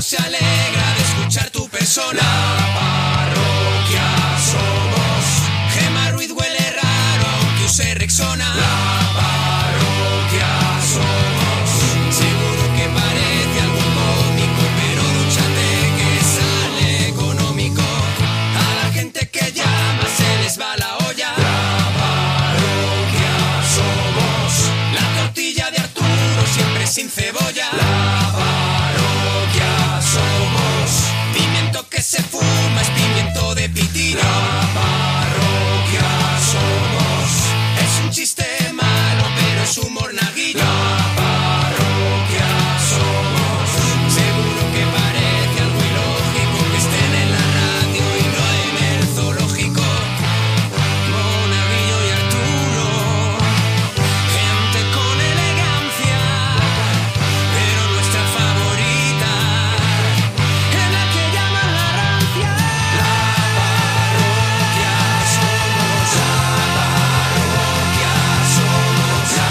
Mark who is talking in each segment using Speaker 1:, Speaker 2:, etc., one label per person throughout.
Speaker 1: se alegra de escuchar tu persona. La parroquia somos. Gema Ruiz huele raro, aunque use Rexona. La parroquia somos. Seguro que parece algo cómico, pero dúchate que sale económico. A la gente que llama se les va la olla. La parroquia somos. La tortilla de Arturo siempre sin cebolla. La parroquia somos. Pimiento que se fuma es pimiento de pitina. La parroquia somos. Es un chiste malo, pero es humor naguillo. La parroquia somos. Seguro que parece algo ilógico que estén en la radio y no en el zoológico. Monaguillo y Arturo, gente con elegancia, pero nuestra favorita es la que llaman la rancia. La parroquia somos, la parroquia somos, la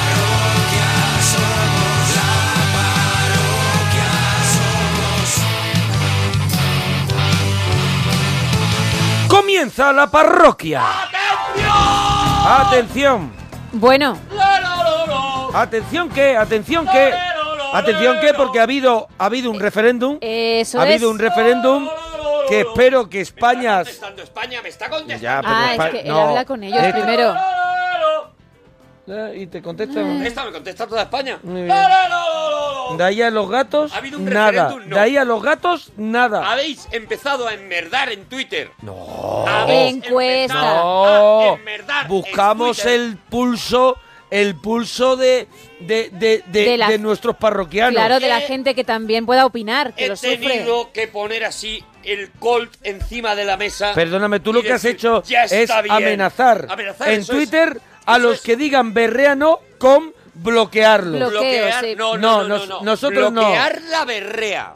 Speaker 1: parroquia somos, la parroquia somos.
Speaker 2: Comienza la parroquia. Atención.
Speaker 3: Bueno.
Speaker 2: Atención que, atención que, atención que, porque ha habido, ha habido un referéndum.
Speaker 3: Eso
Speaker 2: ha habido
Speaker 3: es.
Speaker 2: un referéndum que espero que España.
Speaker 4: España me está contestando.
Speaker 2: Ya, pero
Speaker 3: ah,
Speaker 2: Espa-
Speaker 3: es que él
Speaker 2: no.
Speaker 3: habla con ellos
Speaker 2: Eh,
Speaker 3: primero.
Speaker 2: Y te contesta.
Speaker 3: Ah.
Speaker 4: Esta me contesta toda España.
Speaker 2: Muy bien. De ahí a los gatos,
Speaker 4: un
Speaker 2: nada.
Speaker 4: referéndum, no.
Speaker 2: De ahí a los gatos, nada.
Speaker 4: Habéis empezado a enmerdar en Twitter.
Speaker 2: No.
Speaker 4: Habéis Encuesta. empezado
Speaker 2: No.
Speaker 4: a enmerdar Ah, en
Speaker 2: Buscamos
Speaker 4: Twitter.
Speaker 2: el pulso, el pulso de, de, de, de-
Speaker 3: De la-
Speaker 2: de nuestros parroquianos.
Speaker 3: Claro, de la gente que también pueda opinar, que
Speaker 4: He
Speaker 3: lo sufre.
Speaker 4: tenido que poner así el Colt encima de la mesa.
Speaker 2: Perdóname, tú lo
Speaker 4: Eh, y
Speaker 2: que has
Speaker 4: decir,
Speaker 2: hecho
Speaker 4: "Ya
Speaker 2: es
Speaker 4: está bien".
Speaker 2: amenazar,
Speaker 4: Amenazar,
Speaker 2: en
Speaker 4: eso es.
Speaker 2: Twitter a los que digan berrea no con bloquearlos.
Speaker 4: Bloquear, no, no, no, no, no.
Speaker 2: nosotros no.
Speaker 4: Bloquear la berrea.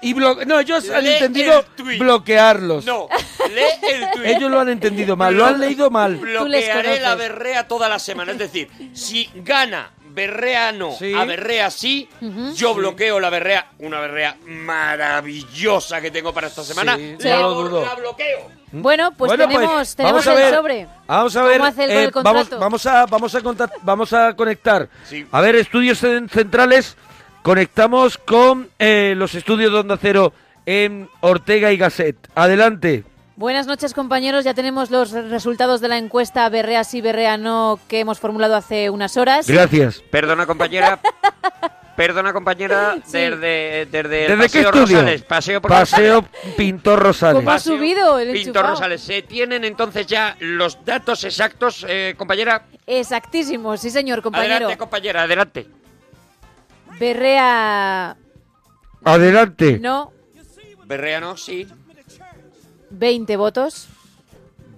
Speaker 2: Y blo- no, ellos han
Speaker 4: Lee
Speaker 2: entendido
Speaker 4: el tuit.
Speaker 2: bloquearlos.
Speaker 4: No, lee el tuit.
Speaker 2: Ellos lo han entendido mal, lo han leído mal.
Speaker 4: Bloquearé la berrea toda la semana. Es decir, si gana berrea no, a berrea sí, yo
Speaker 2: Sí.
Speaker 4: bloqueo la berrea, una berrea maravillosa que tengo para esta semana.
Speaker 2: Sí,
Speaker 4: La
Speaker 2: no lo
Speaker 4: bor-
Speaker 2: dudo.
Speaker 4: la bloqueo.
Speaker 3: Bueno, pues
Speaker 2: Bueno,
Speaker 3: tenemos,
Speaker 2: pues,
Speaker 3: tenemos
Speaker 2: vamos a
Speaker 3: el
Speaker 2: ver.
Speaker 3: sobre.
Speaker 2: Vamos a ver,
Speaker 3: ¿Cómo hace el- con
Speaker 2: eh,
Speaker 3: el
Speaker 2: vamos,
Speaker 3: contrato?
Speaker 2: vamos a vamos a contact- vamos a conectar.
Speaker 4: Sí.
Speaker 2: A ver, estudios cen- centrales. Conectamos con eh, los estudios de Onda Cero en Ortega y Gasset. Adelante.
Speaker 3: Buenas noches, compañeros. Ya tenemos los resultados de la encuesta Berrea sí, Berrea no que hemos formulado hace unas horas.
Speaker 2: Gracias.
Speaker 4: Perdona, compañera. Perdona, compañera. Desde, desde,
Speaker 2: ¿Desde qué
Speaker 4: Paseo
Speaker 2: estudio?
Speaker 4: Rosales. Paseo por
Speaker 2: Paseo Pintor Rosales.
Speaker 3: ¿Cómo ha subido el
Speaker 4: Pintor
Speaker 3: enchufado?
Speaker 4: Rosales. Se tienen entonces ya los datos exactos, eh, compañera.
Speaker 3: Exactísimo, sí, señor, compañero.
Speaker 4: Adelante, compañera, adelante.
Speaker 3: Berrea
Speaker 2: Adelante.
Speaker 3: no,
Speaker 4: Berrea no, sí.
Speaker 3: 20 votos.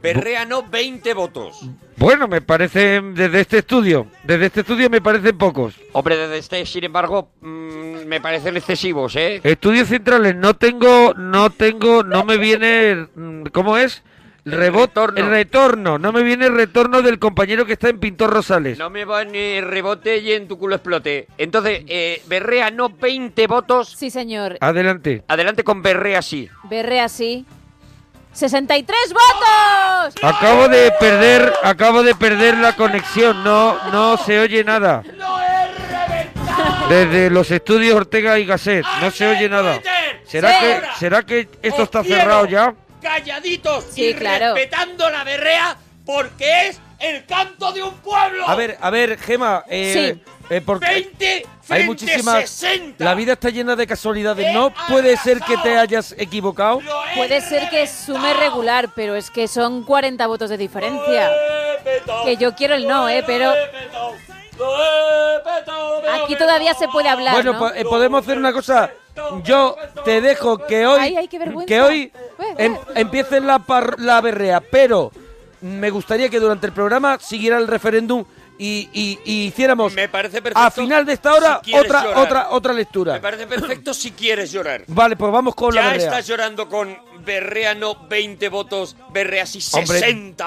Speaker 4: Berrea no, 20 votos.
Speaker 2: Bueno, me parecen desde este estudio, desde este estudio me parecen pocos.
Speaker 4: Hombre, desde este, sin embargo, mm, me parecen excesivos, ¿eh?
Speaker 2: Estudios centrales, no tengo, no tengo, no me viene, mm, ¿cómo es? Rebote,
Speaker 4: retorno.
Speaker 2: el retorno, no me viene el retorno del compañero que está en Pintor Rosales.
Speaker 4: No me va ni rebote y en tu culo explote. Entonces, eh, Berrea no, 20 votos.
Speaker 3: Sí, señor.
Speaker 2: Adelante.
Speaker 4: Adelante con Berrea sí.
Speaker 3: Berrea sí. ¡63 votos!
Speaker 2: Acabo de perder, acabo de perder la conexión, no, no se oye nada. Desde los estudios Ortega y Gasset, no se oye nada. ¿Será que, será que esto está cerrado ya?
Speaker 4: Calladitos
Speaker 3: Sí,
Speaker 4: y
Speaker 3: claro.
Speaker 4: respetando la Berrea porque es el canto de un pueblo.
Speaker 2: A ver, a ver, Gema, eh, eh, porque
Speaker 4: 20 frente
Speaker 2: hay muchísimas.
Speaker 4: 60.
Speaker 2: La vida está llena de casualidades. No puede ser que te hayas equivocado.
Speaker 3: Puede ser que sume regular, pero es que son 40 votos de diferencia. Que yo quiero el no, ¿eh? Pero aquí todavía se puede hablar,
Speaker 2: Bueno,
Speaker 3: ¿no?
Speaker 2: po- eh, podemos hacer una cosa. Yo te dejo que hoy,
Speaker 3: Ay, ay, qué vergüenza.
Speaker 2: que hoy
Speaker 3: Ve, ve.
Speaker 2: em- empiece la, par- la berrea, pero me gustaría que durante el programa siguiera el referéndum y, y- y hiciéramos
Speaker 4: Me parece perfecto.
Speaker 2: a final de esta hora
Speaker 4: si quieres
Speaker 2: otra
Speaker 4: llorar.
Speaker 2: otra otra
Speaker 4: Me
Speaker 2: lectura.
Speaker 4: parece perfecto si quieres llorar.
Speaker 2: Vale, pues vamos con la
Speaker 4: Ya
Speaker 2: berrea.
Speaker 4: estás llorando con Berrea no 20 votos, Berrea sí 60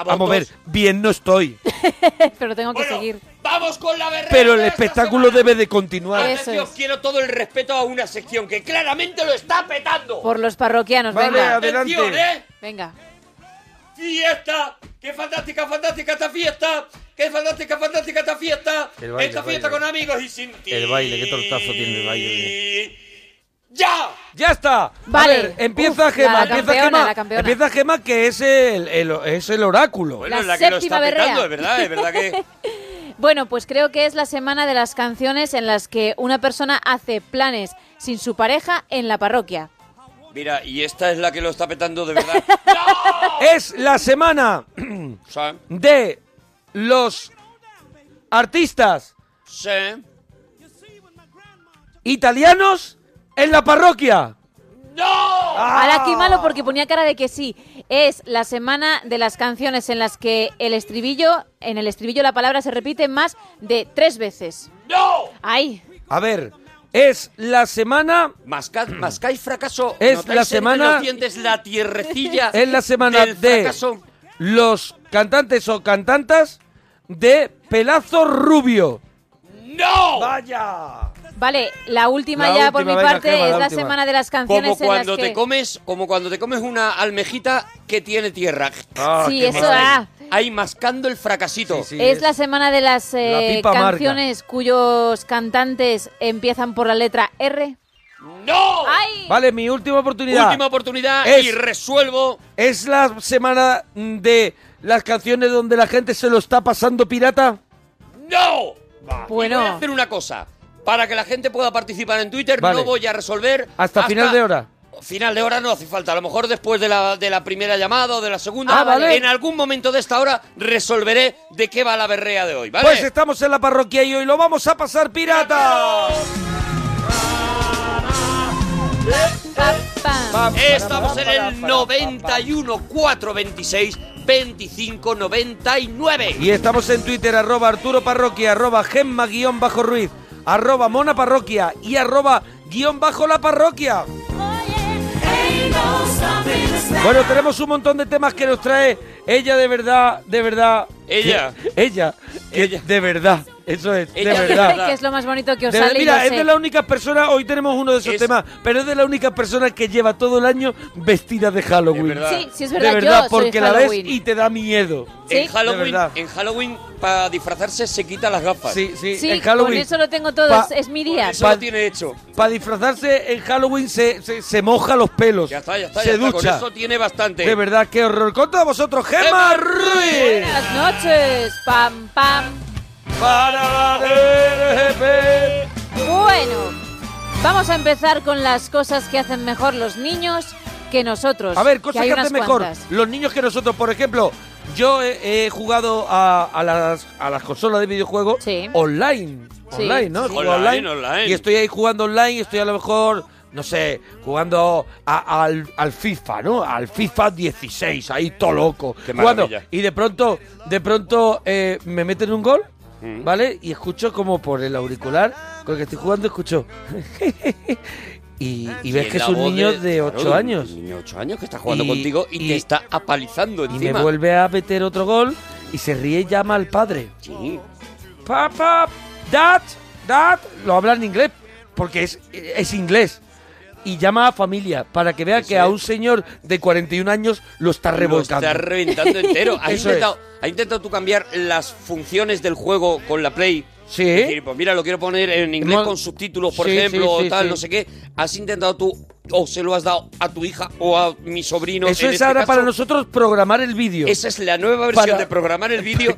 Speaker 2: Hombre,
Speaker 4: votos.
Speaker 2: vamos a ver, bien no estoy.
Speaker 3: Pero tengo que seguir.
Speaker 4: Vamos con la Berrea.
Speaker 2: Pero el espectáculo debe de continuar.
Speaker 4: Ahora, tío, quiero todo el respeto a una sección que claramente lo está petando.
Speaker 3: Por los parroquianos,
Speaker 4: Vale,
Speaker 3: venga.
Speaker 4: adelante. Atención, ¿eh?
Speaker 3: Venga.
Speaker 4: ¡Fiesta! ¡Qué fantástica, fantástica esta fiesta! ¡Qué fantástica, fantástica esta fiesta!
Speaker 2: El baile,
Speaker 4: esta
Speaker 2: el
Speaker 4: fiesta
Speaker 2: baile.
Speaker 4: con amigos y sin ti.
Speaker 2: El baile, qué tortazo tiene el baile.
Speaker 4: ¡Ya!
Speaker 2: ¡Ya está!
Speaker 4: Vale.
Speaker 2: A ver, empieza
Speaker 4: Uf,
Speaker 2: Gema,
Speaker 4: la
Speaker 2: empieza
Speaker 4: campeona,
Speaker 2: Gema.
Speaker 4: la campeona.
Speaker 2: Empieza Gema, que es el, el- es el oráculo.
Speaker 4: Bueno, La es la que lo está séptima berrea. petando, es verdad, es verdad que-
Speaker 3: Bueno, pues creo que es la semana de las canciones en las que una persona hace planes sin su pareja en la parroquia.
Speaker 4: Mira, y esta es la que lo está petando de verdad.
Speaker 2: Es la semana
Speaker 4: ¿Sabes?
Speaker 2: de los artistas
Speaker 4: Sí.
Speaker 2: italianos en la parroquia.
Speaker 3: Ahora aquí malo porque ponía cara de que sí. Es la semana de las canciones en las que el estribillo, en el estribillo la palabra se repite más de tres veces.
Speaker 4: ¡No!
Speaker 3: ¡Ay!
Speaker 2: A ver, es la semana...
Speaker 4: Mascai fracaso.
Speaker 2: Es
Speaker 4: ¿Notáis
Speaker 2: la
Speaker 4: en
Speaker 2: semana...
Speaker 4: los dientes la tierrecilla.
Speaker 2: Es la semana
Speaker 4: del
Speaker 2: de
Speaker 4: fracaso?
Speaker 2: los cantantes o cantantas de Pelazo Rubio.
Speaker 4: ¡No!
Speaker 2: ¡Vaya!
Speaker 3: Vale, la última
Speaker 4: La
Speaker 3: ya por mi
Speaker 4: última, venga,
Speaker 3: parte
Speaker 4: Gema,
Speaker 3: es
Speaker 4: la
Speaker 3: la,
Speaker 4: última.
Speaker 3: semana de las canciones
Speaker 4: Como cuando
Speaker 3: en las
Speaker 4: te
Speaker 3: que...
Speaker 4: comes, como cuando te comes una almejita que tiene tierra.
Speaker 3: Ah, Sí, qué eso mal. da.
Speaker 4: Ahí mascando el fracasito.
Speaker 3: es, la semana de las eh,
Speaker 4: pipa marca.
Speaker 3: canciones cuyos cantantes empiezan por la letra R.
Speaker 4: ¡No!
Speaker 3: ¡Ay!
Speaker 2: Vale, mi última oportunidad.
Speaker 4: Última oportunidad
Speaker 2: Es-
Speaker 4: y resuelvo.
Speaker 2: ¿Es la semana de las canciones donde la gente se lo está pasando pirata?
Speaker 4: ¡No!
Speaker 2: Bueno.
Speaker 4: Y voy a hacer una cosa. Para que la gente pueda participar en Twitter,
Speaker 2: Vale.
Speaker 4: no voy a resolver.
Speaker 2: Hasta final de hora.
Speaker 4: Final de hora no hace falta. A lo mejor después de la, de la primera llamada o de la segunda.
Speaker 2: Ah, vale.
Speaker 4: En algún momento de esta hora resolveré de qué va la berrea de hoy, ¿vale?
Speaker 2: Pues estamos en la parroquia y hoy lo vamos a pasar pirata.
Speaker 4: Estamos en el 91 426 25 99.
Speaker 2: Y estamos en Twitter, arroba Arturo Parroquia, arroba Gemma guión bajo Ruiz, arroba Mona Parroquia y arroba guión bajo la parroquia. Bueno, tenemos un montón de temas que nos trae ella de verdad, de verdad.
Speaker 4: Ella.
Speaker 2: que- ella. que De verdad. Eso es, de verdad.
Speaker 3: que es lo más bonito que os
Speaker 2: De-
Speaker 3: sale y
Speaker 2: mira,
Speaker 3: lo
Speaker 2: es
Speaker 3: sé.
Speaker 2: de las únicas personas, hoy tenemos uno de esos temas, pero es de las únicas personas que lleva todo el año vestida de Halloween.
Speaker 4: verdad. Sí,
Speaker 3: sí, es verdad,
Speaker 2: De
Speaker 3: yo
Speaker 2: verdad,
Speaker 3: soy
Speaker 2: porque la ves
Speaker 3: Halloween.
Speaker 2: y te da miedo.
Speaker 4: En
Speaker 2: De
Speaker 4: Halloween,
Speaker 2: verdad.
Speaker 4: en Halloween para disfrazarse se quita las gafas.
Speaker 2: Sí, sí,
Speaker 3: Sí,
Speaker 2: en Halloween.
Speaker 3: con eso lo tengo todo,
Speaker 2: Pa-
Speaker 3: es, es mi día.
Speaker 4: Eso lo tiene hecho.
Speaker 2: Para disfrazarse en Halloween se, se, se moja los pelos.
Speaker 4: Ya está, ya está,
Speaker 2: se
Speaker 4: ya está.
Speaker 2: ducha.
Speaker 4: Con eso tiene bastante.
Speaker 2: De verdad, qué horror. Contra vosotros, Gemma Ruiz.
Speaker 3: Buenas noches, pam, pam. Bueno, vamos a empezar con las cosas que hacen mejor los niños que nosotros.
Speaker 2: A ver, cosas
Speaker 3: hay
Speaker 2: que,
Speaker 3: unas
Speaker 2: hacen mejor
Speaker 3: cuantas.
Speaker 2: los niños que nosotros. Por ejemplo, yo he, he jugado a, a las, a las consolas de videojuegos online.
Speaker 4: Sí.
Speaker 2: Online, ¿no?
Speaker 4: Sí.
Speaker 2: Juego
Speaker 4: Online, online.
Speaker 2: Y estoy ahí jugando online y estoy a lo mejor, no sé, jugando a- al, al FIFA, ¿no? Al FIFA 16, ahí todo loco. Jugando.
Speaker 4: maravilla.
Speaker 2: Y de pronto, de pronto eh, me meten un gol.
Speaker 4: Mm.
Speaker 2: ¿Vale? Y escucho como por el auricular, con el que estoy jugando, escucho. y, y ves
Speaker 4: es
Speaker 2: que es
Speaker 4: la
Speaker 2: un
Speaker 4: voz
Speaker 2: niño
Speaker 4: de-
Speaker 2: de
Speaker 4: claro,
Speaker 2: 8
Speaker 4: de un
Speaker 2: años.
Speaker 4: niño de 8 años que está jugando
Speaker 2: Y-
Speaker 4: contigo y, te está apalizando
Speaker 2: Y
Speaker 4: encima.
Speaker 2: me vuelve a meter otro gol y se ríe y llama al padre.
Speaker 4: Sí.
Speaker 2: Papá, dad, dad. Lo habla en inglés porque es, es inglés. Y llama a familia para que vea que a un señor de 41 años lo está revolcando.
Speaker 4: Lo está reventando entero. ¿Has
Speaker 2: Eso es.
Speaker 4: intentado, has intentado tú cambiar las funciones del juego con la Play?
Speaker 2: Sí.
Speaker 4: Es decir, pues mira, lo quiero poner en inglés
Speaker 2: No.
Speaker 4: con subtítulos, por
Speaker 2: Sí,
Speaker 4: ejemplo,
Speaker 2: sí, sí,
Speaker 4: o tal,
Speaker 2: sí.
Speaker 4: no sé qué. ¿Has intentado tú o se lo has dado a tu hija o a mi sobrino?
Speaker 2: Eso
Speaker 4: En
Speaker 2: es
Speaker 4: este
Speaker 2: ahora
Speaker 4: caso,
Speaker 2: para nosotros programar el vídeo.
Speaker 4: Esa es la nueva versión
Speaker 2: Para-
Speaker 4: de programar el vídeo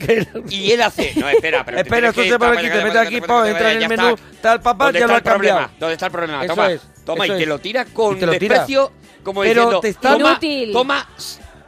Speaker 4: y él hace... No, espera, pero... te
Speaker 2: Espera,
Speaker 4: tienes que
Speaker 2: esto
Speaker 4: ir
Speaker 2: se para
Speaker 4: para
Speaker 2: aquí,
Speaker 4: allá,
Speaker 2: te
Speaker 4: para
Speaker 2: metes
Speaker 4: acá,
Speaker 2: aquí,
Speaker 4: para
Speaker 2: pa,
Speaker 4: acá,
Speaker 2: entra en el
Speaker 4: ya
Speaker 2: menú,
Speaker 4: está.
Speaker 2: tal papá,
Speaker 4: ¿Dónde
Speaker 2: ya lo ha
Speaker 4: está el problema?
Speaker 2: cambiado.
Speaker 4: ¿Dónde está el problema?
Speaker 2: Eso
Speaker 4: Toma,
Speaker 2: es,
Speaker 4: toma,
Speaker 2: eso
Speaker 4: y te
Speaker 2: es.
Speaker 4: lo tira con
Speaker 2: Y te lo tira.
Speaker 4: desprecio, como
Speaker 2: Pero
Speaker 4: diciendo...
Speaker 2: te están-
Speaker 4: toma,
Speaker 2: Inútil.
Speaker 4: Toma...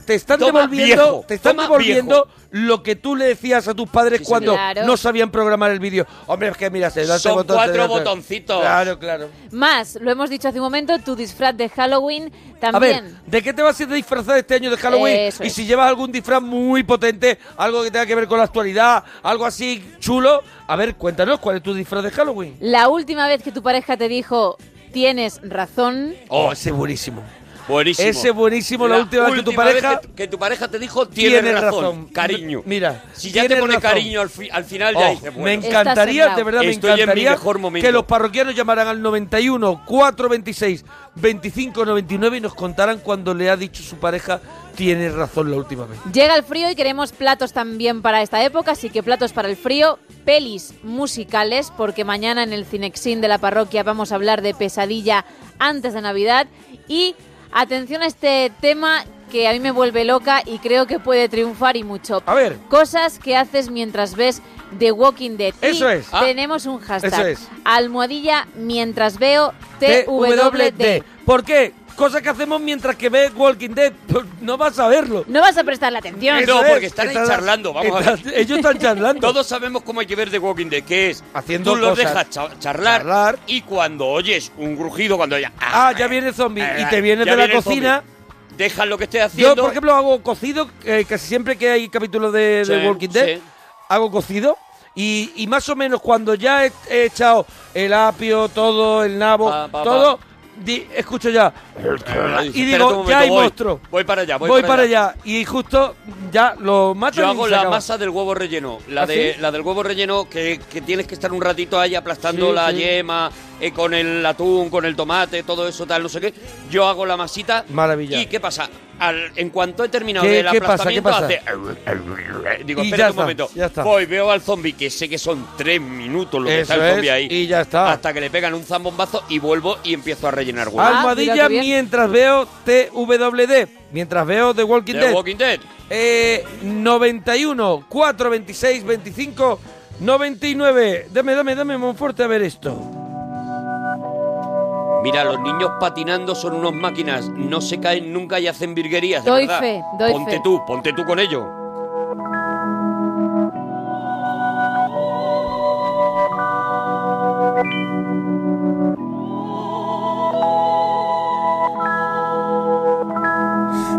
Speaker 2: Te están
Speaker 4: Toma
Speaker 2: devolviendo,
Speaker 4: viejo,
Speaker 2: te están
Speaker 4: toma
Speaker 2: devolviendo lo que tú le decías a tus padres
Speaker 4: Sí, señor.
Speaker 2: cuando
Speaker 3: Claro.
Speaker 2: no sabían programar el vídeo. Hombre, es que mira, se dan
Speaker 4: Son
Speaker 2: botones,
Speaker 4: cuatro
Speaker 2: se dan-
Speaker 4: botoncitos.
Speaker 2: Claro, claro.
Speaker 3: Más, lo hemos dicho hace un momento, tu disfraz de Halloween también.
Speaker 2: A ver, ¿de qué te vas a ir disfrazar este año de Halloween?
Speaker 3: Eso
Speaker 2: y
Speaker 3: es.
Speaker 2: si llevas algún disfraz muy potente, algo que tenga que ver con la actualidad, algo así chulo, a ver, cuéntanos cuál es tu disfraz de Halloween.
Speaker 3: La última vez que tu pareja te dijo, tienes razón,
Speaker 2: Oh, ese es buenísimo.
Speaker 4: Buenísimo.
Speaker 2: Ese buenísimo, la, última vez que tu
Speaker 4: vez
Speaker 2: pareja...
Speaker 4: que, que tu pareja te dijo, tienes,
Speaker 2: Tienes
Speaker 4: razón,
Speaker 2: razón.
Speaker 4: Cariño.
Speaker 2: Mira,
Speaker 4: Si ya te
Speaker 2: tienes
Speaker 4: pone
Speaker 2: razón.
Speaker 4: cariño al, fi- al final, ya
Speaker 2: Oh,
Speaker 4: dices, bueno.
Speaker 2: me encantaría, de verdad, me
Speaker 4: Estoy en mi
Speaker 2: encantaría
Speaker 4: mejor momento.
Speaker 2: que los parroquianos llamaran al 91 426 2599 y nos contaran cuando le ha dicho su pareja tienes razón la última vez.
Speaker 3: Llega el frío y queremos platos también para esta época, así que platos para el frío, pelis musicales, porque mañana en el Cinexin de la parroquia vamos a hablar de pesadilla antes de Navidad. Y atención a este tema que a mí me vuelve loca y creo que puede triunfar y mucho.
Speaker 2: A ver.
Speaker 3: Cosas que haces mientras ves The Walking Dead. Y
Speaker 2: Eso es. Ah.
Speaker 3: Tenemos un hashtag.
Speaker 2: Eso es.
Speaker 3: Almohadilla mientras veo TWD.
Speaker 2: TWD. ¿Por qué? Cosa que hacemos mientras que ves Walking Dead. pues, No vas a verlo.
Speaker 3: No vas a prestarle atención.
Speaker 4: no,
Speaker 2: Eso es,
Speaker 4: porque están ahí
Speaker 2: están-
Speaker 4: charlando, vamos a
Speaker 2: están-
Speaker 4: ver.
Speaker 2: ellos están charlando.
Speaker 4: Todos sabemos cómo hay que ver The Walking Dead, que es
Speaker 2: Haciendo
Speaker 4: tú los
Speaker 2: cosas.
Speaker 4: dejas cha- charlar,
Speaker 2: Charlar.
Speaker 4: y cuando oyes un grujido, cuando ya
Speaker 2: Ah, ya viene el zombie. Y te vienes
Speaker 4: ya
Speaker 2: de la
Speaker 4: viene el
Speaker 2: cocina.
Speaker 4: zombie. Dejas lo que estés
Speaker 2: Yo,
Speaker 4: haciendo.
Speaker 2: por ejemplo, hago cocido, eh, casi siempre que hay capítulos de, de
Speaker 4: Sí,
Speaker 2: Walking Dead,
Speaker 4: sí.
Speaker 2: hago cocido. Y, y más o menos cuando ya he, he echado el apio, todo, el nabo,
Speaker 4: Pa, pa, pa.
Speaker 2: todo, di- escucho ya. Y
Speaker 4: Espérate
Speaker 2: digo,
Speaker 4: un momento,
Speaker 2: ya hay
Speaker 4: voy.
Speaker 2: monstruo.
Speaker 4: Voy para allá, voy,
Speaker 2: Voy para allá. Y justo ya lo mato
Speaker 4: Yo
Speaker 2: y
Speaker 4: hago
Speaker 2: se
Speaker 4: la
Speaker 2: acaba.
Speaker 4: masa del huevo relleno, la,
Speaker 2: ¿Ah,
Speaker 4: de,
Speaker 2: sí?
Speaker 4: la del huevo relleno que, que tienes que estar un ratito ahí aplastando
Speaker 2: Sí,
Speaker 4: la
Speaker 2: sí.
Speaker 4: yema eh, con el atún, con el tomate, todo eso tal, no sé qué. Yo hago la masita.
Speaker 2: Maravilla.
Speaker 4: ¿Y qué pasa? Al- en cuanto he terminado
Speaker 2: ¿Qué-
Speaker 4: el
Speaker 2: qué pasa? ¿Qué
Speaker 4: aplastamiento,
Speaker 2: pasa?
Speaker 4: hace- Digo,
Speaker 2: Y
Speaker 4: espérate
Speaker 2: ya
Speaker 4: un
Speaker 2: está,
Speaker 4: momento.
Speaker 2: ya está.
Speaker 4: Voy, veo al zombie, que sé que son tres minutos lo que
Speaker 2: Eso
Speaker 4: está el zombie
Speaker 2: es,
Speaker 4: ahí.
Speaker 2: y ya está.
Speaker 4: Hasta que le pegan un zambombazo y vuelvo y empiezo a rellenar huevo.
Speaker 3: Ah, mira
Speaker 2: Almohadilla
Speaker 3: qué bien.
Speaker 2: mientras veo TWD, mientras veo The Walking
Speaker 4: The
Speaker 2: Dead.
Speaker 4: Walking Dead.
Speaker 2: Eh, 91 426 25 99. Dame, dame, dame, Monforte, a ver esto.
Speaker 4: Mira, los niños patinando son unos máquinas, no se caen nunca y hacen virguerías. de
Speaker 3: Doy
Speaker 4: verdad.
Speaker 3: fe, doy
Speaker 4: ponte
Speaker 3: fe.
Speaker 4: tú, ponte tú con ello.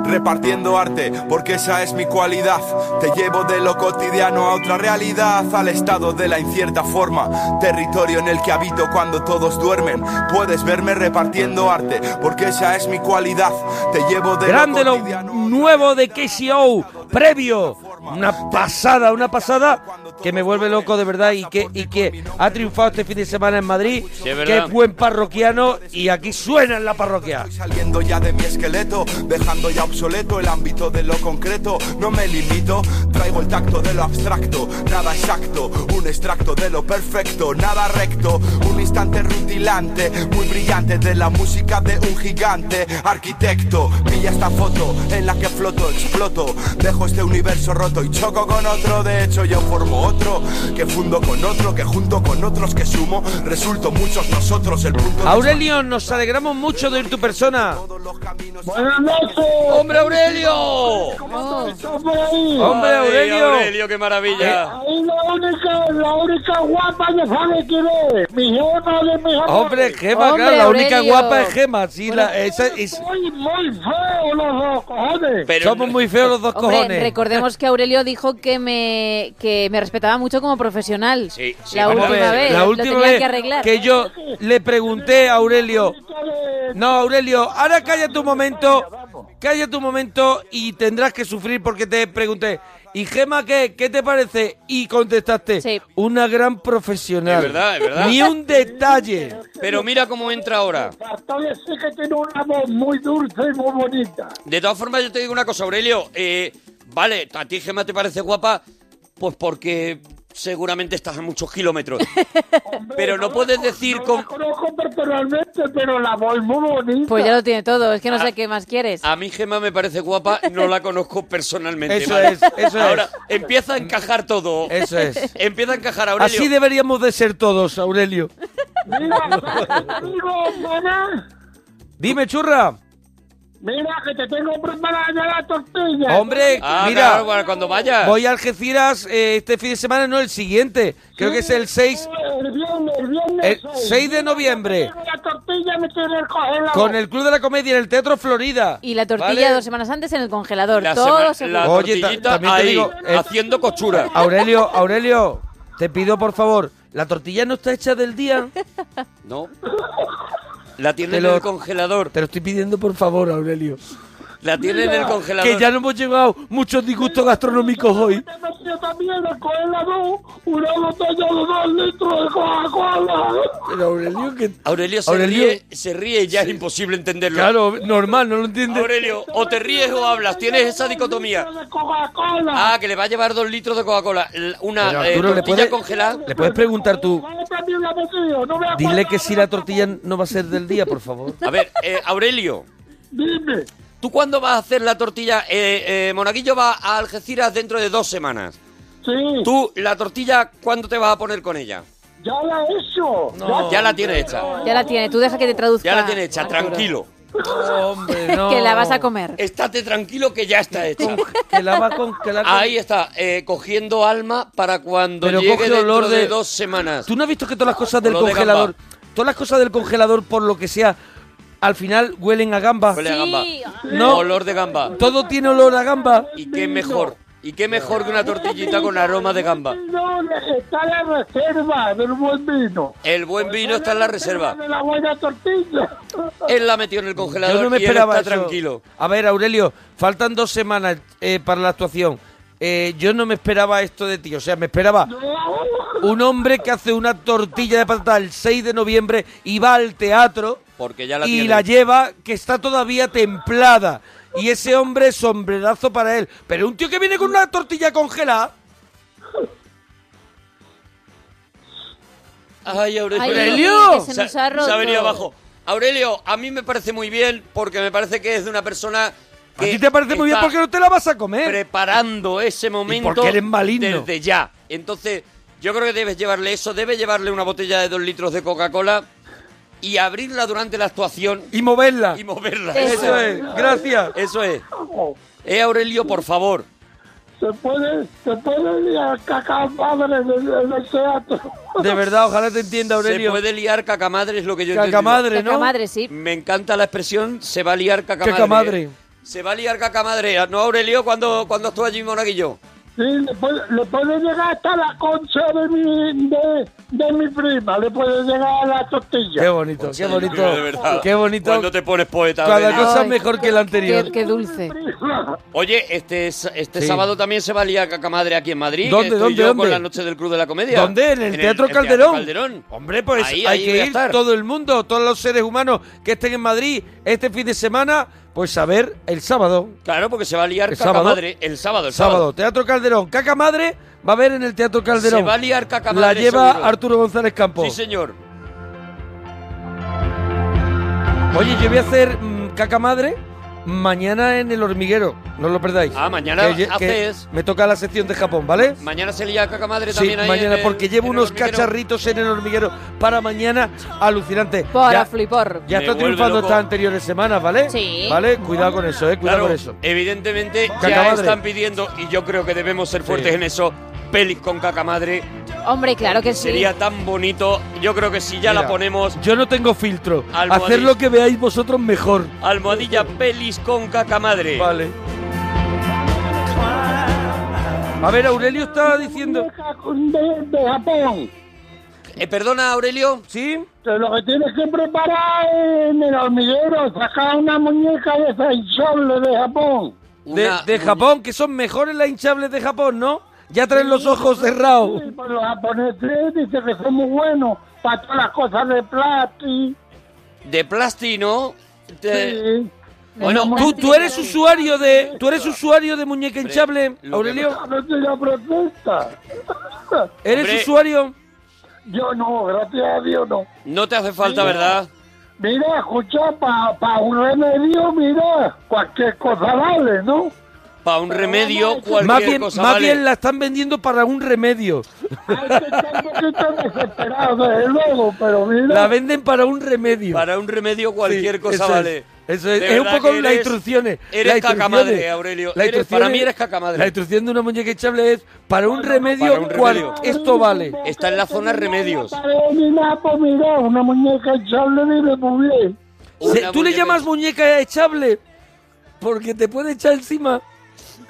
Speaker 5: repartiendo arte, porque esa es mi cualidad. Te llevo de lo cotidiano a otra realidad, al estado de la incierta forma, territorio en el que habito cuando todos duermen. Puedes verme repartiendo arte, porque esa es mi cualidad. Te llevo de
Speaker 2: Grande
Speaker 5: lo
Speaker 2: lo
Speaker 5: cotidiano.
Speaker 2: nuevo de KCO, previo. Una pasada, una pasada que me vuelve loco de verdad y que, y que ha triunfado este fin de semana en Madrid.
Speaker 4: De verdad.
Speaker 2: que es buen parroquiano y aquí suena en la parroquia.
Speaker 5: Estoy saliendo ya de mi esqueleto, dejando ya obsoleto el ámbito de lo concreto. No me limito, traigo el tacto de lo abstracto, nada exacto, un extracto de lo perfecto, nada recto, un instante rutilante, muy brillante de la música de un gigante arquitecto. Pilla esta foto en la que floto, exploto, dejo este universo roto y choco con otro. De hecho, yo formo otro, que fundo con otro, que junto con otros que sumo, resulto muchos nosotros el punto. de-
Speaker 2: Aurelio, nos alegramos mucho de ir tu persona.
Speaker 5: Todos los caminos
Speaker 6: Buenas noches.
Speaker 4: ¡Hombre, Aurelio!
Speaker 3: Oh.
Speaker 6: ¿Estás por ahí?
Speaker 2: Hombre,
Speaker 4: Ay,
Speaker 2: Aurelio.
Speaker 4: Aurelio, qué maravilla!
Speaker 6: Ahí la única, la única guapa que sabe quién es. Mi jefa de mi jefa.
Speaker 2: Hombre, Gema,
Speaker 3: Hombre,
Speaker 2: claro, la única
Speaker 3: Aurelio.
Speaker 2: guapa es Gema. Sí, la- esa es-
Speaker 6: Muy, muy feo los dos, cojones.
Speaker 4: Pero
Speaker 2: somos muy feos los dos
Speaker 3: Hombre,
Speaker 2: cojones.
Speaker 3: recordemos que Aurelio dijo que me, que me respetaba mucho como profesional.
Speaker 4: Sí, sí,
Speaker 3: la
Speaker 4: vamos
Speaker 3: última
Speaker 4: a ver.
Speaker 3: vez.
Speaker 2: Eh, la última
Speaker 3: lo tenía
Speaker 2: vez
Speaker 3: que arreglar.
Speaker 2: yo le pregunté a Aurelio,
Speaker 6: Pero...
Speaker 2: no Aurelio, ahora cállate un momento, cállate un momento y tendrás que sufrir porque te pregunté, ¿y Gema qué, qué te parece? Y contestaste,
Speaker 3: Sí.
Speaker 2: una gran profesional.
Speaker 4: Es verdad, es verdad.
Speaker 2: Ni un detalle.
Speaker 4: Pero mira cómo entra ahora.
Speaker 6: Bastante sí que tiene una voz muy dulce y muy bonita.
Speaker 4: De todas formas, yo te digo una cosa, Aurelio. eh, vale, a ti Gemma te parece guapa, pues porque seguramente estás a muchos kilómetros. Pero no puedes decir
Speaker 6: No
Speaker 4: con...
Speaker 6: la conozco personalmente, pero la voz muy bonita.
Speaker 3: Pues ya lo tiene todo, es que no sé qué más quieres.
Speaker 4: A mí Gemma me parece guapa, no la conozco personalmente.
Speaker 2: Eso
Speaker 4: ¿vale?
Speaker 2: es, eso es.
Speaker 4: Ahora empieza a encajar todo.
Speaker 2: Eso es.
Speaker 4: Empieza a encajar Aurelio.
Speaker 2: Así deberíamos de ser todos, Aurelio.
Speaker 6: Mira, ¿sabes qué te digo, mamá?
Speaker 2: Dime, churra.
Speaker 6: Mira, que te tengo preparada ya la tortilla.
Speaker 2: Hombre,
Speaker 4: Ah,
Speaker 2: mira.
Speaker 4: claro, bueno, cuando vaya.
Speaker 2: Voy a Algeciras eh, este fin de semana, no el siguiente. Creo que es el 6,
Speaker 6: El viernes, el viernes.
Speaker 2: el 6 de noviembre.
Speaker 6: Tengo La tortilla me tiene el congelador.
Speaker 2: Con el Club de la Comedia en el Teatro Florida.
Speaker 3: y la tortilla
Speaker 2: ¿Vale?
Speaker 3: dos semanas antes en el congelador.
Speaker 4: La,
Speaker 3: todo
Speaker 4: sema-
Speaker 3: seguro.
Speaker 4: la
Speaker 2: Oye, ta-
Speaker 4: tortillita
Speaker 2: también te
Speaker 4: ahí,
Speaker 2: digo, eh,
Speaker 4: haciendo cochura.
Speaker 2: Aurelio, Aurelio, te pido por favor, la tortilla no está hecha del día.
Speaker 4: No, La tiene
Speaker 2: Te
Speaker 4: en
Speaker 2: lo-
Speaker 4: el congelador.
Speaker 2: Te lo estoy pidiendo por favor, Aurelio.
Speaker 4: La tiene en el
Speaker 7: Mira,
Speaker 4: congelador.
Speaker 2: Que ya no hemos llevado muchos disgustos gastronómicos hoy.
Speaker 7: Te metió también el congelador una botella de dos litros de Coca-Cola.
Speaker 2: Pero Aurelio, que...
Speaker 4: Aurelio se
Speaker 2: Aurelio-
Speaker 4: ríe, se ríe y ya es imposible entenderlo.
Speaker 2: Claro, normal, no lo entiendes.
Speaker 4: Aurelio, o te ríes o hablas, tienes esa dicotomía.
Speaker 7: De Coca-Cola.
Speaker 4: Ah, que le va a llevar dos litros de Coca-Cola, l-
Speaker 2: Pero,
Speaker 4: una eh,
Speaker 2: Arturo, ¿le
Speaker 4: tortilla
Speaker 2: puedes-
Speaker 4: congelada.
Speaker 2: Le puedes preguntar tú,
Speaker 6: Ah,
Speaker 7: Vale, también la he metido, no me acuerdo.
Speaker 2: dile que si la tortilla no va a ser del día, por favor.
Speaker 4: A ver, eh, Aurelio,
Speaker 7: Dime.
Speaker 4: ¿tú cuándo vas a hacer la tortilla? Eh, eh, Monaguillo va a Algeciras dentro de dos semanas.
Speaker 7: Sí.
Speaker 4: ¿Tú la tortilla cuándo te vas a poner con ella?
Speaker 7: Ya la he hecho.
Speaker 4: Ya la tiene hecha.
Speaker 3: Ya la tiene, tú deja que te traduzca.
Speaker 4: Ya la tiene hecha,
Speaker 3: Arturo.
Speaker 4: tranquilo.
Speaker 2: Hombre, no.
Speaker 3: Que la vas a comer.
Speaker 4: Estate tranquilo que ya está hecha.
Speaker 2: Que la va a congelar. con-
Speaker 4: Ahí está, eh, cogiendo alma para cuando
Speaker 2: Pero
Speaker 4: llegue
Speaker 2: coge
Speaker 4: dentro
Speaker 2: olor
Speaker 4: de...
Speaker 2: de-
Speaker 4: dos semanas.
Speaker 2: ¿Tú no has visto que todas las cosas del
Speaker 4: Olor de
Speaker 2: congelador,
Speaker 4: gamba.
Speaker 2: todas las cosas del congelador, por lo que sea, al final huelen a gamba?
Speaker 4: Huele a
Speaker 3: Sí.
Speaker 4: gamba.
Speaker 2: No.
Speaker 4: Olor de gamba.
Speaker 2: Todo tiene olor a gamba.
Speaker 4: ¿Y qué mejor? ¿Y qué mejor que una tortillita con aroma de gamba?
Speaker 7: No, está la reserva del buen vino.
Speaker 4: El buen vino está en la reserva.
Speaker 7: De la buena tortilla.
Speaker 4: Él la metió en el congelador
Speaker 2: Yo no me
Speaker 4: y él
Speaker 2: esperaba
Speaker 4: está
Speaker 2: eso.
Speaker 4: tranquilo.
Speaker 2: A ver, Aurelio, faltan dos semanas eh, para la actuación. Eh, yo no me esperaba esto de ti. O sea, me esperaba un hombre que hace una tortilla de patata el 6 de noviembre y va al teatro
Speaker 4: Porque ya la
Speaker 2: y
Speaker 4: tiene.
Speaker 2: la lleva, que está todavía templada. Y ese hombre, sombrerazo para él. Pero un tío que viene con una tortilla congelada.
Speaker 4: Ay, Aurelio.
Speaker 3: Ay,
Speaker 2: Aurelio.
Speaker 3: que se nos
Speaker 4: Se-
Speaker 3: ha roto.
Speaker 4: se ha venido abajo. Aurelio, a mí me parece muy bien porque me parece que es de una persona
Speaker 2: ¿A
Speaker 4: que
Speaker 2: ti te parece muy bien
Speaker 4: está
Speaker 2: porque no te la vas a comer?
Speaker 4: preparando eh. ese momento
Speaker 2: porque eres maligno.
Speaker 4: desde ya. Entonces, yo creo que debes llevarle eso, debes llevarle una botella de dos litros de Coca-Cola y abrirla durante la actuación
Speaker 2: Y moverla.
Speaker 4: y moverla.
Speaker 2: Eso es, gracias.
Speaker 4: Eso es. Eh, Aurelio, por favor.
Speaker 7: Se puede, se puede ir a caca madre en el, en el teatro.
Speaker 2: De verdad, ojalá te entienda,
Speaker 4: Se
Speaker 2: Aurelio.
Speaker 4: puede liar cacamadre, es lo que yo he entendido.
Speaker 2: Cacamadre,
Speaker 3: Caca
Speaker 2: ¿no?
Speaker 3: madre, sí.
Speaker 4: Me encanta la expresión, se va a liar cacamadre.
Speaker 2: Cacamadre.
Speaker 4: ¿eh? Se va a liar cacamadre. ¿No, Aurelio, cuando, cuando estuvo allí en Monaguillo?
Speaker 7: Sí, le puede, le puede llegar hasta la concha de mi, de, de mi prima. Le puede llegar a la tortilla.
Speaker 2: Qué bonito, qué bonito.
Speaker 4: De verdad.
Speaker 2: Qué bonito.
Speaker 4: Cuando te pones poeta,
Speaker 2: Cada
Speaker 4: Aurelio.
Speaker 2: cosa
Speaker 3: Ay,
Speaker 2: mejor que la anterior.
Speaker 3: Qué, qué dulce.
Speaker 4: Oye, este, s- este
Speaker 2: Sí.
Speaker 4: sábado también se va a liar cacamadre aquí en Madrid. que
Speaker 2: ¿Dónde,
Speaker 4: estoy
Speaker 2: dónde,
Speaker 4: yo
Speaker 2: dónde?
Speaker 4: con la noche del Club de la Comedia.
Speaker 2: ¿Dónde? En el, Teatro,
Speaker 4: el
Speaker 2: Calderón.
Speaker 4: Calderón.
Speaker 2: Hombre, pues hay
Speaker 4: Ahí, ahí voy a
Speaker 2: que ir
Speaker 4: estar.
Speaker 2: todo el mundo, todos los seres humanos que estén en Madrid este fin de semana, pues a ver el sábado.
Speaker 4: Claro, porque se va a liar
Speaker 2: El sábado.
Speaker 4: cacamadre el sábado. El
Speaker 2: Sábado, Teatro Calderón. Caca Madre va a ver en el Teatro Calderón.
Speaker 4: Se va a liar cacamadre.
Speaker 2: La lleva
Speaker 4: seguro.
Speaker 2: Arturo González Campos.
Speaker 4: Sí, señor.
Speaker 2: Oye, yo voy a hacer mm, Caca Madre mañana en el hormiguero. No os lo perdáis.
Speaker 4: Ah, mañana
Speaker 2: Que ye- que
Speaker 4: haces-
Speaker 2: me toca la sección de Japón, ¿vale?
Speaker 4: Mañana se lía cacamadre
Speaker 2: Sí,
Speaker 4: también ahí en
Speaker 2: mañana,
Speaker 4: el-
Speaker 2: porque llevo
Speaker 4: en el
Speaker 2: unos
Speaker 4: hormiguero.
Speaker 2: cacharritos en el hormiguero para mañana alucinante.
Speaker 3: Para
Speaker 2: Ya-
Speaker 3: flipar.
Speaker 2: Ya
Speaker 4: Me
Speaker 2: está
Speaker 4: vuelve
Speaker 2: triunfando
Speaker 4: loco.
Speaker 2: estas anteriores semanas, ¿vale?
Speaker 3: Sí.
Speaker 2: ¿Vale? Cuidado con eso, ¿eh? Cuidado
Speaker 4: Claro,
Speaker 2: con eso.
Speaker 4: evidentemente ya
Speaker 2: Cacamadre.
Speaker 4: están pidiendo, y yo creo que debemos ser fuertes
Speaker 2: Sí.
Speaker 4: en eso, pelis con cacamadre.
Speaker 3: Hombre, claro que sí.
Speaker 4: Sería tan bonito. Yo creo que si ya la
Speaker 2: Mira,
Speaker 4: ponemos,
Speaker 2: Yo no tengo filtro.
Speaker 4: Almohadilla.
Speaker 2: Hacer lo que veáis vosotros mejor.
Speaker 4: almohadilla pelis con cacamadre.
Speaker 2: Vale. A ver, Aurelio está diciendo.
Speaker 7: De, de Japón.
Speaker 4: Eh, perdona, Aurelio.
Speaker 2: ¿Sí?
Speaker 7: Que lo que tienes que preparar en el hormiguero, sacar una muñeca de Faichol de Japón.
Speaker 2: De,
Speaker 4: Una-
Speaker 2: de Japón, que son mejores las hinchables de Japón, ¿no? Ya traen los ojos cerrados.
Speaker 7: Sí, pues los japoneses dicen que son muy buenos para todas las cosas de plástico.
Speaker 4: De plastino. de-
Speaker 7: Sí.
Speaker 4: Bueno,
Speaker 2: ¿Tú, tú eres usuario de. ¿Tú eres usuario de muñeca hinchable,
Speaker 4: lo que-
Speaker 2: Aurelio?
Speaker 7: No tiene protesta.
Speaker 2: ¿Eres
Speaker 4: Hombre.
Speaker 2: usuario?
Speaker 7: Yo no, gracias a Dios no.
Speaker 4: no te hace falta, ¿verdad?
Speaker 7: Mira, escucha, para un remedio, mira, cualquier cosa vale, ¿no?
Speaker 4: Para un remedio, cualquier
Speaker 2: Más bien,
Speaker 4: cosa
Speaker 2: más
Speaker 4: vale.
Speaker 2: bien la están vendiendo para un remedio.
Speaker 7: Hay que estar un poquito desesperado, desde luego, pero mira.
Speaker 2: La venden para un remedio.
Speaker 4: Para un remedio, cualquier
Speaker 2: Sí,
Speaker 4: cosa
Speaker 2: eso
Speaker 4: vale.
Speaker 2: Es, eso es.
Speaker 4: De
Speaker 2: Es un
Speaker 4: verdad
Speaker 2: poco eh,
Speaker 4: que
Speaker 2: las
Speaker 4: eres-
Speaker 2: instrucciones.
Speaker 4: Eres
Speaker 2: las
Speaker 4: cacamadre,
Speaker 2: instrucciones.
Speaker 4: Aurelio.
Speaker 2: Las
Speaker 4: Eres-
Speaker 2: instrucciones-
Speaker 4: para mí eres cacamadre.
Speaker 2: La instrucción de una muñeca hinchable es para un remedio,
Speaker 4: Para un
Speaker 2: cual-
Speaker 4: remedio.
Speaker 2: esto vale.
Speaker 4: Está en la zona remedios.
Speaker 7: Ni nada, pues mira, una muñeca echable vive muy bien.
Speaker 4: Una
Speaker 2: Se- ¿Tú le
Speaker 4: muñeca-
Speaker 2: llamas muñeca echable? Porque te puede echar encima.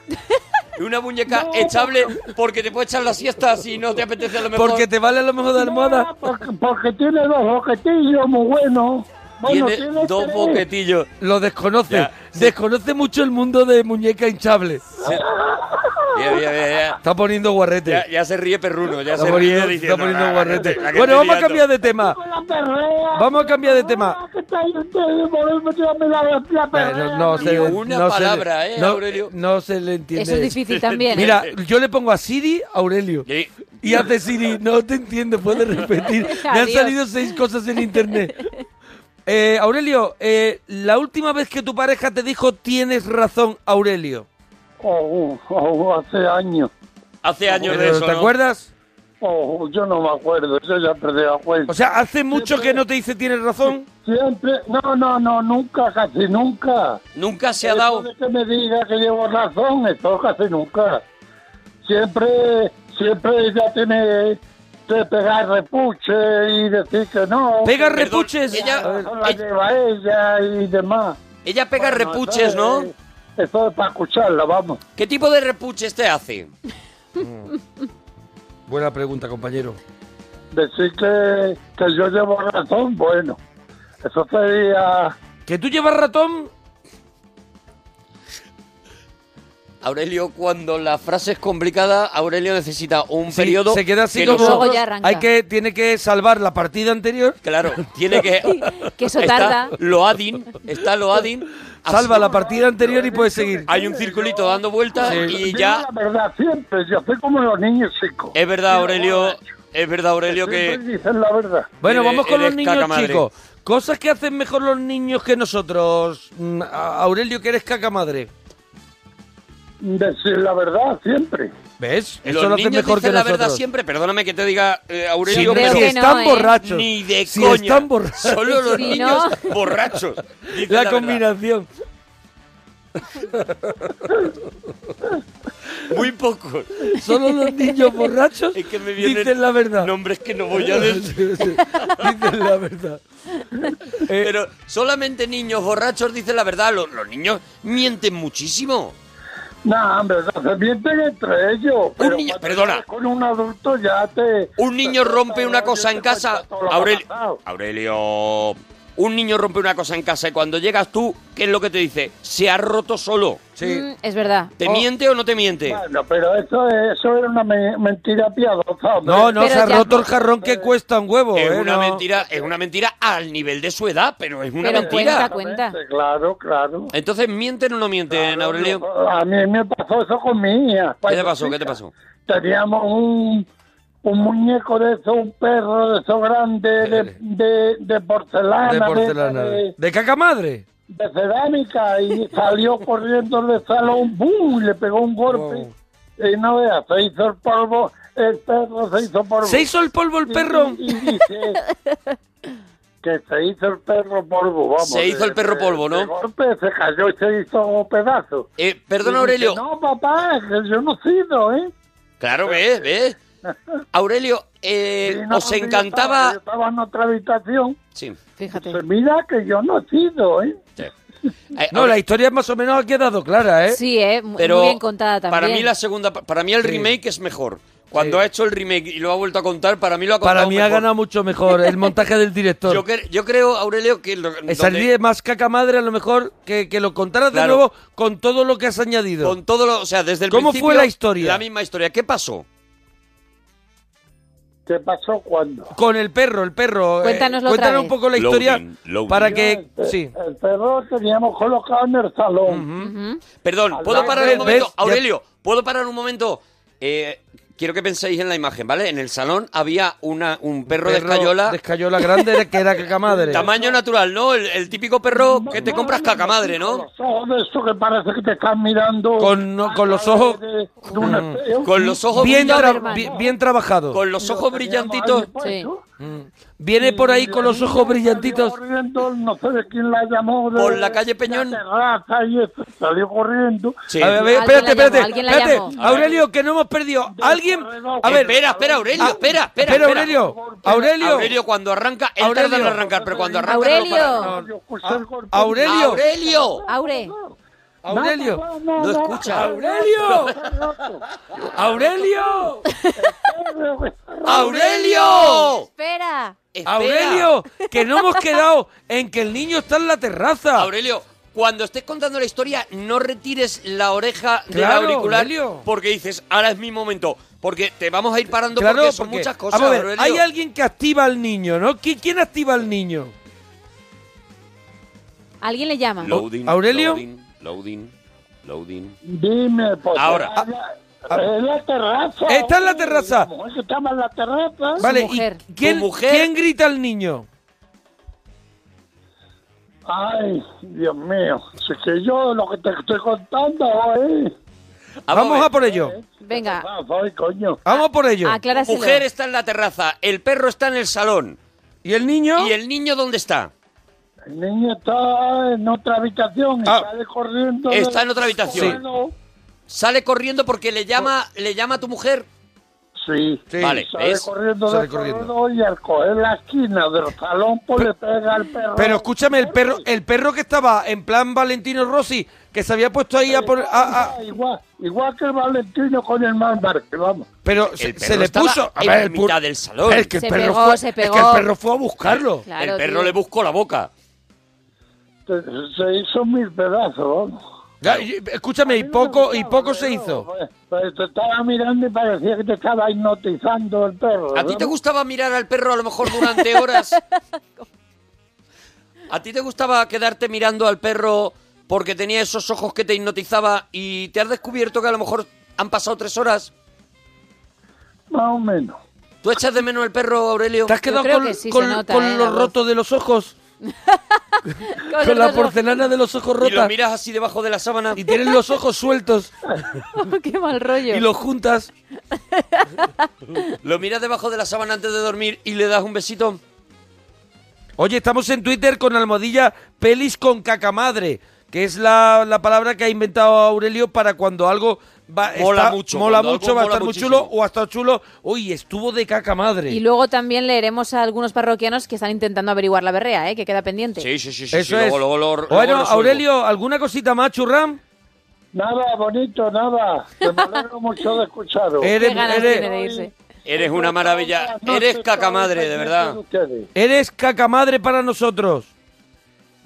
Speaker 4: Una muñeca echable porque te puede echar la siesta si no te apetece a lo mejor.
Speaker 7: pues,
Speaker 2: Porque te vale a lo mejor de almohada.
Speaker 7: Porque, porque tiene dos objetivos muy buenos. Bueno,
Speaker 4: tiene
Speaker 7: tiene
Speaker 4: dos
Speaker 7: tres.
Speaker 4: boquetillos.
Speaker 2: Lo desconoce.
Speaker 4: Ya,
Speaker 2: Desconoce mucho el mundo de muñeca hinchable.
Speaker 4: Ya, ya, ya, ya.
Speaker 2: Está poniendo guarrete.
Speaker 4: Eh, Ya- ya se ríe perruno, ya
Speaker 2: Está
Speaker 4: se
Speaker 2: poniendo,
Speaker 4: ríe diciendo.
Speaker 2: está poniendo
Speaker 4: "Ah,
Speaker 2: guarrete.
Speaker 4: la que estoy
Speaker 2: Bueno, vamos a
Speaker 4: liando".
Speaker 2: cambiar de tema.
Speaker 7: Con la perrea.
Speaker 2: Vamos a cambiar de tema.
Speaker 7: Ah, que está ahí ustedes, volvemos a tirarme la, la
Speaker 2: No,
Speaker 7: perrea.
Speaker 2: no se, le-
Speaker 4: una
Speaker 2: no se le-
Speaker 4: palabra, ¿eh,
Speaker 2: no-
Speaker 4: Aurelio?
Speaker 2: No se le entiende.
Speaker 3: Eso es difícil también. ¿eh?
Speaker 2: Mira, yo le pongo a Siri Aurelio.
Speaker 4: Sí.
Speaker 2: Y hace Siri, no te entiendo, puedes repetir. Me han
Speaker 3: Adiós.
Speaker 2: salido seis cosas en internet. Eh, Aurelio, eh, la última vez que tu pareja te dijo tienes razón, Aurelio.
Speaker 7: Oh, oh, oh, hace años.
Speaker 4: Hace años
Speaker 2: Pero,
Speaker 4: de eso.
Speaker 2: ¿Te
Speaker 4: ¿no?
Speaker 2: acuerdas?
Speaker 7: Oh, yo no me acuerdo, yo ya perdí la cuenta.
Speaker 2: O sea, hace mucho que no te dice tienes razón.
Speaker 7: Siempre, no, no, no, nunca, casi nunca.
Speaker 4: Nunca se ha dado.
Speaker 7: Eso de que me diga que llevo razón, esto casi nunca. Siempre, siempre ella tiene que pegar repuche y decir que no.
Speaker 2: Pega
Speaker 4: Perdón,
Speaker 2: repuches.
Speaker 4: ella-
Speaker 2: A ver,
Speaker 7: Eso la
Speaker 4: eh,
Speaker 7: lleva ella y demás.
Speaker 4: Ella pega
Speaker 7: Bueno,
Speaker 4: repuches,
Speaker 7: eso
Speaker 4: ¿no?
Speaker 7: es- Eso es para escucharla, vamos.
Speaker 4: ¿Qué tipo de repuches te hace?
Speaker 2: Buena pregunta, compañero.
Speaker 7: Decir que, que yo llevo razón, bueno. Eso ah, sería...
Speaker 2: ¿Que tú llevas ratón?
Speaker 4: Aurelio, cuando la frase es complicada, Aurelio necesita un
Speaker 2: Sí,
Speaker 4: periodo.
Speaker 2: se queda así
Speaker 4: que
Speaker 2: como...
Speaker 3: Luego
Speaker 4: nosotros-
Speaker 3: ya arranca.
Speaker 2: Hay que, tiene que salvar la partida anterior.
Speaker 4: Claro, tiene que.
Speaker 3: que eso
Speaker 4: está
Speaker 3: tarda.
Speaker 4: Loadin, está Loadin. así-
Speaker 2: Salva la partida anterior y puedes seguir.
Speaker 4: Hay un circulito dando vueltas
Speaker 2: Sí.
Speaker 4: y
Speaker 7: Digo
Speaker 4: ya.
Speaker 7: La verdad, siempre. Yo soy como los niños chicos.
Speaker 4: Es verdad, Aurelio. Es verdad, Aurelio,
Speaker 7: Siempre
Speaker 4: que.
Speaker 7: dicen la verdad.
Speaker 2: Bueno,
Speaker 4: Eres-
Speaker 2: vamos con
Speaker 4: eres
Speaker 2: los niños,
Speaker 4: caca madre.
Speaker 2: chicos. Cosas que hacen mejor los niños que nosotros. Mm, a- Aurelio, que eres caca madre.
Speaker 7: Decir la verdad siempre.
Speaker 2: ¿Ves? Eso
Speaker 4: los
Speaker 2: lo hacen
Speaker 4: niños
Speaker 2: mejor
Speaker 4: dicen
Speaker 2: que
Speaker 4: la
Speaker 2: nosotros.
Speaker 4: verdad siempre. Perdóname que te diga, eh,
Speaker 2: Si,
Speaker 4: Aurelio,
Speaker 3: Sí,
Speaker 2: si
Speaker 3: creo
Speaker 4: pero.
Speaker 3: que no,
Speaker 2: están
Speaker 3: ¿eh?
Speaker 2: borrachos.
Speaker 4: Ni de
Speaker 2: si
Speaker 4: coña.
Speaker 2: están borrachos.
Speaker 4: Solo los
Speaker 3: Sí,
Speaker 4: niños
Speaker 3: ¿no?
Speaker 4: borrachos. dicen
Speaker 2: La,
Speaker 4: verdad.
Speaker 2: combinación.
Speaker 4: Muy pocos.
Speaker 2: Solo los niños borrachos
Speaker 4: Es que me vienen
Speaker 2: dicen la verdad.
Speaker 4: Nombres que no voy a decir.
Speaker 2: dicen la verdad. Eh,
Speaker 4: Pero solamente niños borrachos dicen la verdad. Los, los niños mienten muchísimo.
Speaker 7: No, hombre, no se mienten entre ellos. pero
Speaker 4: niño-
Speaker 7: cuando
Speaker 4: perdona.
Speaker 7: estás Con un adulto ya te...
Speaker 4: Un niño
Speaker 7: te
Speaker 4: rompe
Speaker 7: cuenta,
Speaker 4: una
Speaker 7: ¿no?
Speaker 4: cosa
Speaker 7: Yo
Speaker 4: en
Speaker 7: te cuento
Speaker 4: casa.
Speaker 7: todo lo que ha
Speaker 4: Aurelio,
Speaker 7: pasado.
Speaker 4: Aurelio. Un niño rompe una cosa en casa y cuando llegas tú, ¿qué es lo que te dice? Se ha roto solo.
Speaker 2: sí.
Speaker 3: Mm, es verdad.
Speaker 4: ¿Te miente o no te miente?
Speaker 7: Bueno, pero Oh, eso, es- eso era una me- mentira piadosa, hombre.
Speaker 2: No, no,
Speaker 3: Pero
Speaker 2: se ha
Speaker 3: ya-
Speaker 2: roto el jarrón que cuesta un huevo.
Speaker 4: es
Speaker 2: eh,
Speaker 4: una
Speaker 2: no.
Speaker 4: mentira, es una mentira al nivel de su edad, pero es una
Speaker 3: Pero
Speaker 4: mentira.
Speaker 3: cuenta, cuenta.
Speaker 7: Claro, claro.
Speaker 4: Entonces, ¿mienten o no mienten, Aurelio?
Speaker 7: A mí me pasó eso con mi hija.
Speaker 4: ¿Qué te pasó? ¿Qué te pasó?
Speaker 7: Teníamos un, un muñeco de eso, un perro de eso grande, de, de, de porcelana.
Speaker 2: De porcelana.
Speaker 7: de-
Speaker 2: De caca madre.
Speaker 7: de cerámica y salió corriendo del salón, ¡bum! y le pegó un golpe. Y no veas, se hizo el polvo, el perro se hizo polvo.
Speaker 2: ¿Se hizo el polvo el
Speaker 7: Y-
Speaker 2: perro?
Speaker 7: Y, dice que se hizo el perro polvo, vamos.
Speaker 4: Se hizo el
Speaker 7: de-
Speaker 4: perro
Speaker 7: de-
Speaker 4: polvo, ¿no?
Speaker 7: de golpe se cayó y se hizo pedazos.
Speaker 4: Eh,
Speaker 7: Y dice,
Speaker 4: perdona, Aurelio.
Speaker 7: No, papá, que yo no sido, ¿eh?
Speaker 4: Claro, ves, ves. Aurelio, eh,
Speaker 7: Y no,
Speaker 4: os
Speaker 7: yo estaba- Yo
Speaker 4: encantaba.
Speaker 7: estaba en otra habitación.
Speaker 4: Sí.
Speaker 3: Fíjate.
Speaker 7: Pues mira que yo no he sido, ¿eh?
Speaker 4: sí. Eh,
Speaker 2: No, la historia más o menos ha quedado clara, ¿eh?
Speaker 3: Sí, eh, mu-
Speaker 4: Pero
Speaker 3: muy bien contada también.
Speaker 4: Para mí la segunda, pa- para mí el
Speaker 2: Sí.
Speaker 4: remake es mejor. Cuando
Speaker 2: Sí.
Speaker 4: ha hecho el remake y lo ha vuelto a contar, para mí lo ha contado
Speaker 2: Para mí ha
Speaker 4: mejor.
Speaker 2: ganado mucho mejor el montaje del director.
Speaker 4: Yo, cre- yo creo, Aurelio, que lo-
Speaker 2: Eh,
Speaker 4: donde-
Speaker 2: Saldría más caca madre a lo mejor que, que lo contaras de
Speaker 4: Claro.
Speaker 2: nuevo con todo lo que has añadido.
Speaker 4: con todo lo, o sea, desde el
Speaker 2: ¿Cómo
Speaker 4: principio,
Speaker 2: fue la historia?
Speaker 4: La misma historia. ¿Qué pasó?
Speaker 7: ¿Qué pasó cuando?
Speaker 2: Con el perro, el perro. eh,
Speaker 3: Cuéntanoslo otra
Speaker 2: cuéntanos
Speaker 3: vez.
Speaker 2: un poco la
Speaker 4: Loading,
Speaker 2: historia
Speaker 4: loading.
Speaker 2: para
Speaker 7: El
Speaker 2: que...
Speaker 7: per-
Speaker 2: Sí.
Speaker 7: este, El perro teníamos colocado en el salón.
Speaker 3: Ujú.
Speaker 4: Perdón,
Speaker 7: Al
Speaker 4: ¿puedo
Speaker 7: lado
Speaker 4: parar
Speaker 2: de-
Speaker 4: un momento?
Speaker 2: ¿ves? Ya-
Speaker 4: Aurelio, ¿puedo parar un momento? Eh, quiero que penséis en la imagen, ¿vale? En el salón había una, un perro, de escayola.
Speaker 2: de escayola grande que era caca madre.
Speaker 4: Tamaño natural, ¿no? El, el típico perro que te compras caca madre, ¿no?
Speaker 7: Los ojos de eso que parece que te están mirando.
Speaker 2: Con- no, con los
Speaker 7: a través
Speaker 2: ojos- Mm.
Speaker 7: de- de ¿eh? un espejo.
Speaker 4: Con los ojos
Speaker 2: Bien,
Speaker 4: brillan-
Speaker 2: tra-
Speaker 3: Doberman.
Speaker 2: bien, bien trabajado.
Speaker 4: con los ojos
Speaker 7: Teníamos
Speaker 4: brillantitos.
Speaker 7: ahí puesto.
Speaker 2: Mm. Viene por ahí
Speaker 7: Y
Speaker 2: con
Speaker 7: la
Speaker 2: los
Speaker 7: niña
Speaker 2: ojos
Speaker 7: salió
Speaker 2: brillantitos.
Speaker 7: corriendo, no sé de quién la llamó. de-
Speaker 4: Por la calle Peñón.
Speaker 7: la terraza y eso, salió corriendo.
Speaker 4: Sí.
Speaker 2: A ver, a ver,
Speaker 3: Alguien
Speaker 2: espérate,
Speaker 3: la llamó,
Speaker 2: espérate.
Speaker 3: alguien la
Speaker 2: espérate.
Speaker 3: llamó.
Speaker 2: Aurelio, que no hemos perdido. Alguien. A ver.
Speaker 4: espera, espera, Aurelio,
Speaker 2: Ah,
Speaker 4: espera, espera,
Speaker 2: Espera,
Speaker 4: espera.
Speaker 2: Aurelio. Aurelio.
Speaker 4: Aurelio, cuando arranca, él tarda en
Speaker 2: Aurelio.
Speaker 4: arrancar, pero cuando arranca no
Speaker 3: Aurelio,
Speaker 4: para.
Speaker 7: Yo escuché el golpe.
Speaker 2: Aurelio.
Speaker 4: Aurelio,
Speaker 3: Aure,
Speaker 2: Aurelio. No,
Speaker 7: No, no, no,
Speaker 2: escucha.
Speaker 7: no,
Speaker 2: Aurelio. Aurelio. Aurelio.
Speaker 3: Espera.
Speaker 2: Eh.
Speaker 4: Espera.
Speaker 2: Aurelio, que no hemos quedado en que el niño está en la terraza.
Speaker 4: Aurelio, cuando estés contando la historia, no retires la oreja
Speaker 2: Claro,
Speaker 4: del auricular
Speaker 2: Aurelio.
Speaker 4: porque dices, ahora es mi momento. Porque te vamos a ir parando
Speaker 2: Claro,
Speaker 4: porque son
Speaker 2: porque-
Speaker 4: muchas cosas,
Speaker 2: vamos a ver,
Speaker 4: Aurelio.
Speaker 2: hay alguien que activa al niño, ¿no? ¿Qui- ¿Quién activa al niño?
Speaker 3: ¿Alguien le llama?
Speaker 4: Loading,
Speaker 2: ¿Aurelio?
Speaker 4: Loading, loading, loading.
Speaker 7: Dime, pues.
Speaker 4: Ahora.
Speaker 2: Ah, ah.
Speaker 7: Es la terraza.
Speaker 2: Está en la terraza.
Speaker 7: Como que estaba en la terraza.
Speaker 2: Vale, ¿y
Speaker 3: mujer.
Speaker 2: quién,
Speaker 4: Tu mujer.
Speaker 2: quién grita al niño?
Speaker 7: Ay, Dios mío. Si es que yo lo que te estoy contando, eh, hoy.
Speaker 2: Ah, Vamos a
Speaker 4: ver.
Speaker 2: por ello.
Speaker 3: Venga,
Speaker 7: Soy, coño.
Speaker 2: Vamos a por ello.
Speaker 3: acláraselo.
Speaker 4: Mujer está en la terraza, el perro está en el salón.
Speaker 2: ¿Y el niño?
Speaker 4: ¿Y el niño dónde está?
Speaker 7: El niño está en otra habitación.
Speaker 2: Ah.
Speaker 7: Está de corriendo.
Speaker 4: Está en
Speaker 7: del
Speaker 4: otra habitación.
Speaker 7: suelo.
Speaker 4: Sale corriendo porque le llama, le llama a tu mujer.
Speaker 7: Sí.
Speaker 2: Sí.
Speaker 4: Vale.
Speaker 7: Sale
Speaker 4: ¿Ves?
Speaker 7: corriendo
Speaker 2: Sale
Speaker 7: del
Speaker 2: corriendo.
Speaker 7: corredor y al coger la esquina del salón, pues le pega al perro.
Speaker 2: Pero escúchame, el perro, el perro que estaba en plan Valentino Rossi, que se había puesto ahí a poner... a- a-
Speaker 7: Igual, igual que el Valentino con el Malmar, que vamos.
Speaker 2: pero se,
Speaker 4: El
Speaker 2: se
Speaker 4: perro
Speaker 2: le
Speaker 4: estaba
Speaker 2: puso... a
Speaker 4: en
Speaker 2: ver, el pu-
Speaker 4: mitad del salón.
Speaker 2: Es que el
Speaker 3: Se
Speaker 2: perro
Speaker 3: pegó,
Speaker 2: fue,
Speaker 3: se
Speaker 2: es que el
Speaker 3: pegó.
Speaker 2: perro fue a buscarlo.
Speaker 3: Claro,
Speaker 4: el perro
Speaker 3: tío.
Speaker 4: le buscó la boca.
Speaker 7: Se, se hizo mil pedazos, vamos.
Speaker 2: Ya, y- Escúchame, y poco, y poco se hizo.
Speaker 7: Pues, pues te estaba mirando y parecía que te estaba hipnotizando el perro.
Speaker 4: ¿A ti te
Speaker 7: vamos.
Speaker 4: gustaba mirar al perro a lo mejor durante horas? ¿A ti te gustaba quedarte mirando al perro porque tenía esos ojos que te hipnotizaba y te has descubierto que a lo mejor han pasado tres horas?
Speaker 7: Más o menos.
Speaker 4: ¿Tú echas de menos al perro, Aurelio?
Speaker 2: ¿Te has quedado
Speaker 3: creo
Speaker 2: con,
Speaker 3: que sí se
Speaker 2: con-
Speaker 3: nota,
Speaker 2: con
Speaker 3: eh, la
Speaker 2: los
Speaker 3: voz.
Speaker 2: rotos de los ojos?
Speaker 3: Con
Speaker 2: ¿Con la
Speaker 3: los dos-
Speaker 2: porcelana de los ojos
Speaker 4: Y lo
Speaker 2: rotas?
Speaker 4: miras así debajo de la sábana.
Speaker 2: Y tienes los ojos sueltos
Speaker 3: Qué mal rollo.
Speaker 2: y los juntas.
Speaker 4: Lo miras debajo de la sábana antes de dormir y le das un besito.
Speaker 2: Oye, estamos en Twitter con almohadilla pelis con cacamadre, que es la, la palabra que ha inventado Aurelio para cuando algo va
Speaker 4: Mola
Speaker 2: está-
Speaker 4: mucho,
Speaker 2: mola
Speaker 4: cuando algo
Speaker 2: mucho, va a
Speaker 4: mola
Speaker 2: estar muy
Speaker 4: muchísimo.
Speaker 2: chulo o ha estado chulo. Uy, estuvo de cacamadre.
Speaker 3: Y luego también leeremos a algunos parroquianos que están intentando averiguar la berrea, ¿eh? que queda pendiente.
Speaker 4: Sí, sí, sí, sí. sí,
Speaker 2: Eso es.
Speaker 4: luego, luego, luego, luego
Speaker 2: bueno,
Speaker 4: resuelvo.
Speaker 2: Aurelio, ¿alguna cosita más, churram?
Speaker 7: Nada, bonito, nada. Te me alegro mucho de escucharos.
Speaker 2: Eres,
Speaker 3: Qué ganas
Speaker 2: eres-
Speaker 3: tiene de irse.
Speaker 4: Eres una maravilla.
Speaker 7: No
Speaker 4: Eres
Speaker 7: sé,
Speaker 4: cacamadre, de verdad.
Speaker 7: ustedes.
Speaker 2: eres cacamadre para nosotros.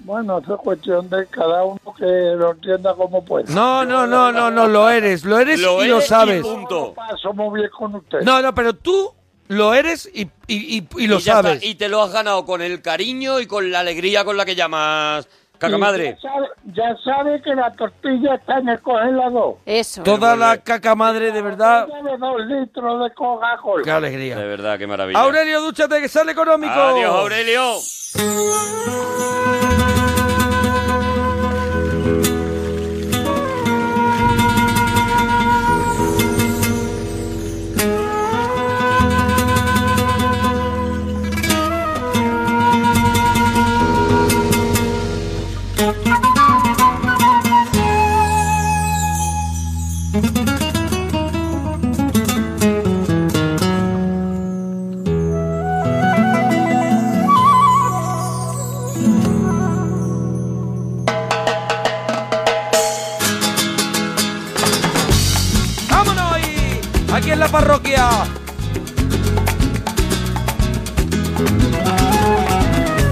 Speaker 7: Bueno, eso es cuestión de cada uno que lo entienda como puede.
Speaker 2: No, no, no, no, no, lo eres. Lo eres
Speaker 4: Lo
Speaker 2: y
Speaker 4: eres
Speaker 2: lo
Speaker 4: y
Speaker 2: sabes.
Speaker 4: punto.
Speaker 7: Yo paso muy bien con ustedes.
Speaker 2: No, no, pero tú lo eres y, y- y- y lo
Speaker 4: Y ya está.
Speaker 2: sabes.
Speaker 4: Y te lo has ganado con el cariño y con la alegría con la que llamas cacamadre.
Speaker 7: Ya sabe, ya sabe que la tortilla está en el congelador.
Speaker 3: Eso.
Speaker 2: Toda la cacamadre, de verdad.
Speaker 7: Dale dos litros de Coca-Cola.
Speaker 2: Qué alegría.
Speaker 4: De verdad, qué maravilla.
Speaker 2: Aurelio, dúchate que sale económico.
Speaker 4: Adiós, Aurelio.
Speaker 2: ¡Vámonos ahí! Aquí en la parroquia.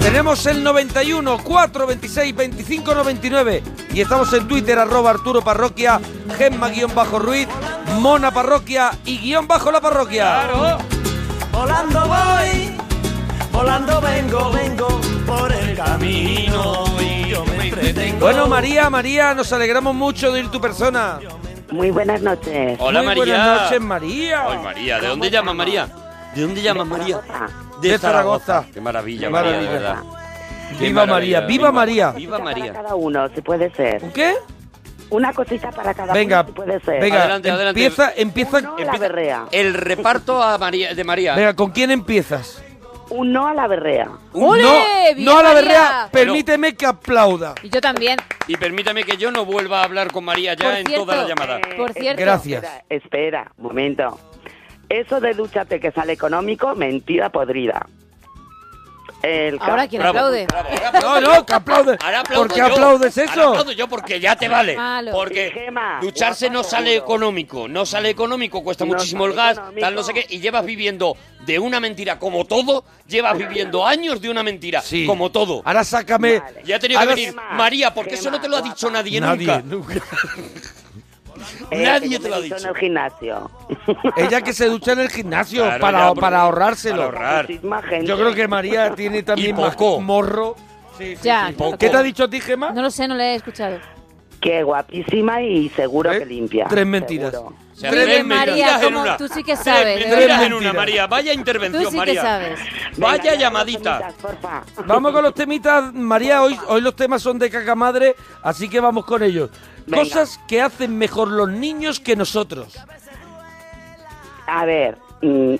Speaker 2: Tenemos el 91 4 26 25 99 y estamos en Twitter arroba Arturo Parroquia, Gemma guión bajo Ruiz, Mona Parroquia y guión bajo la parroquia.
Speaker 1: Volando voy, volando vengo, vengo por el camino y yo me entretengo.
Speaker 2: Bueno, María, María, nos alegramos mucho de ir tu persona.
Speaker 8: Muy buenas noches.
Speaker 4: Hola,
Speaker 2: Muy
Speaker 4: María.
Speaker 2: Buenas noches, María.
Speaker 4: Ay, María, ¿de dónde llamas, María? ¿De dónde llamas,
Speaker 8: De
Speaker 4: María?
Speaker 8: Zaragoza.
Speaker 2: De Zaragoza.
Speaker 4: Qué maravilla,
Speaker 2: Qué
Speaker 4: María, de
Speaker 2: maravilla.
Speaker 4: verdad. Qué
Speaker 2: Viva
Speaker 4: maravilla.
Speaker 2: María, viva María.
Speaker 4: Viva
Speaker 8: Una cosita Para
Speaker 4: María.
Speaker 8: cada uno, si puede ser.
Speaker 2: ¿Un qué?
Speaker 8: Una cosita para cada
Speaker 2: Venga,
Speaker 8: uno, si puede ser.
Speaker 2: venga,
Speaker 4: Adelante, adelante.
Speaker 2: empieza, empieza,
Speaker 8: Uno a la
Speaker 2: empieza-
Speaker 8: berrea.
Speaker 4: El reparto a María, de María.
Speaker 2: Venga, ¿con quién empiezas?
Speaker 8: Un no a la berrea.
Speaker 3: ¡Ole! ¡Bien,
Speaker 2: no a la
Speaker 3: María!
Speaker 2: berrea, permíteme que aplauda.
Speaker 3: Y yo también.
Speaker 4: Y permítame que yo no vuelva a hablar con María ya
Speaker 3: Por
Speaker 4: en
Speaker 3: cierto,
Speaker 4: toda la llamada.
Speaker 8: eh,
Speaker 3: Por cierto.
Speaker 2: Gracias.
Speaker 8: Espera, espera, un momento. Eso de dúchate que sale económico, mentira podrida. El
Speaker 3: Ahora
Speaker 8: que
Speaker 3: quien aplaude.
Speaker 2: No, no, que aplaude.
Speaker 4: Ahora aplaudo
Speaker 2: ¿Por qué
Speaker 4: yo.
Speaker 2: aplaudes
Speaker 4: Ahora
Speaker 2: eso?
Speaker 4: aplaudo yo porque ya te vale.
Speaker 3: Malo.
Speaker 4: Porque ducharse no sale económico, no sale económico, cuesta
Speaker 8: No
Speaker 4: muchísimo el
Speaker 8: sale
Speaker 4: gas,
Speaker 8: económico.
Speaker 4: tal no sé qué, y llevas viviendo de una mentira como todo, llevas viviendo años de una mentira
Speaker 2: Sí.
Speaker 4: como todo.
Speaker 2: Ahora sácame.
Speaker 8: Vale.
Speaker 4: Ya ha tenido que
Speaker 2: Ahora-
Speaker 4: venir
Speaker 8: Gemma,
Speaker 4: María, porque eso
Speaker 8: Gemma,
Speaker 4: no te lo ha
Speaker 8: guapa.
Speaker 4: dicho nadie,
Speaker 2: Nadie,
Speaker 4: nunca.
Speaker 2: nunca.
Speaker 4: Nadie
Speaker 8: yo
Speaker 4: te
Speaker 8: Este me
Speaker 4: lo ha
Speaker 8: ducho
Speaker 4: dicho.
Speaker 8: En el gimnasio.
Speaker 2: Ella que se ducha en el gimnasio
Speaker 4: Claro,
Speaker 2: para,
Speaker 4: ya, porque-
Speaker 2: para ahorrárselo.
Speaker 4: para ahorrar.
Speaker 8: Muchísima gente.
Speaker 2: Yo creo que María tiene también más
Speaker 4: poco.
Speaker 2: morro. Sí, sí,
Speaker 3: Ya,
Speaker 2: sí.
Speaker 3: poco.
Speaker 2: ¿Qué te ha dicho a ti, Gemma?
Speaker 3: No lo sé, no le he escuchado.
Speaker 8: Que guapísima y seguro
Speaker 2: ¿Eh?
Speaker 8: que limpia.
Speaker 2: Tres mentiras.
Speaker 8: seguro.
Speaker 4: O sea,
Speaker 2: Tres
Speaker 4: tres
Speaker 2: mentiras.
Speaker 4: mentiras
Speaker 3: María,
Speaker 4: en
Speaker 3: ¿cómo?
Speaker 4: una.
Speaker 3: Tú sí que sabes,
Speaker 4: Tres
Speaker 3: de
Speaker 4: mentiras
Speaker 2: verdad.
Speaker 4: en una, María. Vaya intervención,
Speaker 3: Tú sí que
Speaker 4: María.
Speaker 3: sabes.
Speaker 4: Vaya
Speaker 8: Venga, ya,
Speaker 4: llamadita.
Speaker 8: dos semitas, porfa.
Speaker 2: Vamos con los temitas, María. Hoy, hoy los temas son de caca madre, así que vamos con ellos.
Speaker 8: Venga.
Speaker 2: Cosas que hacen mejor los niños que nosotros.
Speaker 8: A ver, mm,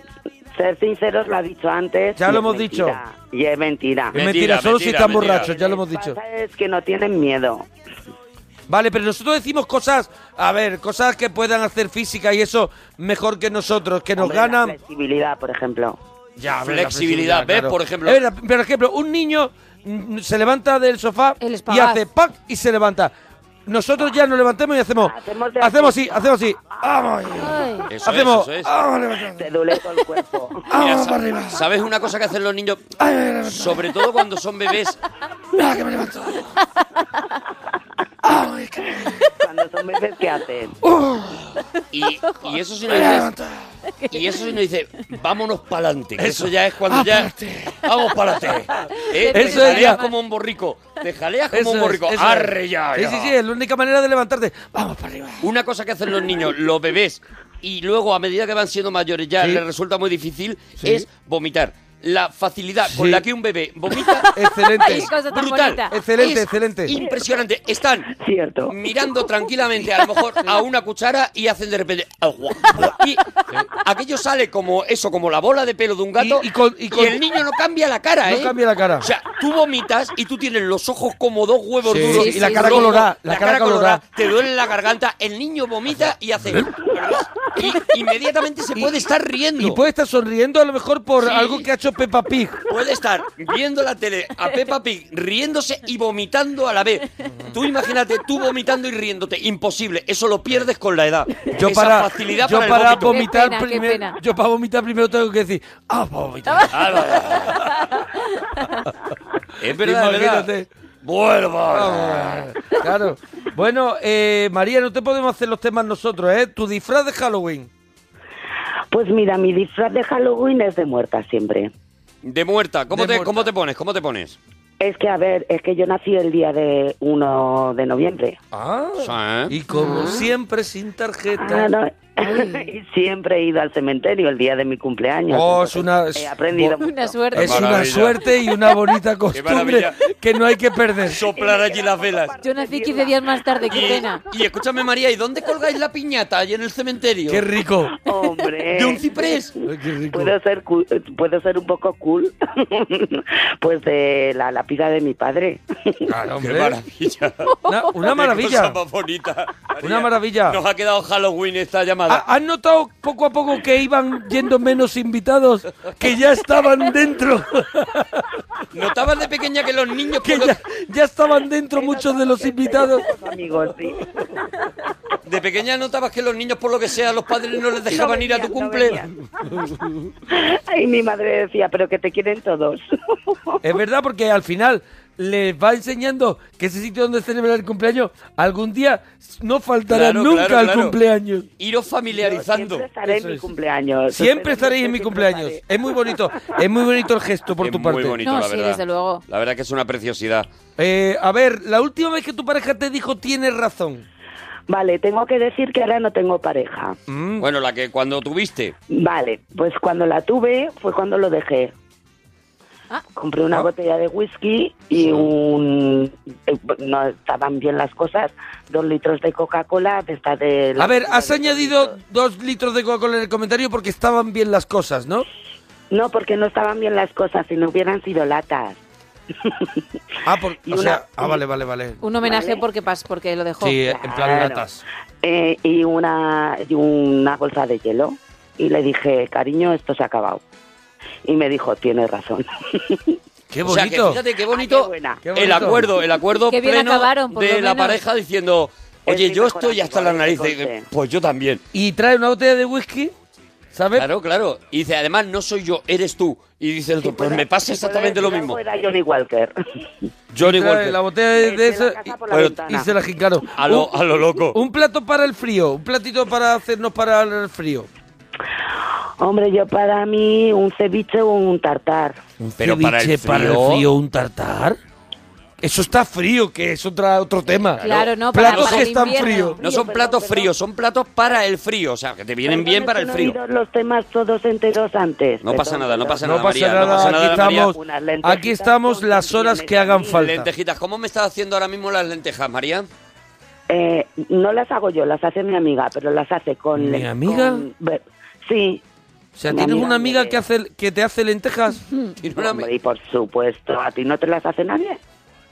Speaker 8: ser sinceros lo ha dicho antes.
Speaker 2: Ya
Speaker 8: y
Speaker 2: lo
Speaker 8: es
Speaker 2: hemos
Speaker 8: mentira, Y es mentira.
Speaker 2: Es
Speaker 4: Mentira,
Speaker 2: mentira, solo si
Speaker 4: mentira,
Speaker 2: están
Speaker 4: mentira.
Speaker 2: borrachos, ya lo hemos
Speaker 8: Lo que
Speaker 2: dicho.
Speaker 8: pasa Es que no tienen miedo.
Speaker 2: Vale, pero nosotros decimos cosas, a ver, cosas que puedan hacer física y eso mejor que nosotros, que nos
Speaker 8: Hombre, la
Speaker 2: ganan.
Speaker 8: flexibilidad, por ejemplo.
Speaker 2: Ya,
Speaker 4: Flexibilidad, ¿ves? Por ejemplo-
Speaker 2: Es verdad, por ejemplo, un niño mm, se levanta del sofá
Speaker 3: El
Speaker 2: y
Speaker 3: espagaz.
Speaker 2: hace ¡pac! y se levanta. Nosotros ya nos levantemos y hacemos.
Speaker 8: Hacemos de
Speaker 2: Hacemos así,
Speaker 8: así.
Speaker 2: hacemos así. ¡Vamos!
Speaker 3: Ay.
Speaker 4: Eso es,
Speaker 2: Hacemos. Ah,
Speaker 4: eso es.
Speaker 2: ¡Vamos, levantando!
Speaker 8: Te duele todo el cuerpo.
Speaker 4: Mira,
Speaker 2: ¡Vamos
Speaker 4: sa-
Speaker 2: para arriba!
Speaker 4: ¿Sabes una cosa que hacen los niños? Sobre todo cuando son bebés.
Speaker 2: ¡Mira Ah, que me levanto!
Speaker 8: Cuando son veces, ¿qué hacen?
Speaker 4: Y, y eso si no dices. Y eso si no dice, vámonos para adelante. Eso ya es cuando ya. Vamos para adelante.
Speaker 2: Eso es
Speaker 4: te jaleas
Speaker 2: ya.
Speaker 4: como un borrico. Te jaleas como
Speaker 2: Eso
Speaker 4: un
Speaker 2: es,
Speaker 4: borrico.
Speaker 2: eso es.
Speaker 4: Arre ya,
Speaker 2: Sí,
Speaker 4: ya.
Speaker 2: sí, sí, es la única manera de levantarte. ¡Vamos para arriba!
Speaker 4: Una cosa que hacen los niños, los bebés, y luego a medida que van siendo mayores ya
Speaker 2: Sí.
Speaker 4: les resulta muy difícil,
Speaker 2: Sí.
Speaker 4: es vomitar. La facilidad
Speaker 2: Sí.
Speaker 4: con la que un bebé vomita
Speaker 2: Excelente.
Speaker 4: es
Speaker 3: Qué cosa tan
Speaker 4: brutal.
Speaker 3: bonita.
Speaker 2: Excelente,
Speaker 4: Es
Speaker 2: excelente.
Speaker 4: Impresionante. Están
Speaker 8: Cierto.
Speaker 4: mirando tranquilamente a lo mejor a una cuchara y hacen de repente agua. y aquello sale como eso como la bola de pelo de un gato
Speaker 2: Y- y con- y con-
Speaker 4: el niño no cambia la cara
Speaker 2: No
Speaker 4: ¿eh?
Speaker 2: cambia la cara.
Speaker 4: o sea tú vomitas y tú tienes los ojos como dos huevos
Speaker 2: Sí,
Speaker 4: duros
Speaker 3: sí, y la cara
Speaker 4: rojos,
Speaker 2: colorada, la cara colorada.
Speaker 4: te duele la garganta el niño vomita y hace y inmediatamente se puede estar riendo
Speaker 2: Y puede estar sonriendo a lo mejor por algo que ha hecho Peppa Pig.
Speaker 4: Puede estar viendo la tele a Peppa Pig riéndose y vomitando a la vez. Tú imagínate tú vomitando y riéndote. Imposible. Eso lo pierdes con la edad.
Speaker 2: Yo
Speaker 4: Esa
Speaker 2: para,
Speaker 4: facilidad
Speaker 2: yo
Speaker 4: para,
Speaker 2: para
Speaker 4: el vómito.
Speaker 2: vomitar
Speaker 3: Qué pena, qué
Speaker 2: primero,
Speaker 3: pena.
Speaker 2: yo para vomitar primero tengo que decir, ah, voy a vomitar.
Speaker 4: Ah, es verdad, es verdad.
Speaker 2: Imagínate. Ah,
Speaker 4: Vuelva.
Speaker 2: Claro. Bueno, eh, María, no te podemos hacer los temas nosotros, ¿eh? Tu disfraz de Halloween.
Speaker 8: Pues mira, mi disfraz de Halloween es de muerta siempre.
Speaker 4: De muerta. ¿Cómo,
Speaker 2: De
Speaker 4: te,
Speaker 2: muerta.
Speaker 4: ¿Cómo te pones? ¿Cómo te pones?
Speaker 8: Es que, a ver, es que yo nací el día de 1 de noviembre.
Speaker 2: Ah.
Speaker 4: Sí.
Speaker 2: Y como siempre sin tarjeta.
Speaker 8: Ah, no. Y siempre he ido al cementerio el día de mi cumpleaños.
Speaker 2: Oh, es una-
Speaker 8: Entonces, He aprendido
Speaker 2: bo-
Speaker 8: mucho.
Speaker 3: Una suerte.
Speaker 2: Es una
Speaker 4: maravilla.
Speaker 2: suerte y una bonita costumbre
Speaker 4: maravilla.
Speaker 2: que no hay que perder.
Speaker 4: Soplar allí las velas.
Speaker 3: Yo nací 15 días más tarde, qué pena.
Speaker 4: Y, y escúchame, María, ¿y dónde colgáis la piñata? ¿Allí en el cementerio?
Speaker 2: Qué rico.
Speaker 8: Hombre.
Speaker 4: ¿De un ciprés?
Speaker 2: Ay, qué rico.
Speaker 8: Puedo ser, cu- puedo ser un poco cool, pues de la lápida de mi padre.
Speaker 2: Claro,
Speaker 4: Qué
Speaker 2: hombre.
Speaker 4: maravilla.
Speaker 2: Una, una
Speaker 4: Qué cosa
Speaker 2: maravilla.
Speaker 4: más bonita.
Speaker 2: Una maravilla.
Speaker 4: Nos ha quedado Halloween esta llamada.
Speaker 2: ¿Ha- ¿Has notado poco a poco que iban yendo menos invitados que ya estaban dentro?
Speaker 4: Notabas de pequeña que los niños
Speaker 2: que
Speaker 4: por lo-
Speaker 2: ya, ya estaban dentro muchos de los invitados.
Speaker 8: Amigos, sí.
Speaker 4: de pequeña notabas que los niños por lo que sea los padres no les dejaban
Speaker 8: No
Speaker 4: ir a
Speaker 8: venían,
Speaker 4: tu
Speaker 8: no
Speaker 4: cumpleaños.
Speaker 8: venían. Y mi madre decía, pero que te quieren todos.
Speaker 2: Es verdad, porque al final les va enseñando que ese sitio donde celebrar el cumpleaños algún día no faltará
Speaker 4: Claro,
Speaker 2: nunca
Speaker 4: claro,
Speaker 2: al
Speaker 4: claro.
Speaker 2: cumpleaños.
Speaker 4: Iros familiarizando.
Speaker 8: Siempre estaré
Speaker 2: Eso
Speaker 8: en mi
Speaker 2: es.
Speaker 8: cumpleaños.
Speaker 2: Siempre estaréis
Speaker 8: estaréis
Speaker 2: en mi cumpleaños. Es muy bonito. Es muy bonito el gesto por
Speaker 4: Es
Speaker 2: tu
Speaker 4: muy
Speaker 2: parte.
Speaker 4: bonito,
Speaker 3: No,
Speaker 4: la
Speaker 3: sí,
Speaker 4: verdad.
Speaker 3: desde luego.
Speaker 4: La verdad que es una preciosidad.
Speaker 2: Eh, a ver, la última vez que tu pareja te dijo tienes razón.
Speaker 8: Vale, tengo que decir que ahora no tengo pareja.
Speaker 2: Mm.
Speaker 4: Bueno, la que cuando tuviste.
Speaker 8: Vale, pues cuando la tuve fue cuando lo dejé.
Speaker 3: Ah.
Speaker 8: Compré una
Speaker 2: Ah.
Speaker 8: botella de whisky y un... eh, No estaban bien las cosas. Dos litros de Coca-Cola de esta de...
Speaker 2: A ver, has añadido dos litros de Coca-Cola en el comentario porque estaban bien las cosas, ¿no?
Speaker 8: No, porque no estaban bien las cosas. Si no hubieran sido latas.
Speaker 2: Ah, por-
Speaker 8: Y
Speaker 2: o
Speaker 8: una-
Speaker 2: sea, ah, vale, vale, vale.
Speaker 3: Un homenaje
Speaker 8: Vale.
Speaker 3: porque pas, porque lo dejó.
Speaker 2: Sí, en plan
Speaker 8: Claro.
Speaker 2: latas.
Speaker 8: Eh, y, una, y una bolsa de hielo. Y le dije, cariño, esto se ha acabado. Y me dijo, tienes razón.
Speaker 2: Qué
Speaker 4: O sea, que
Speaker 2: bonito.
Speaker 8: Ah,
Speaker 4: fíjate qué bonito, el acuerdo, el acuerdo
Speaker 3: Qué bien
Speaker 4: pleno
Speaker 3: acabaron, por
Speaker 4: de
Speaker 3: lo
Speaker 4: la
Speaker 3: menos.
Speaker 4: pareja diciendo, oye,
Speaker 2: mi
Speaker 4: yo
Speaker 2: mejor
Speaker 4: estoy hasta las narices. Pues yo también.
Speaker 2: Y trae una botella de whisky, ¿sabes?
Speaker 4: Claro, claro. Y dice, además, no soy yo, eres tú. Y dice el otro, pues me pasa exactamente lo mismo.
Speaker 8: Fuera Johnny Walker.
Speaker 4: Johnny
Speaker 2: Y trae
Speaker 4: Walker.
Speaker 2: La botella de, de eso y,
Speaker 8: por la
Speaker 2: pero-
Speaker 8: ventana.
Speaker 2: y se la jincaron.
Speaker 4: A lo- a lo loco.
Speaker 2: Un plato para el frío, un platito para hacernos para el frío.
Speaker 8: Hombre, yo para mí un ceviche o un tartar.
Speaker 4: Pero para el
Speaker 2: Ceviche, para el
Speaker 4: frío-
Speaker 2: frío, un tartar. Eso está frío, que es otra, otro tema.
Speaker 3: Claro, no, para-
Speaker 2: Platos
Speaker 3: para
Speaker 2: que
Speaker 3: el
Speaker 2: están
Speaker 3: invierno.
Speaker 2: fríos.
Speaker 4: No son platos fríos, son platos para el frío. O sea, que te vienen bien para el
Speaker 8: No he
Speaker 4: frío.
Speaker 8: oído los temas todos enteros antes.
Speaker 4: No pasa nada, no pasa nada,
Speaker 2: No pasa
Speaker 4: María.
Speaker 2: nada,
Speaker 4: no pasa
Speaker 2: aquí
Speaker 4: nada, María.
Speaker 2: estamos, aquí estamos las horas que hagan falta.
Speaker 4: Lentejitas, ¿cómo me estás haciendo ahora mismo las lentejas, María?
Speaker 8: Eh, no las hago yo, las hace mi amiga, pero las hace con...
Speaker 2: ¿Mi amiga?
Speaker 8: con- ve- sí.
Speaker 2: O sea, ¿tienes una amiga que, hace, que te hace lentejas?
Speaker 8: Hombre, y por supuesto, ¿a ti no te las hace nadie?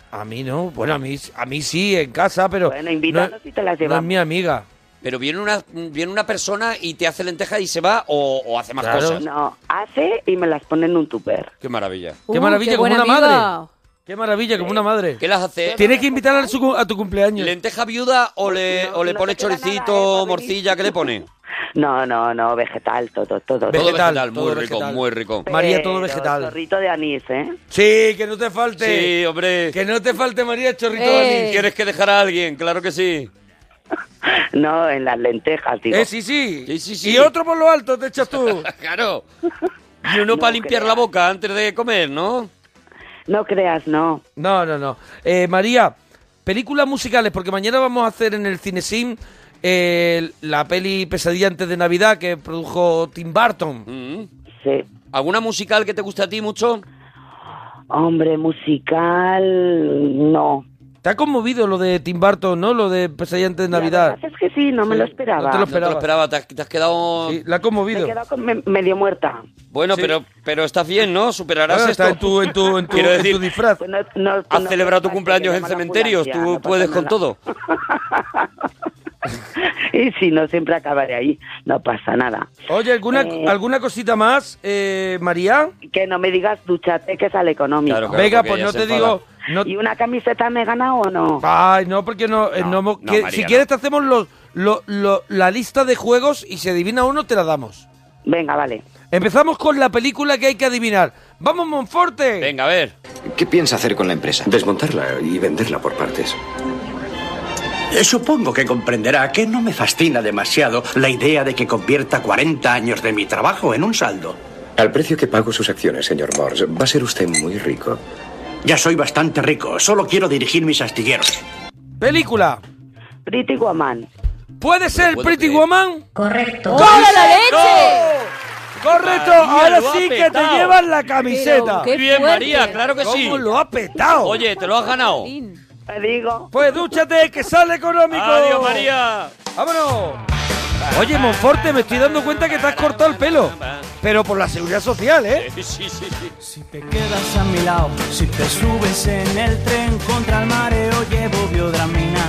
Speaker 2: A mí no, bueno, a mí, a mí sí, en casa, pero
Speaker 8: Bueno, invítanos
Speaker 2: no,
Speaker 8: y te las
Speaker 2: no es
Speaker 8: llevamos.
Speaker 2: mi amiga.
Speaker 4: Pero viene una, viene una persona y te hace lentejas y se va o, o hace más
Speaker 2: Claro.
Speaker 4: cosas.
Speaker 8: No, hace y me las pone en un tupper.
Speaker 4: Qué maravilla.
Speaker 2: Qué
Speaker 3: Uh,
Speaker 2: maravilla,
Speaker 3: qué
Speaker 2: como
Speaker 3: buena
Speaker 2: una
Speaker 3: amiga.
Speaker 2: madre. Qué maravilla, como una madre.
Speaker 4: ¿Qué las hace?
Speaker 2: Tienes que invitarla a, su cu- a tu cumpleaños.
Speaker 4: ¿Lenteja viuda o le, o le
Speaker 8: no
Speaker 4: pone
Speaker 8: te queda nada,
Speaker 4: choricito,
Speaker 8: ¿eh, Fabi?
Speaker 4: morcilla? ¿Qué le pone?
Speaker 8: Uh. No, no, no, vegetal, todo, todo.
Speaker 4: Todo vegetal,
Speaker 2: todo
Speaker 4: muy
Speaker 2: vegetal.
Speaker 4: rico, muy rico.
Speaker 2: María, todo
Speaker 8: Pero
Speaker 2: vegetal.
Speaker 8: Chorrito de anís, ¿eh?
Speaker 2: Sí, que no te falte.
Speaker 4: Sí, hombre.
Speaker 2: Que no te falte, María, chorrito
Speaker 3: Eh.
Speaker 2: de anís.
Speaker 4: ¿Quieres que dejar a alguien? Claro que sí.
Speaker 8: No, en las lentejas, digo.
Speaker 2: Eh, sí, sí.
Speaker 4: Sí, sí, sí.
Speaker 2: Y otro por lo alto te echas tú.
Speaker 4: Claro.
Speaker 8: Ah,
Speaker 4: Y uno para limpiar la boca antes de comer, ¿no?
Speaker 8: No creas, no.
Speaker 2: No, no, no. Eh, María, películas musicales, porque mañana vamos a hacer en el Cinesim eh, la peli Pesadilla antes de Navidad que produjo Tim Burton.
Speaker 4: Mm.
Speaker 8: Sí.
Speaker 4: ¿Alguna musical que te guste a ti mucho?
Speaker 8: Hombre, musical, no.
Speaker 2: ¿Te ha conmovido lo de Tim Burton, no? Lo de Pesadilla antes de
Speaker 8: La
Speaker 2: Navidad.
Speaker 8: verdad es que sí, no me
Speaker 2: Sí,
Speaker 8: lo
Speaker 2: no
Speaker 8: esperaba.
Speaker 2: te lo
Speaker 4: No te lo
Speaker 2: Esperaba.
Speaker 4: esperaba, te has, te has quedado...
Speaker 2: Sí, la ha
Speaker 8: Me he
Speaker 2: conmovido.
Speaker 8: quedado con- me- medio muerta.
Speaker 4: Bueno,
Speaker 2: Sí.
Speaker 4: pero pero estás bien, ¿no? Superarás
Speaker 2: Ahora
Speaker 4: esto.
Speaker 2: está en tu, en tu, en tu,
Speaker 4: Quiero
Speaker 2: en tu
Speaker 4: decir,
Speaker 2: disfraz.
Speaker 8: Pues no- no-
Speaker 4: Has
Speaker 8: no
Speaker 4: celebrado tu
Speaker 8: creas,
Speaker 4: cumpleaños
Speaker 8: que
Speaker 4: en
Speaker 8: llamo a la
Speaker 4: cementerios, tú
Speaker 8: ambulancia, no pasa
Speaker 4: puedes con
Speaker 8: nada.
Speaker 4: todo.
Speaker 8: y si no, siempre acabaré ahí. No pasa nada.
Speaker 2: Oye, ¿alguna,
Speaker 8: Eh.
Speaker 2: ¿alguna cosita más, eh, María?
Speaker 8: Que no me digas duchate, que sale económico.
Speaker 4: Claro, claro.
Speaker 2: Venga,
Speaker 4: porque
Speaker 2: pues
Speaker 4: ya
Speaker 2: no
Speaker 4: se
Speaker 2: te
Speaker 4: enfada.
Speaker 2: digo... No,
Speaker 8: ¿Y una camiseta me he ganado o no?
Speaker 2: Ay, no, porque no... eh,
Speaker 4: No,
Speaker 2: no hemos-
Speaker 4: no,
Speaker 2: que-
Speaker 4: María,
Speaker 2: si
Speaker 4: no.
Speaker 2: quieres te hacemos los, lo- lo- la lista de juegos y si adivina uno te la damos.
Speaker 8: Venga, vale.
Speaker 2: Empezamos con la película que hay que adivinar. ¡Vamos, Monforte!
Speaker 4: Venga, a ver.
Speaker 9: ¿Qué piensa hacer con la empresa?
Speaker 10: Desmontarla y venderla por partes.
Speaker 9: Eh, Supongo que comprenderá que no me fascina demasiado la idea de que convierta 40 años de mi trabajo en un saldo.
Speaker 10: Al precio que pago sus acciones, señor Morse, va a ser usted muy rico.
Speaker 9: Ya soy bastante rico, solo quiero dirigir mis astilleros.
Speaker 2: Película.
Speaker 8: Pretty Woman.
Speaker 2: ¿Puede ser
Speaker 4: puedo
Speaker 2: Pretty
Speaker 4: creer.
Speaker 2: Woman?
Speaker 3: ¡Corre la leche!
Speaker 2: Correcto,
Speaker 4: María,
Speaker 2: ahora
Speaker 4: lo ha
Speaker 2: sí que te
Speaker 4: petao.
Speaker 2: llevas la
Speaker 3: Pero,
Speaker 2: camiseta.
Speaker 3: ¿qué
Speaker 4: Muy bien,
Speaker 3: fuerte.
Speaker 4: María, claro que sí.
Speaker 2: ¿Cómo lo ha petado?
Speaker 4: Oye, te lo has ganado.
Speaker 3: Jolín.
Speaker 8: Te digo.
Speaker 2: Pues dúchate, que sale económico.
Speaker 4: Adiós, María.
Speaker 2: ¡Vámonos! Oye, Monforte, me estoy dando cuenta que te has cortado el pelo. Pero por la seguridad social, ¿eh?
Speaker 4: Sí, sí, sí.
Speaker 11: Si te quedas a mi lado, si te subes en el tren contra el mareo, llevo biodramina.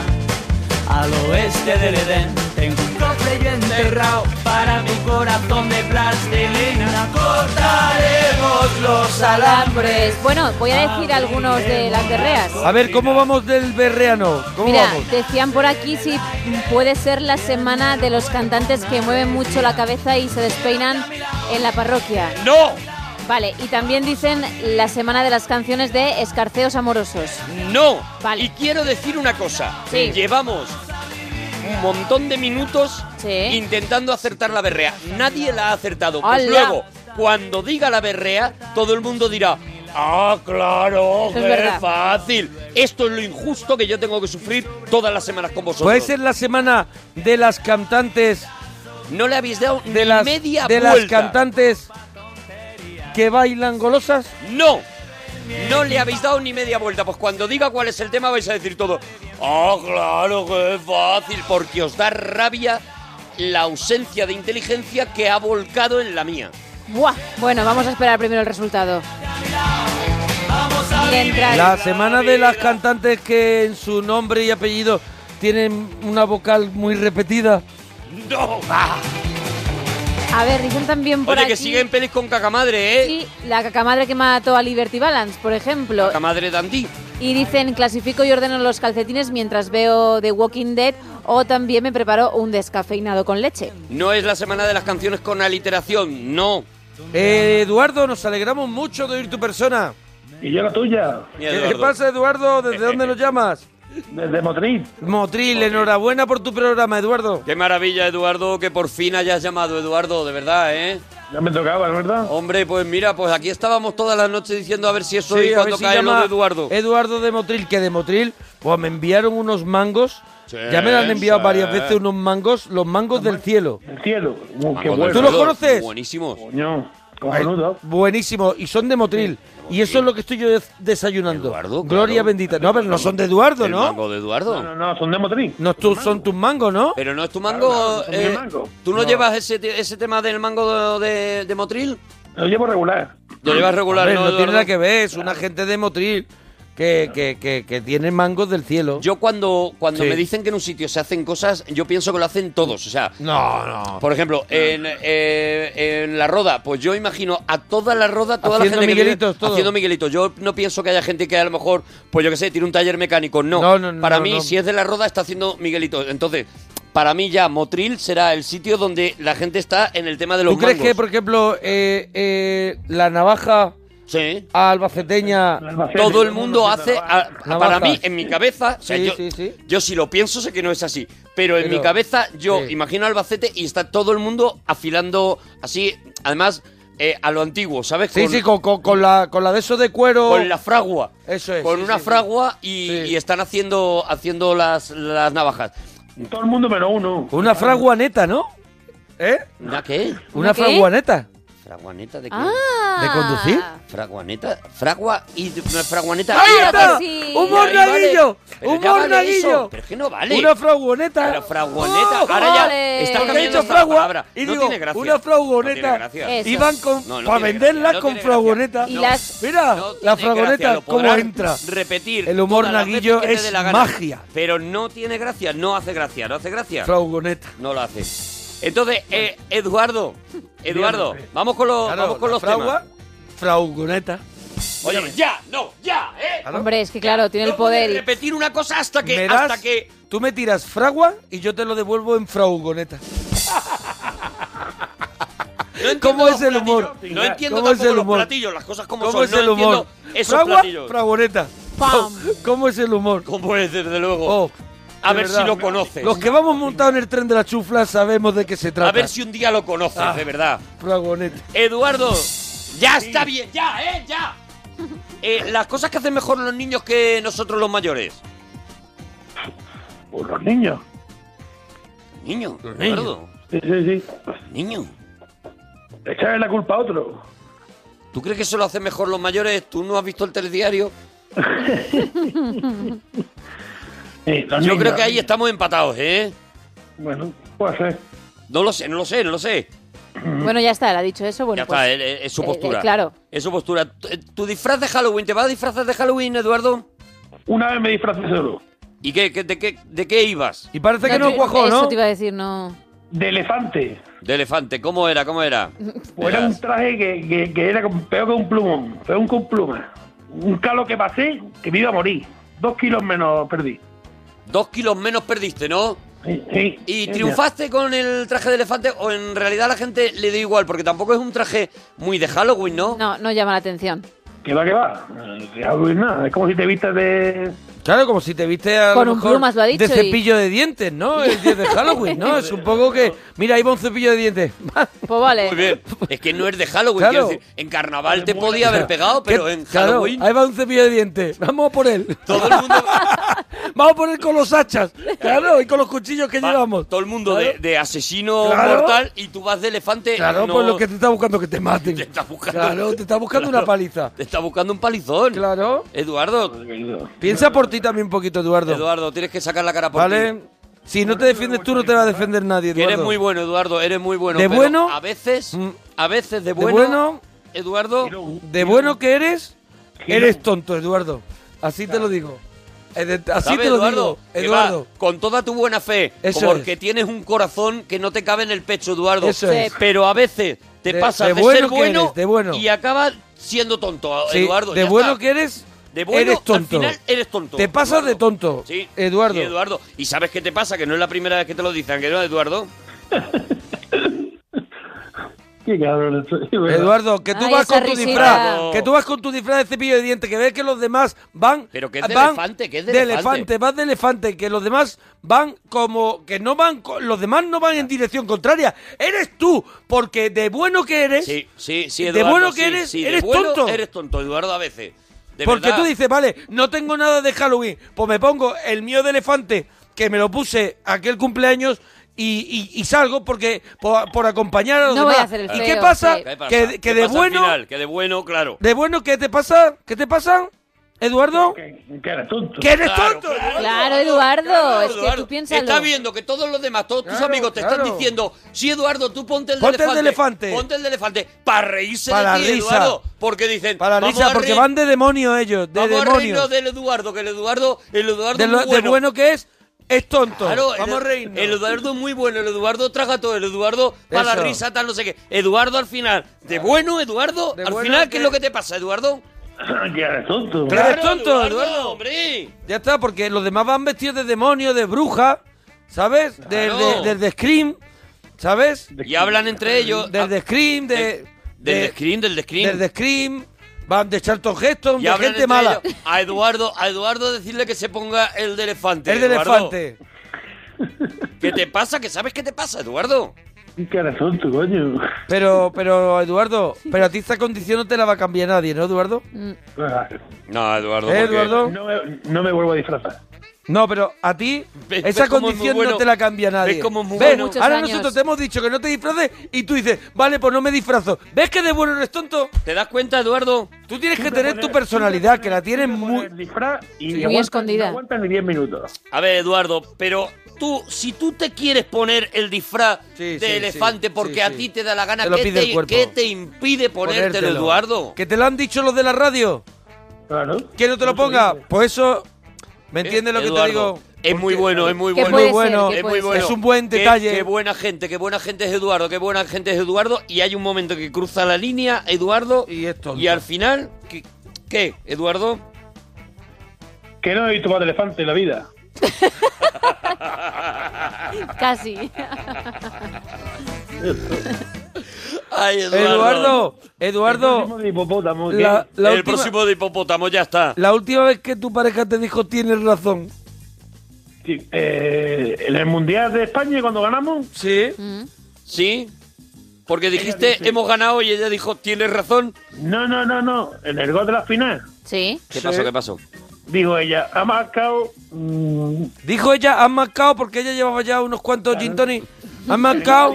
Speaker 11: Al oeste del Edén, tengo un cofre yo enterrado para mi corazón de plastilina. Cortaremos los alambres.
Speaker 3: Bueno, voy a decir algunos de las berreas.
Speaker 2: A ver, ¿cómo vamos del berreano? ¿Cómo
Speaker 3: Mira,
Speaker 2: vamos?
Speaker 3: decían por aquí si puede ser la semana de los cantantes que mueven mucho la cabeza y se despeinan en la parroquia.
Speaker 4: ¡No!
Speaker 3: Vale, y también dicen la semana de las canciones de escarceos amorosos.
Speaker 4: ¡No!
Speaker 3: Vale.
Speaker 4: Y quiero decir una cosa.
Speaker 3: Sí.
Speaker 4: Llevamos un montón de minutos
Speaker 3: Sí.
Speaker 4: intentando acertar la berrea. Nadie la ha acertado. Pues
Speaker 3: ¡Hala!
Speaker 4: luego, cuando diga la berrea, todo el mundo dirá. Ah, claro,
Speaker 3: Es
Speaker 4: qué
Speaker 3: verdad.
Speaker 4: fácil. Esto es lo injusto que yo tengo que sufrir todas las semanas con vosotros.
Speaker 2: Puede ser Pues la semana de las cantantes,
Speaker 4: No le habéis dado
Speaker 2: de
Speaker 4: ni
Speaker 2: las,
Speaker 4: media
Speaker 2: de las
Speaker 4: vuelta.
Speaker 2: cantantes que bailan golosas.
Speaker 4: No, no le habéis dado ni media vuelta. Pues cuando diga cuál es el tema vais a decir todo. Ah, claro, qué fácil. Porque os da rabia la ausencia de inteligencia que ha volcado en la mía.
Speaker 3: Buah. Bueno, vamos a esperar primero el resultado. Mientras-
Speaker 2: La semana de las cantantes que en su nombre y apellido tienen una vocal muy repetida.
Speaker 4: No.
Speaker 3: A ver, dicen también por
Speaker 4: Oye,
Speaker 3: aquí...
Speaker 4: que siguen pelis con cacamadre, ¿eh?
Speaker 3: Sí, la cacamadre que mató a Liberty Balance, por ejemplo.
Speaker 4: Cacamadre Dandy.
Speaker 3: Y dicen, clasifico y ordeno los calcetines mientras veo The Walking Dead o también me preparo un descafeinado con leche.
Speaker 4: No es la semana de las canciones con aliteración, no.
Speaker 2: Eh, Eduardo, nos alegramos mucho de oír tu persona.
Speaker 6: Y yo la tuya.
Speaker 2: ¿Qué, qué pasa, Eduardo? ¿Desde dónde nos llamas?
Speaker 6: Desde Motril.
Speaker 2: Motril, enhorabuena por tu programa, Eduardo.
Speaker 4: Qué maravilla, Eduardo, que por fin hayas llamado, Eduardo, de verdad, ¿eh?
Speaker 6: Ya me tocaba, ¿verdad?
Speaker 4: Hombre, pues mira, pues aquí estábamos todas las noches diciendo a ver si eso
Speaker 2: Sí,
Speaker 4: y
Speaker 2: a ver
Speaker 4: cuando
Speaker 2: si
Speaker 4: cae lo
Speaker 2: llama
Speaker 4: de Eduardo.
Speaker 2: Eduardo de Motril, que de Motril, pues me enviaron unos mangos. ya me lo han enviado
Speaker 4: sí.
Speaker 2: varias veces unos mangos, los mangos del cielo.
Speaker 6: El cielo. Uh,
Speaker 2: Ah,
Speaker 6: qué
Speaker 4: Mango
Speaker 6: bueno.
Speaker 4: del
Speaker 2: ¿Tú los
Speaker 4: Cielo,
Speaker 2: conoces?
Speaker 4: Buenísimos.
Speaker 6: Coño,
Speaker 2: Ay,
Speaker 6: cojonudo.
Speaker 2: Buenísimo, y son de Motril. Y eso es lo que estoy yo des- desayunando.
Speaker 4: claro.
Speaker 2: Gloria bendita. No, pero no son de Eduardo,
Speaker 4: El
Speaker 2: ¿no?
Speaker 4: mango de Eduardo.
Speaker 6: No, no, son de Motril.
Speaker 2: No tú- son tus mangos, ¿no?
Speaker 4: Pero no es tu mango.
Speaker 6: Claro, no, no, no,
Speaker 4: eh,
Speaker 6: no, no, no.
Speaker 4: ¿Tú no,
Speaker 6: No.
Speaker 4: llevas ese, te- ese tema del mango de, de Motril?
Speaker 6: Lo llevo regular.
Speaker 4: Lo llevas regular,
Speaker 2: Hombre,
Speaker 4: ¿no?
Speaker 2: no tiene
Speaker 4: Eduardo?
Speaker 2: nada que ver, es una gente de Motril que, que, que, que tiene mangos del cielo.
Speaker 4: Yo cuando, cuando
Speaker 2: Sí.
Speaker 4: me dicen que en un sitio se hacen cosas, yo pienso que lo hacen todos. O sea,
Speaker 2: No, no.
Speaker 4: por ejemplo, en,
Speaker 2: Ah.
Speaker 4: eh, en la roda, pues yo imagino a toda la roda, toda
Speaker 2: Haciendo
Speaker 4: la gente que vive-
Speaker 2: miguelitos, todo.
Speaker 4: haciendo miguelitos. Yo no pienso que haya gente que a lo mejor, pues yo qué sé, tiene un taller mecánico. No.
Speaker 2: No, no, no,
Speaker 4: para
Speaker 2: no,
Speaker 4: mí,
Speaker 2: no.
Speaker 4: si es de la roda, está haciendo miguelitos. Entonces, para mí ya Motril será el sitio donde la gente está en el tema de los
Speaker 2: ¿Tú crees
Speaker 4: mangos.
Speaker 2: que, por ejemplo, eh, eh, la navaja
Speaker 4: Sí.
Speaker 2: albaceteña...
Speaker 6: Albacete,
Speaker 4: Todo el mundo hace, a-
Speaker 2: Navajas.
Speaker 4: para mí, en mi cabeza, o sea,
Speaker 2: Sí,
Speaker 4: yo,
Speaker 2: sí, sí.
Speaker 4: yo si lo pienso sé que no es así, pero en
Speaker 2: Pero-
Speaker 4: mi cabeza yo
Speaker 2: sí.
Speaker 4: imagino a Albacete y está todo el mundo afilando así, además eh, a lo antiguo, ¿sabes?
Speaker 2: Sí, sí, con, con- con la, con la de eso de cuero...
Speaker 4: con la fragua,
Speaker 2: Eso es,
Speaker 4: con
Speaker 2: sí,
Speaker 4: una
Speaker 2: sí, sí.
Speaker 4: fragua y,
Speaker 2: Sí.
Speaker 4: y están haciendo, haciendo las, las navajas.
Speaker 6: Todo el mundo menos uno.
Speaker 2: Una fraguaneta, ¿no? ¿Eh?
Speaker 4: ¿Una qué?
Speaker 2: Una
Speaker 3: ¿Una qué?
Speaker 2: fraguaneta.
Speaker 4: ¿Fraguaneta de qué?
Speaker 3: ¡Ah!
Speaker 2: ¿De conducir?
Speaker 4: ¿Fraguaneta? ¿Fragua y una fraguaneta?
Speaker 2: ¡Ahí
Speaker 3: Claro
Speaker 2: está!
Speaker 3: que sí.
Speaker 2: ¡Un
Speaker 4: Ahí vale.
Speaker 2: monaguillo!
Speaker 4: Pero
Speaker 2: ¡Un
Speaker 4: ya vale eso,
Speaker 2: monaguillo!
Speaker 4: Pero es que no vale.
Speaker 2: Una fraguaneta.
Speaker 4: Pero fraguaneta,
Speaker 2: ¡Oh!
Speaker 4: ahora ya
Speaker 3: ¡Ole!
Speaker 4: está
Speaker 2: Porque he
Speaker 4: cambiando
Speaker 2: dicho
Speaker 4: hasta
Speaker 2: fragua
Speaker 4: la palabra.
Speaker 2: y
Speaker 4: no
Speaker 2: digo,
Speaker 4: tiene gracia.
Speaker 2: una fragoneta.
Speaker 4: No tiene gracia.
Speaker 3: Eso.
Speaker 2: Iban con,
Speaker 4: No, no
Speaker 2: para
Speaker 4: tiene
Speaker 2: venderlas
Speaker 4: gracia, no
Speaker 2: con
Speaker 4: tiene
Speaker 2: fragoneta.
Speaker 4: gracia.
Speaker 3: Y las-
Speaker 2: Mira,
Speaker 4: No tiene
Speaker 2: la
Speaker 4: gracia,
Speaker 2: fragoneta,
Speaker 4: lo
Speaker 2: cómo
Speaker 4: podrán
Speaker 2: entra.
Speaker 4: Repetir.
Speaker 2: El humor
Speaker 4: todas las veces
Speaker 2: naguillo
Speaker 4: que te
Speaker 2: es
Speaker 4: dé la gana.
Speaker 2: magia.
Speaker 4: Pero no tiene gracia, no hace gracia, no hace gracia.
Speaker 2: Fragoneta.
Speaker 4: no lo hace. Entonces, eh, Eduardo, Eduardo, vamos con los,
Speaker 2: Claro,
Speaker 4: vamos con
Speaker 2: la
Speaker 4: los
Speaker 2: fragua,
Speaker 4: temas.
Speaker 2: Fragoneta.
Speaker 4: Oye, ya, no, ya, eh.
Speaker 2: Claro.
Speaker 3: Hombre, es que claro, tiene el
Speaker 4: No puedes
Speaker 3: poder. y-
Speaker 4: Repetir una cosa hasta que,
Speaker 2: Me
Speaker 4: hasta
Speaker 2: das-
Speaker 4: que.
Speaker 2: Tú me tiras fragua y yo te lo devuelvo en fragoneta.
Speaker 4: No entiendo
Speaker 2: ¿Cómo
Speaker 4: los
Speaker 2: es el humor?
Speaker 4: platillos, No entiendo
Speaker 2: ¿Cómo es
Speaker 4: tampoco
Speaker 2: el
Speaker 4: los
Speaker 2: humor?
Speaker 4: platillos, las cosas como
Speaker 2: ¿Cómo
Speaker 4: son.
Speaker 2: es
Speaker 4: no
Speaker 2: el humor?
Speaker 4: entiendo esos
Speaker 2: Fragua,
Speaker 4: platillos.
Speaker 2: fragoneta.
Speaker 3: ¡Pam!
Speaker 2: ¿Cómo es el humor?
Speaker 4: ¿Cómo es, desde luego?
Speaker 2: Oh,
Speaker 4: a
Speaker 2: de
Speaker 4: ver
Speaker 2: verdad.
Speaker 4: si lo conoces.
Speaker 2: Los que vamos montados en el tren de la chufla sabemos de qué se trata.
Speaker 4: A ver si un día lo conoces,
Speaker 2: Ah,
Speaker 4: de verdad.
Speaker 2: Fragoneta.
Speaker 4: Eduardo, ya está bien, ya, ¿eh? Ya. Eh, las cosas que hacen mejor los niños que nosotros los mayores.
Speaker 6: Por los niños.
Speaker 4: Niño,
Speaker 2: Los
Speaker 4: Eduardo,
Speaker 6: Sí, sí, sí.
Speaker 4: niño.
Speaker 6: Echarle la culpa a otro.
Speaker 4: ¿Tú crees que eso lo hacen mejor los mayores? ¿Tú no has visto el telediario?
Speaker 6: Sí, los
Speaker 4: Yo
Speaker 6: niños.
Speaker 4: creo que ahí estamos empatados, ¿eh?
Speaker 6: Bueno, puede ser.
Speaker 4: No lo sé, no lo sé, no lo sé.
Speaker 3: Bueno, ya está, él ha dicho eso. Bueno,
Speaker 4: ya
Speaker 3: pues,
Speaker 4: está, eh, eh, es su
Speaker 3: eh,
Speaker 4: postura.
Speaker 3: eh, claro.
Speaker 4: Es su postura. Tu- eh, ¿Tu disfraz de Halloween? ¿Te vas a disfrazar de Halloween, Eduardo?
Speaker 6: Una vez me disfrazé solo.
Speaker 4: ¿Y qué, qué- de, qué, de qué ibas?
Speaker 2: Y parece que
Speaker 3: No
Speaker 2: no
Speaker 3: te-
Speaker 2: cuajó,
Speaker 3: Eso
Speaker 2: ¿no?
Speaker 3: te iba a decir, no.
Speaker 6: De elefante.
Speaker 4: De elefante, ¿cómo era? ¿Cómo era?
Speaker 6: Pues era un traje que, que- que era con- peor que un plumón, peor que un pluma. Un calo que pasé que me iba a morir. Dos kilos menos perdí.
Speaker 4: Dos kilos menos perdiste, ¿no?
Speaker 6: Sí, sí.
Speaker 4: ¿Y
Speaker 6: Sí,
Speaker 4: triunfaste con el traje de elefante o en realidad a la gente le da igual? Porque tampoco es un traje muy de Halloween, ¿no?
Speaker 3: No, no llama la atención.
Speaker 6: ya. Que va, que va. Eh, que hago nada. Es como si te vistas de...
Speaker 2: Claro, como si te viste a
Speaker 3: Con
Speaker 2: lo
Speaker 3: un
Speaker 2: mejor
Speaker 3: plumas lo ha dicho
Speaker 2: de
Speaker 3: y-
Speaker 2: cepillo de dientes, ¿no? El día de Halloween, ¿no? Es un poco que... Mira, ahí va un cepillo de dientes.
Speaker 3: Pues vale.
Speaker 4: Muy bien. Es que no es de Halloween.
Speaker 2: Claro.
Speaker 4: quiero decir, en carnaval te podía haber pegado, pero
Speaker 2: ¿Qué?
Speaker 4: en
Speaker 2: Claro,
Speaker 4: Halloween
Speaker 2: ahí va un cepillo de dientes. Vamos a por él.
Speaker 4: todo el mundo...
Speaker 2: Vamos a por él con los hachas. Claro, y con los cuchillos que
Speaker 4: va-
Speaker 2: llevamos.
Speaker 4: todo el mundo
Speaker 2: Claro.
Speaker 4: de, de asesino
Speaker 2: Claro.
Speaker 4: mortal y tú vas de elefante.
Speaker 2: Claro,
Speaker 4: no-
Speaker 2: pues lo que te está buscando que te maten.
Speaker 4: Te está buscando-
Speaker 2: Claro, te está buscando
Speaker 4: Claro.
Speaker 2: una paliza.
Speaker 4: Te está buscando un palizón.
Speaker 2: Claro.
Speaker 4: Eduardo,
Speaker 2: Piensa por ti también un poquito, Eduardo.
Speaker 4: Eduardo, tienes que sacar la cara por ti.
Speaker 2: ¿Vale? Si no te defiendes tú, no te va a defender nadie,
Speaker 4: Que
Speaker 2: Eduardo.
Speaker 4: eres muy bueno, Eduardo, eres muy bueno.
Speaker 2: ¿De
Speaker 4: pero
Speaker 2: bueno?
Speaker 4: A veces,
Speaker 2: Mm.
Speaker 4: a veces
Speaker 2: De
Speaker 4: de bueno.
Speaker 2: bueno,
Speaker 4: Eduardo,
Speaker 2: de bueno que eres, eres tonto, Eduardo. Así te lo digo. así
Speaker 4: ¿Sabe,
Speaker 2: te lo
Speaker 4: Eduardo?
Speaker 2: digo,
Speaker 4: Que
Speaker 2: Eduardo.
Speaker 4: va con toda tu buena fe,
Speaker 2: Eso
Speaker 4: porque tienes un corazón que no te cabe en el pecho, Eduardo.
Speaker 2: Eso es.
Speaker 4: Pero a veces te
Speaker 2: De-
Speaker 4: pasas
Speaker 2: de
Speaker 4: de,
Speaker 2: bueno
Speaker 4: ser
Speaker 2: que
Speaker 4: bueno,
Speaker 2: eres, de bueno.
Speaker 4: y acabas siendo tonto,
Speaker 2: Sí,
Speaker 4: Eduardo.
Speaker 2: de
Speaker 4: ya
Speaker 2: bueno
Speaker 4: está.
Speaker 2: que eres,
Speaker 4: De bueno,
Speaker 2: eres
Speaker 4: al
Speaker 2: tonto.
Speaker 4: final eres tonto,
Speaker 2: Te pasas de tonto,
Speaker 4: Sí,
Speaker 2: Eduardo.
Speaker 4: sí, Eduardo. ¿Y sabes qué te pasa? Que no es la primera vez que te lo dicen, que no, Eduardo.
Speaker 6: Qué cabrón soy, ¿verdad?
Speaker 2: Eduardo, que tú
Speaker 6: Ay,
Speaker 2: vas
Speaker 6: esa
Speaker 2: con tu
Speaker 6: risita.
Speaker 2: disfraz, que tú vas con tu disfraz de cepillo de dientes, que ves que los demás van,
Speaker 4: Pero que es de
Speaker 2: van
Speaker 4: elefante, que es de
Speaker 2: elefante,
Speaker 4: elefante.
Speaker 2: vas de elefante, que los demás van como que no van, co- los demás no van en dirección contraria. Eres tú, porque de bueno que eres,
Speaker 4: Sí, sí,
Speaker 2: de
Speaker 4: Eduardo.
Speaker 2: bueno que
Speaker 4: sí,
Speaker 2: eres,
Speaker 4: sí, de
Speaker 2: eres
Speaker 4: bueno
Speaker 2: tonto.
Speaker 4: Eres tonto, Eduardo, a veces. De
Speaker 2: Porque
Speaker 4: verdad.
Speaker 2: tú dices, vale, no tengo nada de Halloween, pues me pongo el mío de elefante que me lo puse aquel cumpleaños y, y- y salgo porque por, por acompañar a los
Speaker 3: No voy
Speaker 2: demás.
Speaker 3: a hacer el
Speaker 2: ¿Y
Speaker 3: feo,
Speaker 2: qué pasa?
Speaker 3: sí.
Speaker 4: ¿Qué pasa?
Speaker 2: Que, que
Speaker 4: ¿Qué
Speaker 2: de
Speaker 4: pasa al
Speaker 2: bueno,
Speaker 4: final? Que de bueno, claro.
Speaker 2: de bueno, ¿qué te pasa? ¿Qué te pasa, Eduardo? Que,
Speaker 6: eres tonto.
Speaker 2: Que eres
Speaker 4: Claro,
Speaker 2: tonto.
Speaker 3: Claro, Eduardo, es que
Speaker 4: Eduardo,
Speaker 3: tú piénsalo.
Speaker 4: Está viendo que todos los demás, todos tus
Speaker 2: Claro,
Speaker 4: amigos te
Speaker 2: claro.
Speaker 4: están diciendo, sí, Eduardo, tú ponte el,
Speaker 2: Ponte
Speaker 4: de
Speaker 2: el de
Speaker 4: elefante,
Speaker 2: elefante.
Speaker 4: Ponte el de elefante. Para reírse
Speaker 2: Para
Speaker 4: de ti,
Speaker 2: la risa.
Speaker 4: Eduardo. Porque dicen,
Speaker 2: Para
Speaker 4: vamos
Speaker 2: Lisa,
Speaker 4: a
Speaker 2: porque
Speaker 4: reír-
Speaker 2: van de demonio ellos, de
Speaker 4: vamos a reírnos
Speaker 2: demonio.
Speaker 4: del Eduardo, que el Eduardo, el Eduardo
Speaker 2: De
Speaker 4: es
Speaker 2: lo
Speaker 4: muy
Speaker 2: de
Speaker 4: bueno.
Speaker 2: bueno que es, es tonto.
Speaker 4: Claro,
Speaker 2: Vamos a
Speaker 4: el,
Speaker 2: reírnos.
Speaker 4: el Eduardo es muy bueno, el Eduardo traga todo, el Eduardo para la
Speaker 2: Eso.
Speaker 4: risa, tal, no sé qué. Eduardo al final, de bueno, Eduardo, al
Speaker 2: bueno
Speaker 4: final,
Speaker 2: que-
Speaker 4: ¿qué es lo que te pasa, Eduardo?
Speaker 6: Que eres tonto.
Speaker 2: Que eres tonto,
Speaker 4: Eduardo,
Speaker 2: Eduardo.
Speaker 4: hombre.
Speaker 2: Ya está, porque los demás van vestidos de demonio, de bruja, ¿sabes? Del
Speaker 4: Claro.
Speaker 2: de, de Scream, ¿sabes?
Speaker 4: Y hablan entre ellos. ah,
Speaker 2: Del de Scream, de,
Speaker 4: Del
Speaker 2: de-
Speaker 4: de Scream, del de Scream.
Speaker 2: del de Scream, van de Charlton Heston,
Speaker 4: Y
Speaker 2: de
Speaker 4: hablan
Speaker 2: gente
Speaker 4: entre
Speaker 2: mala.
Speaker 4: ellos. A Eduardo, a Eduardo decirle que se ponga el de elefante.
Speaker 2: El de
Speaker 4: Eduardo.
Speaker 2: elefante.
Speaker 4: ¿Qué te pasa? ¿Qué sabes qué te pasa, Eduardo?
Speaker 6: Que eres tonto, coño.
Speaker 2: Pero, pero, Eduardo, pero a ti esta condición no te la va a cambiar nadie, ¿no, Eduardo?
Speaker 4: Ah, No, Eduardo.
Speaker 2: ¿Eh, Eduardo?
Speaker 6: No me, no me vuelvo a disfrazar.
Speaker 2: No, pero a ti
Speaker 4: Ve-
Speaker 2: esa
Speaker 4: ve cómo es muy
Speaker 2: condición
Speaker 4: bueno.
Speaker 2: no te la cambia nadie.
Speaker 4: Ve cómo es muy
Speaker 2: ¿Ves?
Speaker 4: bueno. Muchos
Speaker 2: Ahora
Speaker 4: años.
Speaker 2: nosotros te hemos dicho que no te disfraces y tú dices, vale, pues no me disfrazo. ¿Ves que de bueno eres tonto?
Speaker 4: ¿Te das cuenta, Eduardo?
Speaker 2: Tú tienes que tener tu personalidad, que la tienes muy...
Speaker 6: Y
Speaker 2: Sí.
Speaker 6: aguantas-
Speaker 3: Muy escondida.
Speaker 6: no aguantas ni 10 minutos.
Speaker 4: A ver, Eduardo, pero tú, si tú te quieres poner el disfraz de
Speaker 2: sí,
Speaker 4: elefante
Speaker 2: sí,
Speaker 4: porque
Speaker 2: sí,
Speaker 4: a
Speaker 2: sí.
Speaker 4: ti te da la gana,
Speaker 2: Te lo
Speaker 4: ¿qué,
Speaker 2: pide el
Speaker 4: te,
Speaker 2: cuerpo.
Speaker 4: qué te impide ponértelo,
Speaker 2: Ponértelo.
Speaker 4: Eduardo?
Speaker 2: ¿Que te lo han dicho los de la radio?
Speaker 6: Claro.
Speaker 2: ¿Que no te lo ponga? Pues eso... ¿Me entiendes lo que te
Speaker 4: Eduardo,
Speaker 2: digo?
Speaker 4: Es muy bueno, es muy
Speaker 2: Que
Speaker 4: bueno.
Speaker 2: puede ser, que
Speaker 4: es
Speaker 2: puede
Speaker 4: muy
Speaker 2: ser.
Speaker 4: bueno.
Speaker 2: Es un buen
Speaker 4: Qué-
Speaker 2: detalle.
Speaker 4: Qué, buena gente, qué buena gente es Eduardo, qué buena gente es Eduardo. Y hay un momento que cruza la línea, Eduardo.
Speaker 2: Y esto.
Speaker 4: Y al final, ¿qué, qué, Eduardo?
Speaker 6: Que no he visto más de elefante en la vida.
Speaker 3: Casi.
Speaker 4: Ay,
Speaker 2: Eduardo, Eduardo,
Speaker 6: El próximo de hipopótamo. ¿qué?
Speaker 2: la, la
Speaker 4: el
Speaker 2: última,
Speaker 4: próximo de hipopótamo ya está.
Speaker 2: la última vez que tu pareja te dijo tienes razón.
Speaker 6: Sí, eh, en el Mundial de España, cuando ganamos,
Speaker 2: Sí.
Speaker 4: ¿Sí? Porque dijiste,
Speaker 6: dice-
Speaker 4: hemos ganado y ella dijo, tienes razón.
Speaker 6: no, no, no, no, en el gol de la final,
Speaker 3: Sí.
Speaker 4: ¿Qué
Speaker 2: Sí.
Speaker 4: pasó? ¿Qué pasó?
Speaker 6: dijo ella, ha marcado mm,
Speaker 2: Dijo ella, han marcado porque ella llevaba ya unos cuantos gin tonic. Han marcado.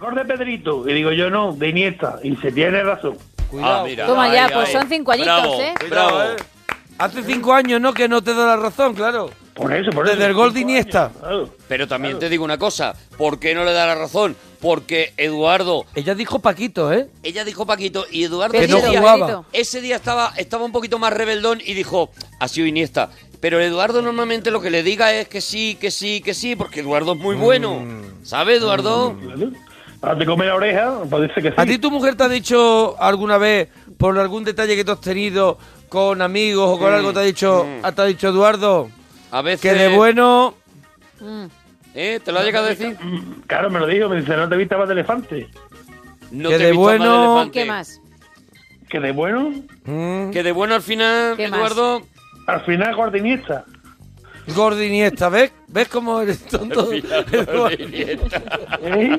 Speaker 6: gol de Pedrito. Y digo yo, no, de Iniesta. Y se tiene razón.
Speaker 4: Ah, mira.
Speaker 3: Toma ya,
Speaker 4: Ay,
Speaker 3: pues
Speaker 4: ay.
Speaker 3: son cinco añitos,
Speaker 4: Bravo,
Speaker 3: ¿eh?
Speaker 4: Bravo.
Speaker 2: Cuidado, eh. Hace cinco años, ¿no? Que no te da la razón, claro.
Speaker 6: Por eso, por eso.
Speaker 2: Desde el gol de Iniesta.
Speaker 6: Claro.
Speaker 4: Pero también te digo una cosa, ¿por qué no le da la razón? Porque Eduardo,
Speaker 2: Ella dijo Paquito, ¿eh?
Speaker 4: ella dijo Paquito y Eduardo
Speaker 2: Que no
Speaker 4: ese día-
Speaker 2: jugaba.
Speaker 4: ese día estaba, estaba un poquito más rebeldón y dijo, ha sido Iniesta. Pero Eduardo normalmente lo que le diga es que sí, que sí, que sí, porque Eduardo es muy bueno.
Speaker 6: Mm.
Speaker 4: ¿Sabe, Eduardo?
Speaker 6: claro. Ahora te come la oreja, parece que sí.
Speaker 2: ¿A ti tu mujer te ha dicho alguna vez, por algún detalle que tú has tenido con amigos o con algo, te ha dicho, te ha dicho Eduardo,
Speaker 4: Mm. A veces...
Speaker 2: que de bueno.
Speaker 4: ¿Eh? ¿Te lo ha llegado a decir?
Speaker 6: Mm, Claro, me lo dijo, me dice, no te vistas más de elefante.
Speaker 4: No
Speaker 2: Que
Speaker 4: te
Speaker 2: de
Speaker 4: he visto más
Speaker 2: bueno-
Speaker 4: elefante.
Speaker 3: ¿Qué más?
Speaker 6: Que de bueno,
Speaker 2: mm,
Speaker 4: Que de bueno al final,
Speaker 3: ¿Qué más?
Speaker 4: Eduardo...
Speaker 6: al final gol de Iniesta.
Speaker 2: Gordo Iniesta, ¿ves? ¿Ves cómo eres tonto?
Speaker 6: ¿Eh?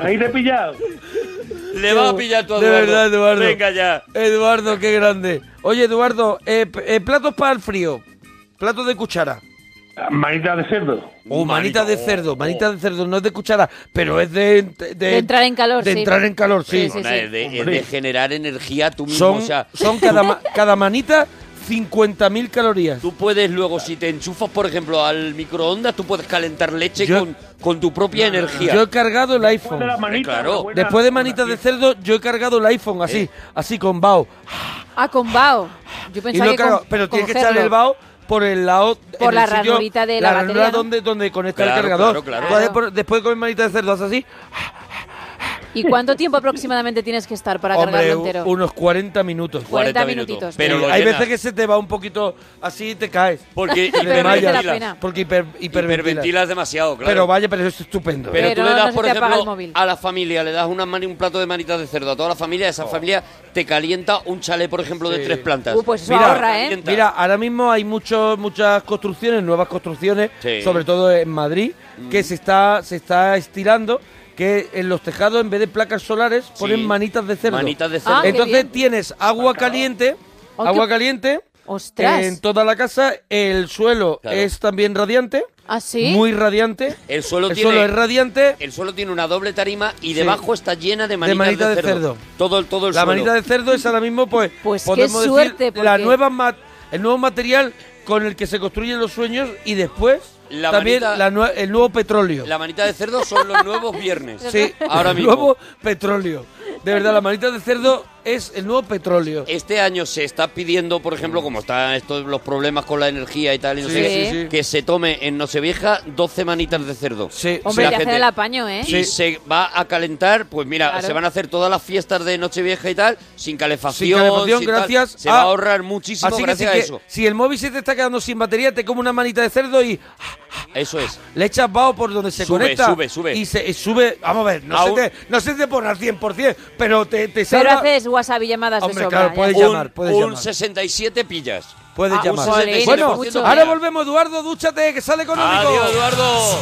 Speaker 6: Ahí te he pillado.
Speaker 4: Le va a pillar tu
Speaker 2: De
Speaker 4: Eduardo.
Speaker 2: verdad, Eduardo.
Speaker 4: Venga ya.
Speaker 2: Eduardo, qué grande. Oye, Eduardo, eh, p- eh, platos para el frío. Platos de cuchara.
Speaker 6: Manita de cerdo.
Speaker 2: O manita de cerdo. Manita de cerdo no es de cuchara, pero es de... De,
Speaker 3: De entrar en calor,
Speaker 2: De
Speaker 3: sí.
Speaker 2: entrar en calor, sí.
Speaker 3: Sí, sí,
Speaker 4: No, es de, es de generar energía tú mismo.
Speaker 2: Son,
Speaker 4: o sea,
Speaker 2: son cada, ma- cada manita 50.000 calorías.
Speaker 4: tú puedes luego, si te enchufas, por ejemplo, al microondas, tú puedes calentar leche
Speaker 2: Yo-
Speaker 4: con, con tu propia energía.
Speaker 2: Yo he cargado el
Speaker 6: Después de la
Speaker 2: iPhone.
Speaker 6: manita,
Speaker 4: claro. Eh.
Speaker 6: una buena-
Speaker 2: Después de manita de cerdo, yo he cargado el iPhone así, así con vaho.
Speaker 3: Ah, con Bao. Yo
Speaker 2: Y
Speaker 3: pensaba
Speaker 2: lo he
Speaker 3: que
Speaker 2: cargado-
Speaker 3: con-
Speaker 2: pero
Speaker 3: con
Speaker 2: tienes que echarle
Speaker 3: Gerlo.
Speaker 2: el vaho por el lado.
Speaker 3: Por
Speaker 2: en
Speaker 3: la
Speaker 2: el sitio-
Speaker 3: ranurita de la batería,
Speaker 2: ranura
Speaker 3: ¿no?
Speaker 2: donde, donde conecta el
Speaker 4: Claro,
Speaker 2: cargador.
Speaker 4: claro, claro.
Speaker 2: Tú haces por- después con mi manita de cerdo, haces así.
Speaker 3: ¿Y cuánto tiempo aproximadamente tienes que estar para
Speaker 2: Hombre,
Speaker 3: cargarlo
Speaker 2: u-
Speaker 3: entero?
Speaker 2: unos 40 minutos.
Speaker 3: 40 minutitos.
Speaker 4: Pero
Speaker 2: Sí,
Speaker 4: lo
Speaker 2: hay
Speaker 4: llenas.
Speaker 2: veces que se te va un poquito así y te caes.
Speaker 4: Porque
Speaker 2: Te
Speaker 4: hiperventilas.
Speaker 2: desmayas.
Speaker 3: la pena.
Speaker 2: Porque hiper, hiperventilas.
Speaker 4: Hiperventilas demasiado, claro.
Speaker 2: Pero vaya, pero eso es estupendo.
Speaker 4: Pero,
Speaker 2: ¿eh?
Speaker 4: tú
Speaker 3: Pero
Speaker 4: le
Speaker 3: no
Speaker 4: das,
Speaker 3: se
Speaker 4: por
Speaker 3: te apaga el
Speaker 4: ejemplo,
Speaker 3: móvil.
Speaker 4: a la familia, le das una mani- un plato de manitas de cerdo a toda la familia,
Speaker 2: Oh.
Speaker 4: esa familia te calienta un chalet, por ejemplo, de tres plantas.
Speaker 3: Uh, pues eso ahorra, ¿eh?
Speaker 4: calienta.
Speaker 2: Mira, ahora mismo hay muchos, muchas construcciones, nuevas construcciones,
Speaker 4: Sí. Mm.
Speaker 2: sobre todo en Madrid, que se está, se está estirando, que en los tejados, en vez de placas solares, ponen manitas de cerdo.
Speaker 4: Manitas de cerdo.
Speaker 3: Ah, qué
Speaker 2: Entonces
Speaker 3: bien.
Speaker 2: tienes agua caliente,
Speaker 3: Oh, qué-
Speaker 2: agua caliente
Speaker 3: ¡Ostras!
Speaker 2: en toda la casa, el suelo
Speaker 4: Claro.
Speaker 2: es también radiante,
Speaker 3: ¿Ah, sí?
Speaker 2: muy radiante,
Speaker 4: El suelo
Speaker 2: el
Speaker 4: tiene-
Speaker 2: suelo es radiante,
Speaker 4: El suelo tiene una doble tarima y debajo está llena de manitas de,
Speaker 2: manita de
Speaker 4: cerdo.
Speaker 2: cerdo.
Speaker 4: Todo el todo el
Speaker 2: la
Speaker 4: suelo.
Speaker 2: manita de cerdo es ahora mismo, pues,
Speaker 3: Pues qué
Speaker 2: podemos decir,
Speaker 3: suerte, porque-
Speaker 2: la nueva ma- el nuevo material con el que se construyen los sueños y después
Speaker 4: La
Speaker 2: también
Speaker 4: manita-
Speaker 2: la nue- el nuevo petróleo.
Speaker 4: La manita de cerdo son los nuevos viernes.
Speaker 2: Sí,
Speaker 4: Ahora
Speaker 2: el
Speaker 4: mismo.
Speaker 2: nuevo petróleo. De verdad, la manita de cerdo es el nuevo petróleo.
Speaker 4: Este año se está pidiendo, por ejemplo, como están estos los problemas con la energía y tal, y no
Speaker 2: Sí,
Speaker 4: sé qué,
Speaker 2: sí, sí.
Speaker 4: que se tome en Nochevieja 12 manitas de cerdo.
Speaker 2: Sí,
Speaker 3: Hombre,
Speaker 2: sí.
Speaker 3: le hacen
Speaker 4: gente-
Speaker 3: el apaño, ¿eh?
Speaker 4: Y
Speaker 2: Sí.
Speaker 4: se va a calentar, pues mira,
Speaker 3: Claro.
Speaker 4: se van a hacer todas las fiestas de Nochevieja y tal, sin calefacción.
Speaker 2: Sin calefacción,
Speaker 4: tal.
Speaker 2: gracias
Speaker 4: Se va
Speaker 2: a-
Speaker 4: a ahorrar muchísimo
Speaker 2: Así que si,
Speaker 4: gracias
Speaker 2: que-
Speaker 4: a eso.
Speaker 2: si el móvil se te está quedando sin batería, te come una manita de cerdo y
Speaker 4: Eso es.
Speaker 2: le echas vaho por donde se
Speaker 4: Sube,
Speaker 2: conecta.
Speaker 4: sube, sube.
Speaker 2: Y se y sube, vamos a ver, no,
Speaker 4: Aún-
Speaker 2: se, te, no se te pone al 100%, pero te, te
Speaker 3: Pero
Speaker 2: salva-
Speaker 3: haces WhatsApp y llamadas
Speaker 2: Hombre,
Speaker 3: de sobra.
Speaker 2: claro,
Speaker 3: ya
Speaker 2: puedes
Speaker 3: está.
Speaker 4: Un-
Speaker 2: llamar, puedes
Speaker 4: un
Speaker 2: llamar.
Speaker 4: 67 pillas.
Speaker 2: Puedes
Speaker 3: Ah,
Speaker 2: llamar.
Speaker 3: un solín,
Speaker 2: bueno,
Speaker 3: es mucho
Speaker 2: ahora
Speaker 3: dinero.
Speaker 2: volvemos, Eduardo, dúchate, que sale económico.
Speaker 4: Adiós, Eduardo.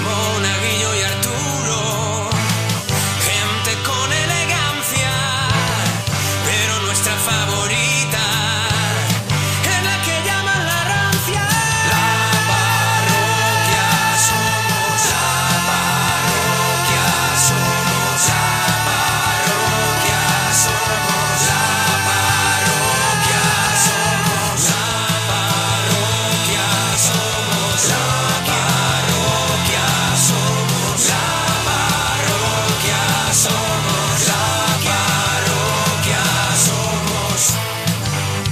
Speaker 1: Monaguillo y Arturo, gente con elegancia, pero nuestra favorita es la que llaman la rancia. La parroquia somos, la parroquia somos, la parroquia somos, la parroquia somos, la parroquia somos, la parroquia somos, la parroquia somos, la parroquia somos.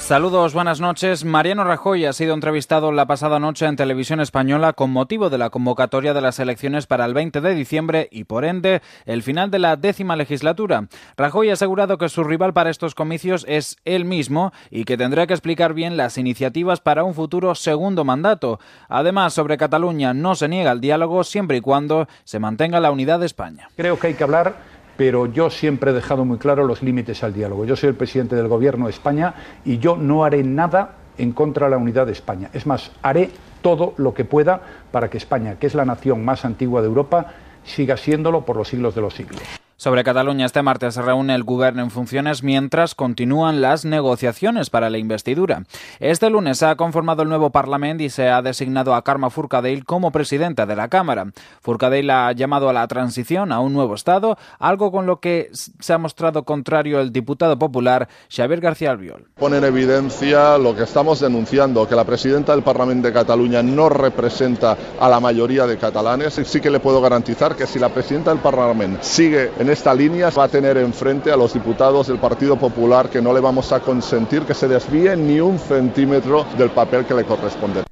Speaker 12: Saludos, buenas noches. Mariano Rajoy ha sido entrevistado la pasada noche en televisión española con motivo de la convocatoria de las elecciones para el 20 de diciembre y, por ende, el final de la décima legislatura. Rajoy ha asegurado que su rival para estos comicios es él mismo y que tendrá que explicar bien las iniciativas para un futuro segundo mandato. Además, sobre Cataluña no se niega el diálogo siempre y cuando se mantenga la unidad de España.
Speaker 13: Creo que hay que hablar, pero yo siempre he dejado muy claro los límites al diálogo. Yo soy el presidente del Gobierno de España y yo no haré nada en contra de la unidad de España. Es más, haré todo lo que pueda para que España, que es la nación más antigua de Europa, siga siéndolo por los siglos de los siglos.
Speaker 12: Sobre Cataluña, este martes se reúne el Gobierno en funciones mientras continúan las negociaciones para la investidura. Este lunes se ha conformado el nuevo Parlamento y se ha designado a Carme Forcadell como presidenta de la Cámara. Forcadell ha llamado a la transición a un nuevo Estado, algo con lo que s- se ha mostrado contrario el diputado popular Xavier García Albiol.
Speaker 14: Pone en evidencia lo que estamos denunciando, que la presidenta del Parlamento de Cataluña no representa a la mayoría de catalanes. Y sí que le puedo garantizar que si la presidenta del Parlamento sigue en esta línea, va a tener enfrente a los diputados del Partido Popular que no le vamos a consentir que se desvíe ni un centímetro del papel que le corresponde.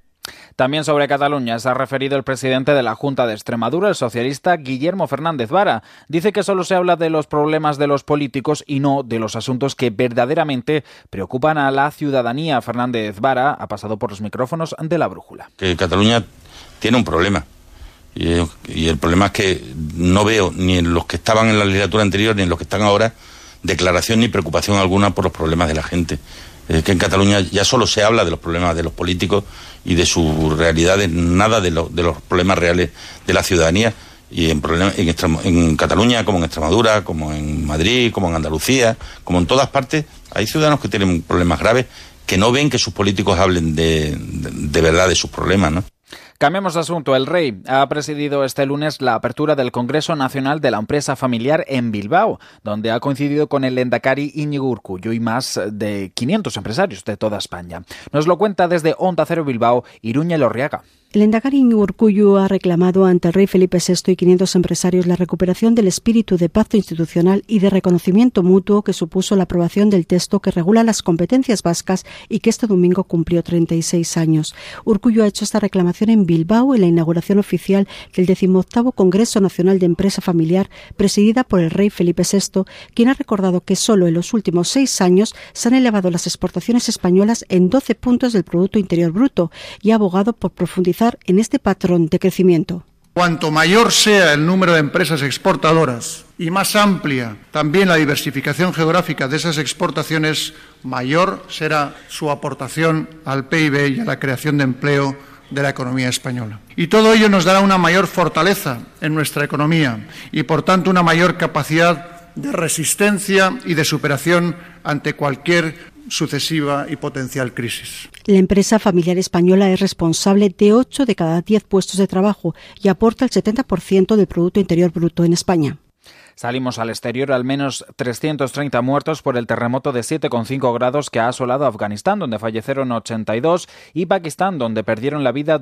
Speaker 12: También sobre Cataluña se ha referido el presidente de la Junta de Extremadura, el socialista Guillermo Fernández Vara. Dice que solo se habla de los problemas de los políticos y no de los asuntos que verdaderamente preocupan a la ciudadanía. Fernández Vara ha pasado por los micrófonos de la brújula.
Speaker 15: que Cataluña tiene un problema. Y, y el problema es que no veo ni en los que estaban en la legislatura anterior ni en los que están ahora declaración ni preocupación alguna por los problemas de la gente. Es que en Cataluña ya solo se habla de los problemas de los políticos y de sus realidades, nada de, lo- de los problemas reales de la ciudadanía. Y en, problema- en, Extremo- en Cataluña, como en Extremadura, como en Madrid, como en Andalucía, como en todas partes, hay ciudadanos que tienen problemas graves que no ven que sus políticos hablen de, de- de verdad de sus problemas, ¿no?
Speaker 12: Cambiamos de asunto. El rey ha presidido este lunes la apertura del Congreso Nacional de la Empresa Familiar en Bilbao, donde ha coincidido con el Endacari Íñigo Urcullu y más de 500 empresarios de toda España. Nos lo cuenta desde Onda Cero Bilbao, Iruña Lorriaga.
Speaker 16: El endacari Urcuyu ha reclamado ante el rey Felipe VI y 500 empresarios la recuperación del espíritu de pacto institucional y de reconocimiento mutuo que supuso la aprobación del texto que regula las competencias vascas y que este domingo cumplió 36 años. Urcuyu ha hecho esta reclamación en Bilbao en la inauguración oficial del 18 Congreso Nacional de Empresa Familiar presidida por el rey Felipe VI, quien ha recordado que solo en los últimos seis años se han elevado las exportaciones españolas en 12 puntos del Producto Interior Bruto y ha abogado por profundizar en este patrón de crecimiento.
Speaker 17: Cuanto mayor sea el número de empresas exportadoras y más amplia también la diversificación geográfica de esas exportaciones, mayor será su aportación al PIB y a la creación de empleo de la economía española. Y todo ello nos dará una mayor fortaleza en nuestra economía y, por tanto, una mayor capacidad de resistencia y de superación ante cualquier sucesiva y potencial crisis.
Speaker 16: La empresa familiar española es responsable de 8 de cada 10 puestos de trabajo y aporta el 70% del Producto Interior Bruto en España.
Speaker 12: Salimos al exterior al menos 330 muertos por el terremoto de 7,5 grados que ha asolado Afganistán, donde fallecieron 82, y Pakistán, donde perdieron la vida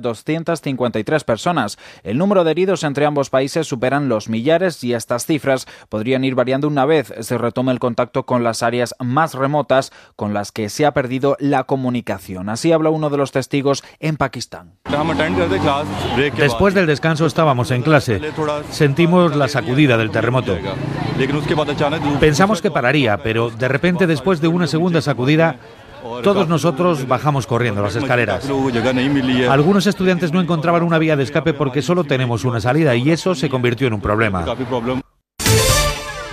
Speaker 12: 253 personas. El número de heridos entre ambos países superan los millares y estas cifras podrían ir variando una vez se retome el contacto con las áreas más remotas con las que se ha perdido la comunicación. Así habla uno de los testigos en Pakistán.
Speaker 18: Después del descanso estábamos en clase. Sentimos la sacudida del terremoto. Pensamos que pararía, pero de repente después de una segunda sacudida, todos nosotros bajamos corriendo las escaleras. Algunos estudiantes no encontraban una vía de escape porque solo tenemos una salida y eso se convirtió en un problema.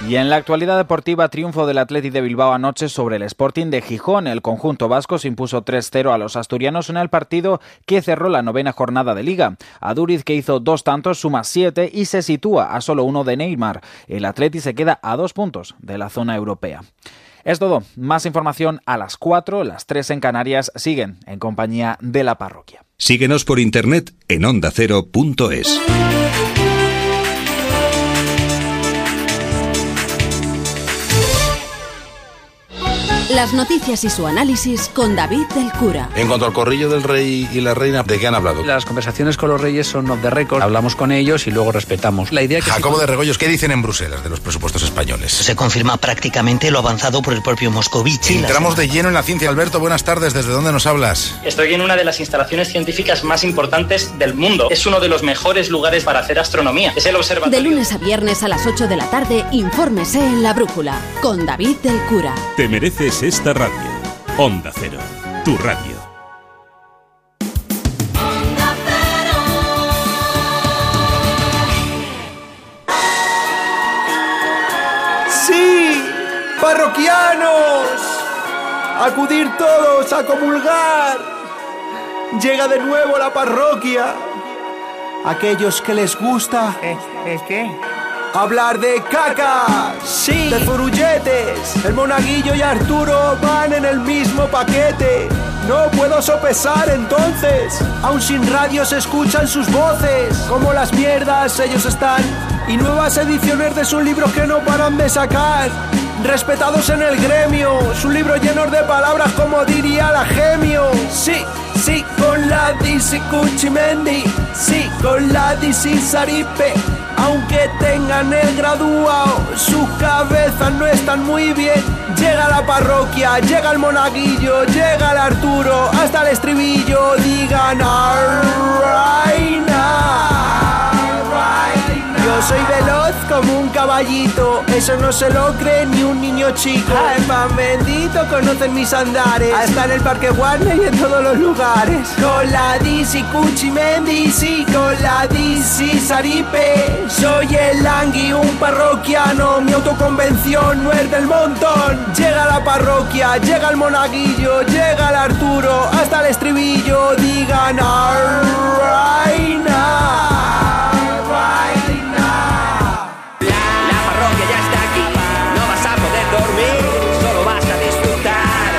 Speaker 12: Y en la actualidad deportiva, triunfo del Atleti de Bilbao anoche sobre el Sporting de Gijón. El conjunto vasco se impuso 3-0 a los asturianos en el partido que cerró la novena jornada de liga. Aduriz, que hizo dos tantos, suma siete y se sitúa a solo uno de Neymar. El Atleti se queda a dos puntos de la zona europea. Es todo. Más información a las 4, las 3 en Canarias. Siguen en compañía de la parroquia.
Speaker 19: Síguenos por internet en ondacero.es.
Speaker 20: Las noticias y su análisis con David del Cura.
Speaker 21: En cuanto al corrillo del rey y la reina, ¿de qué han hablado?
Speaker 22: Las conversaciones con los reyes son off the record. Hablamos con ellos y luego respetamos. La idea que
Speaker 21: Jacobo de Regoyos, ¿qué dicen en Bruselas de los presupuestos españoles?
Speaker 23: Se confirma prácticamente lo avanzado por el propio Moscovici.
Speaker 21: Entramos de lleno en la ciencia. Alberto, buenas tardes. ¿Desde dónde nos hablas?
Speaker 24: Estoy en una de las instalaciones científicas más importantes del mundo. Es uno de los mejores lugares para hacer astronomía. Es el observatorio.
Speaker 20: De lunes a viernes a las 8 de la tarde, infórmese en La Brújula con David del Cura.
Speaker 19: Te mereces esta radio. Onda Cero, tu radio.
Speaker 25: Sí, parroquianos, acudir todos a comulgar. Llega de nuevo la parroquia. Aquellos que les gusta...
Speaker 26: ¿Es qué?
Speaker 25: Hablar de caca, sí. de furulletes. El monaguillo y Arturo van en el mismo paquete. No puedo sopesar entonces. Aún sin radio se escuchan sus voces. Como las mierdas ellos están. Y nuevas ediciones de sus libros que no paran de sacar. Respetados en el gremio. Sus libros llenos de palabras como diría la gemio. Sí, sí, con la DC Cuchimendi. Sí, con la DC Saripe aunque tengan el graduado, sus cabezas no están muy bien. Llega la parroquia, llega el monaguillo, llega el Arturo, hasta el estribillo, digan alright now. Yo soy veloz como un caballito, eso no se lo cree ni un niño chico. Ay, pan bendito, conocen mis andares, hasta en el parque Warner y en todos los lugares. Ah. Con la DC Cuchi Mendici, con la DC Saripe, soy el Langui, un parroquiano, mi autoconvención no es del montón. Llega la parroquia, llega el monaguillo, llega el Arturo, hasta el estribillo, digan alright now.
Speaker 1: La parroquia ya está aquí, no vas a poder dormir, solo vas a disfrutar.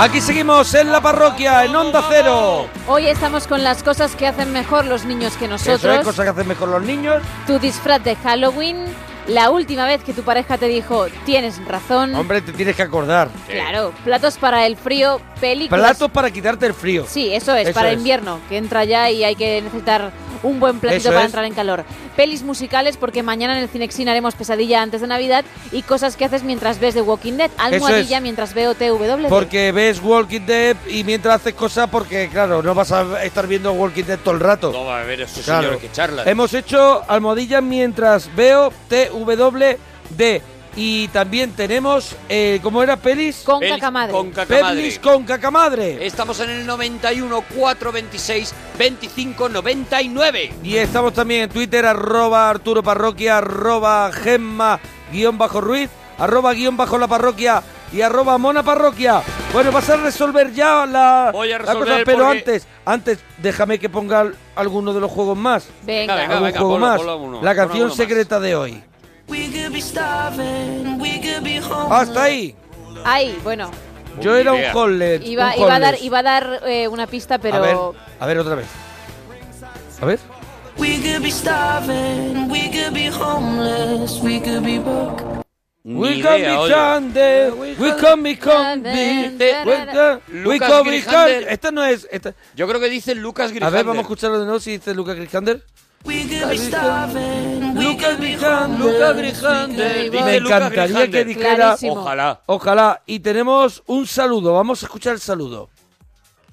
Speaker 2: Aquí seguimos en la parroquia, en Onda Cero.
Speaker 3: Hoy estamos con las cosas que hacen mejor los niños que
Speaker 2: Eso es
Speaker 3: nosotros.
Speaker 2: cosas que hacen mejor los niños.
Speaker 3: Tu disfraz de Halloween, la última vez que tu pareja te dijo tienes razón.
Speaker 2: Hombre, te tienes que acordar.
Speaker 3: Mm. Claro, platos para el frío, películas.
Speaker 2: Platos para quitarte el frío.
Speaker 3: Sí, eso es,
Speaker 2: Eso
Speaker 3: para
Speaker 2: es.
Speaker 3: invierno, que entra ya y hay que necesitar un buen platito
Speaker 2: Eso
Speaker 3: para
Speaker 2: es.
Speaker 3: entrar en calor. Pelis musicales, porque mañana en el Cinexin haremos pesadilla antes de Navidad y cosas que haces mientras ves The Walking Dead. Almohadilla mientras veo TW.
Speaker 2: Porque ves Walking Dead y mientras haces cosas, porque claro, no vas a estar viendo Walking Dead todo el rato.
Speaker 4: No va a haber estos
Speaker 2: Claro.
Speaker 4: señores que charlan.
Speaker 2: Hemos hecho almohadillas mientras veo TWD. Y también tenemos, eh, ¿cómo era? Pelis.
Speaker 3: Con
Speaker 4: Pelis cacamadre. con cacamadre.
Speaker 2: Pelis con cacamadre.
Speaker 4: Estamos en el 91 426 25 99.
Speaker 2: Y estamos también en Twitter, arroba Arturo Parroquia, arroba Gemma, guión bajo Ruiz, arroba guión bajo la parroquia y arroba Mona Parroquia. Bueno, vas a resolver ya la,
Speaker 4: Voy a
Speaker 2: la
Speaker 4: resolver
Speaker 2: cosa, pero
Speaker 4: porque-
Speaker 2: antes, antes, déjame que ponga al- alguno de los juegos más.
Speaker 3: Venga,
Speaker 2: Algún juego más. la canción secreta de hoy. Hasta Ah, ahí.
Speaker 3: Ay, bueno,
Speaker 2: Yo era un
Speaker 4: idea.
Speaker 2: college.
Speaker 3: iba,
Speaker 2: un
Speaker 3: iba a dar,
Speaker 2: college.
Speaker 3: iba a dar eh, una pista, pero...
Speaker 2: A ver, a ver otra vez. A ver.
Speaker 1: We could be starving, we could be homeless, we could be broke.
Speaker 2: We
Speaker 1: Ni
Speaker 2: can
Speaker 1: idea,
Speaker 2: be
Speaker 1: oye.
Speaker 2: Sunday, we can be
Speaker 1: Sunday,
Speaker 2: Sunday, we can- we
Speaker 4: Lucas
Speaker 2: can be
Speaker 4: Grijander.
Speaker 2: Sunday. Esta no es. esta-
Speaker 4: Yo creo que dice Lucas
Speaker 2: A
Speaker 4: Grijalde.
Speaker 2: ver, vamos a escucharlo de nuevo si dice Lucas Grijander.
Speaker 1: We could be starving, we could be
Speaker 2: Lucas
Speaker 1: homeless, we
Speaker 2: Grijander.
Speaker 1: could be
Speaker 2: Me encantaría que dijera.
Speaker 1: Ojalá.
Speaker 2: Ojalá. Y tenemos un saludo. Vamos a escuchar el saludo.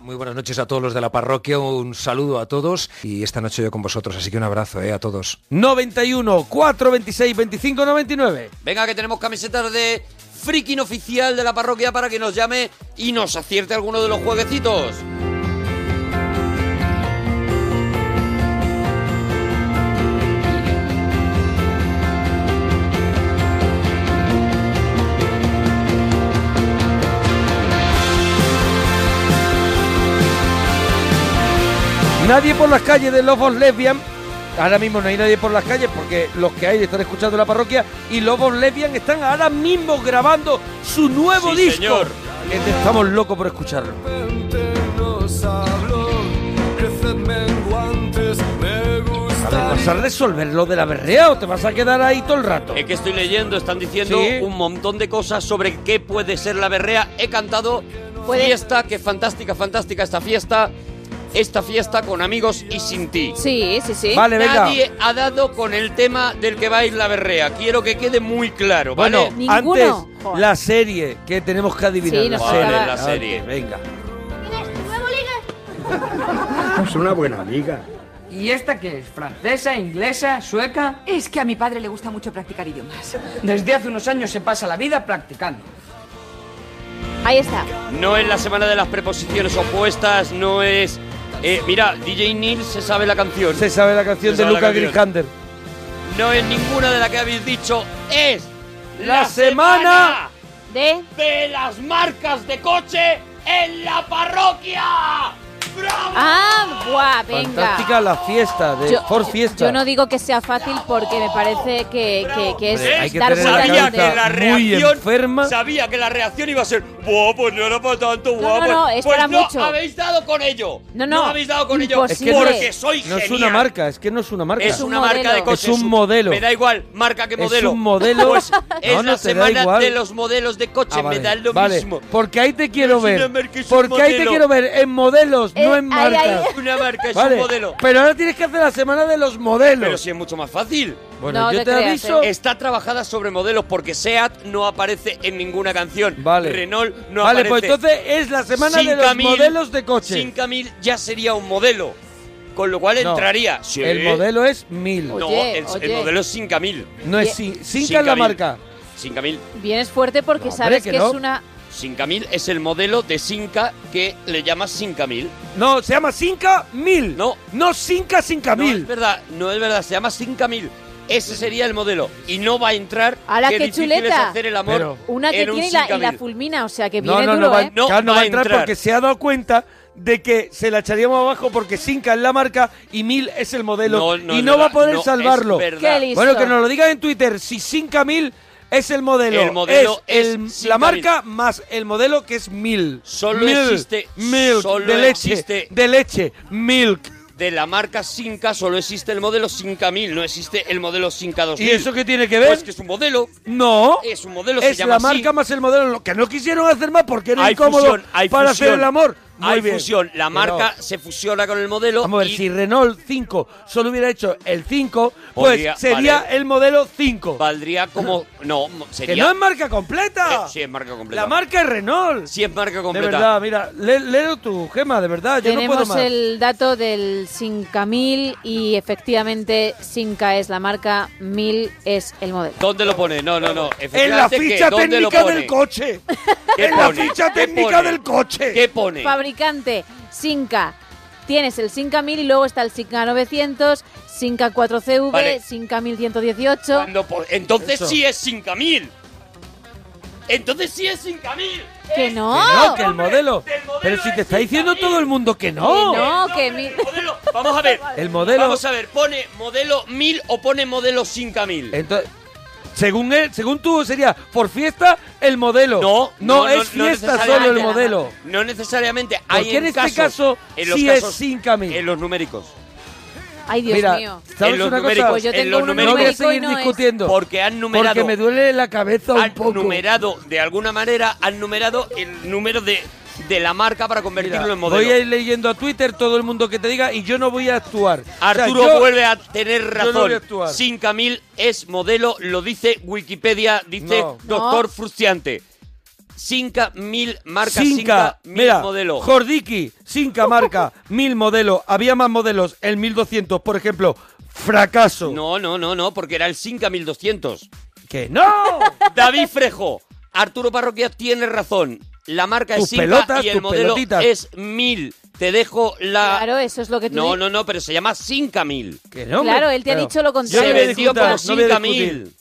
Speaker 5: Muy buenas noches a todos los de la parroquia, un saludo a todos y esta noche yo con vosotros, así que un abrazo eh, a todos.
Speaker 2: 91 426 25 99.
Speaker 4: Venga, que tenemos camisetas de freaking oficial de la parroquia para que nos llame y nos acierte alguno de los jueguecitos.
Speaker 2: Nadie por las calles de Lobos Lesbian. Ahora mismo no hay nadie por las calles porque los que hay están escuchando la parroquia y Lobos Lesbian están ahora mismo grabando su nuevo
Speaker 1: Sí,
Speaker 2: disco.
Speaker 1: señor.
Speaker 2: Este- Estamos locos por escucharlo.
Speaker 1: Nos habló, creced menguantes, me
Speaker 2: A ver,
Speaker 1: gusta.
Speaker 2: ¿vas a resolver lo de la berrea o te vas a quedar ahí todo el rato?
Speaker 4: Es que estoy leyendo, están diciendo
Speaker 2: Sí.
Speaker 4: un montón de cosas sobre qué puede ser la berrea. He cantado fiesta, que fantástica, fantástica esta fiesta. Esta fiesta con amigos y sin ti.
Speaker 3: Sí, sí, sí.
Speaker 4: Nadie ha dado con el tema del que va a ir la berrea. Quiero que quede muy claro, ¿vale?
Speaker 2: Bueno, antes la serie que tenemos que adivinar.
Speaker 4: Sí,
Speaker 2: la
Speaker 4: nos
Speaker 2: serie.
Speaker 4: faltaba. La serie.
Speaker 2: Antes, venga.
Speaker 8: Es una buena amiga.
Speaker 9: ¿Y esta qué es? ¿Francesa, inglesa, sueca? Es que a mi padre le gusta mucho practicar idiomas. Desde hace unos años se pasa la vida practicando.
Speaker 3: Ahí está.
Speaker 4: No es la semana de las preposiciones opuestas, no es... eh, mira, DJ Neil se sabe la canción.
Speaker 2: Se sabe la canción
Speaker 4: Se
Speaker 2: de
Speaker 4: sabe la
Speaker 2: Lucas
Speaker 4: canción.
Speaker 2: Grijander.
Speaker 4: No es ninguna de la que habéis dicho. Es
Speaker 2: La semana
Speaker 3: de,
Speaker 4: las marcas de coche en la parroquia. ¡Bravo!
Speaker 3: Ah, guau, venga.
Speaker 2: Fantástica la fiesta, de
Speaker 3: Yo-
Speaker 2: Ford Fiesta.
Speaker 3: Yo no digo que sea fácil porque me parece que, que- que es
Speaker 2: Hombre, hay que
Speaker 3: dar
Speaker 2: tener la
Speaker 3: vueltas
Speaker 2: cabeza
Speaker 3: de-
Speaker 2: muy enferma.
Speaker 4: Sabía que la reacción iba a ser, ¡buah, pues no era para tanto, guau,
Speaker 3: no,
Speaker 4: pues,
Speaker 3: no, es
Speaker 4: pues
Speaker 3: para
Speaker 4: no
Speaker 3: mucho".
Speaker 4: habéis dado con ello.
Speaker 3: No, no,
Speaker 4: habéis dado con ello
Speaker 2: Es que no
Speaker 4: porque
Speaker 2: es-
Speaker 4: soy
Speaker 2: No
Speaker 4: genial.
Speaker 2: es una marca, es que no es una marca.
Speaker 4: Es una marca de coche.
Speaker 2: Es un modelo.
Speaker 4: Me da igual, marca que
Speaker 2: Es
Speaker 4: modelo.
Speaker 2: un modelo.
Speaker 4: Pues
Speaker 2: No,
Speaker 4: es
Speaker 2: no
Speaker 4: la
Speaker 2: te da
Speaker 4: semana
Speaker 2: igual.
Speaker 4: de los modelos de coche,
Speaker 2: Ah, vale,
Speaker 4: me da lo
Speaker 2: vale.
Speaker 4: mismo.
Speaker 2: Porque ahí te quiero
Speaker 4: Es una
Speaker 2: ver.
Speaker 4: marca, es un
Speaker 2: Porque ahí te
Speaker 4: modelo.
Speaker 2: quiero ver en modelos, no en
Speaker 4: ay,
Speaker 2: marcas.
Speaker 4: ay. Una marca es un modelo.
Speaker 2: Pero ahora tienes que hacer la semana de los modelos.
Speaker 4: Pero si es mucho más fácil.
Speaker 2: Bueno, No yo te te creas, aviso- eh.
Speaker 4: Está trabajada sobre modelos porque SEAT no aparece en ninguna canción.
Speaker 2: Vale.
Speaker 4: Renault no
Speaker 2: Vale,
Speaker 4: aparece.
Speaker 2: pues entonces es la semana de los modelos de coche.
Speaker 4: 5000 ya sería un modelo. Con lo cual
Speaker 2: No,
Speaker 4: entraría. Sí.
Speaker 2: El modelo es mil.
Speaker 4: No, el, el modelo es 5000.
Speaker 2: No es cin- cinca es la
Speaker 4: 50.000.
Speaker 2: marca.
Speaker 4: 5000.
Speaker 3: Vienes fuerte porque
Speaker 4: No, hombre,
Speaker 3: sabes
Speaker 4: que
Speaker 3: que,
Speaker 4: no.
Speaker 3: es una...
Speaker 4: 5000 es el modelo de Sinca que le llamas 5000.
Speaker 2: No, se llama Cinca Mil.
Speaker 4: No.
Speaker 2: No Cinca Cinca
Speaker 4: No
Speaker 2: Mil.
Speaker 4: es verdad, no es verdad, se llama 5000. Ese sería el modelo y no va a entrar.
Speaker 3: ¡Hala,
Speaker 4: qué
Speaker 3: qué
Speaker 4: difícil
Speaker 3: chuleta!
Speaker 4: es hacer el amor
Speaker 3: una que
Speaker 4: en un
Speaker 3: tiene y la, y la
Speaker 4: 50.000.
Speaker 3: fulmina, o sea que
Speaker 2: No,
Speaker 3: viene
Speaker 2: no,
Speaker 3: duro,
Speaker 2: no va,
Speaker 3: ¿eh?
Speaker 2: no, claro, no va a entrar, porque se ha dado cuenta de que se la echaríamos abajo porque Cinca es la marca y Mil es el modelo
Speaker 4: No, no
Speaker 2: y
Speaker 4: es
Speaker 2: no va a
Speaker 4: verdad,
Speaker 2: poder
Speaker 4: no es
Speaker 2: salvarlo.
Speaker 4: verdad. Qué listo.
Speaker 2: Bueno, que nos lo digan en Twitter si Cinca Mil Es el modelo.
Speaker 4: El modelo
Speaker 2: es, el-
Speaker 4: es
Speaker 2: la
Speaker 4: simplemente-
Speaker 2: marca más el modelo que es mil.
Speaker 4: Solo
Speaker 2: Mil,
Speaker 4: existe-
Speaker 2: mil
Speaker 4: solo
Speaker 2: de leche,
Speaker 4: existe-
Speaker 2: de leche, milk.
Speaker 4: De la marca Sinca solo existe el modelo Sinca 1000, no existe el modelo Sinca 2000.
Speaker 2: ¿Y eso qué tiene que ver?
Speaker 4: Pues que es un modelo.
Speaker 2: No.
Speaker 4: Es un modelo, se
Speaker 2: Es
Speaker 4: llama
Speaker 2: la
Speaker 4: así.
Speaker 2: marca más el modelo. Lo que no quisieron hacer más porque era
Speaker 4: Hay
Speaker 2: incómodo
Speaker 4: fusión, hay
Speaker 2: para
Speaker 4: fusión.
Speaker 2: hacer el amor. Muy
Speaker 4: hay
Speaker 2: bien.
Speaker 4: fusión. La
Speaker 2: Pero-
Speaker 4: marca se fusiona con el modelo.
Speaker 2: Vamos a ver,
Speaker 4: y
Speaker 2: si Renault 5 solo hubiera hecho el 5, pues
Speaker 4: Podría-
Speaker 2: sería
Speaker 4: vale.
Speaker 2: el modelo 5.
Speaker 4: Valdría como. No, mo- sería. Eh,
Speaker 2: ¡Que no es marca completa!
Speaker 4: Sí, es marca completa.
Speaker 2: La marca es Renault.
Speaker 4: Sí, es marca completa.
Speaker 2: De verdad, mira, lé- léelo tu gema, de verdad, yo no
Speaker 3: Tenemos
Speaker 2: puedo más.
Speaker 3: el dato del Sinca 1000 y efectivamente Sinca es la marca, 1000 es el modelo.
Speaker 4: ¿Dónde lo pone? No, no, no.
Speaker 2: En la
Speaker 4: Efectivamente, ¿qué?
Speaker 2: ficha
Speaker 4: ¿Dónde lo
Speaker 2: técnica
Speaker 4: pone?
Speaker 2: del coche.
Speaker 4: ¿Qué
Speaker 2: en la
Speaker 4: pone?
Speaker 2: ficha
Speaker 4: ¿Qué
Speaker 2: técnica
Speaker 4: pone?
Speaker 2: del coche.
Speaker 4: ¿Qué pone?
Speaker 3: Fabricante Sinca. Tienes el Sinca 1000 y luego está el Sinca 900, Sinca 4CV,
Speaker 4: Vale.
Speaker 3: Sinca 1118.
Speaker 4: Cuando po- entonces
Speaker 3: Eso.
Speaker 4: sí es 5000. Entonces sí es 5000.
Speaker 3: ¡Que
Speaker 4: Es-
Speaker 3: no!
Speaker 2: Que no, que el modelo. Pero si te está diciendo todo el mundo que no.
Speaker 3: Que no, que mil-
Speaker 4: Vamos a ver.
Speaker 2: El modelo-
Speaker 4: Vamos a ver, pone modelo 1000 o pone modelo 5000.
Speaker 2: Entonces, según él, según tú sería por fiesta el modelo. No, no, es fiesta solo el
Speaker 4: necesariamente.
Speaker 2: modelo.
Speaker 4: No necesariamente.
Speaker 2: Porque
Speaker 4: Hay
Speaker 2: en este caso
Speaker 4: en los
Speaker 2: sí es
Speaker 4: casos,
Speaker 2: 5000.
Speaker 4: En los numéricos.
Speaker 3: Ay, Dios
Speaker 2: Mira,
Speaker 3: mío.
Speaker 2: ¿sabes
Speaker 4: En los
Speaker 2: una
Speaker 4: numéricos,
Speaker 2: cosa?
Speaker 4: Pues yo en tengo los uno numéricos.
Speaker 2: No voy a
Speaker 4: numérico y
Speaker 2: seguir
Speaker 4: no es.
Speaker 2: discutiendo.
Speaker 4: Porque han numerado-
Speaker 2: Porque me duele la cabeza un
Speaker 4: han
Speaker 2: poco.
Speaker 4: numerado, de alguna manera, han numerado el número de, de la marca para convertirlo en modelo.
Speaker 2: Voy a ir leyendo a Twitter todo el mundo que te diga y yo no voy a actuar.
Speaker 4: Arturo
Speaker 2: O sea, yo-
Speaker 4: vuelve a tener
Speaker 2: yo no voy a
Speaker 4: razón.
Speaker 2: actuar.
Speaker 4: Sin Camil es modelo, lo dice Wikipedia, dice
Speaker 2: No.
Speaker 4: Doctor
Speaker 2: No.
Speaker 4: Frustiante. Sinca mil marca
Speaker 2: Sinca,
Speaker 4: Sinca, mil
Speaker 2: mira,
Speaker 4: modelo.
Speaker 2: Jordiki, Sinca marca, mil modelo. Había más modelos, el 1200, por ejemplo. Fracaso.
Speaker 4: No, no, no, no, porque era el Sinca 1200.
Speaker 2: ¡Que no!
Speaker 4: David Frejo, Arturo Parroquia tiene razón. La marca
Speaker 2: Tus
Speaker 4: es Sinca
Speaker 2: pelotas,
Speaker 4: y el
Speaker 2: tus
Speaker 4: modelo
Speaker 2: pelotitas.
Speaker 4: es mil. Te dejo la.
Speaker 3: Claro, eso es lo que tú
Speaker 4: No,
Speaker 3: dices.
Speaker 4: no, no, pero se llama Sinca mil.
Speaker 2: no, hombre.
Speaker 3: Claro, él te ha
Speaker 2: Claro.
Speaker 3: dicho lo
Speaker 4: Se
Speaker 3: contrario.
Speaker 2: discutir,
Speaker 4: vendió por
Speaker 2: no voy a
Speaker 4: 5.000.
Speaker 2: discutir.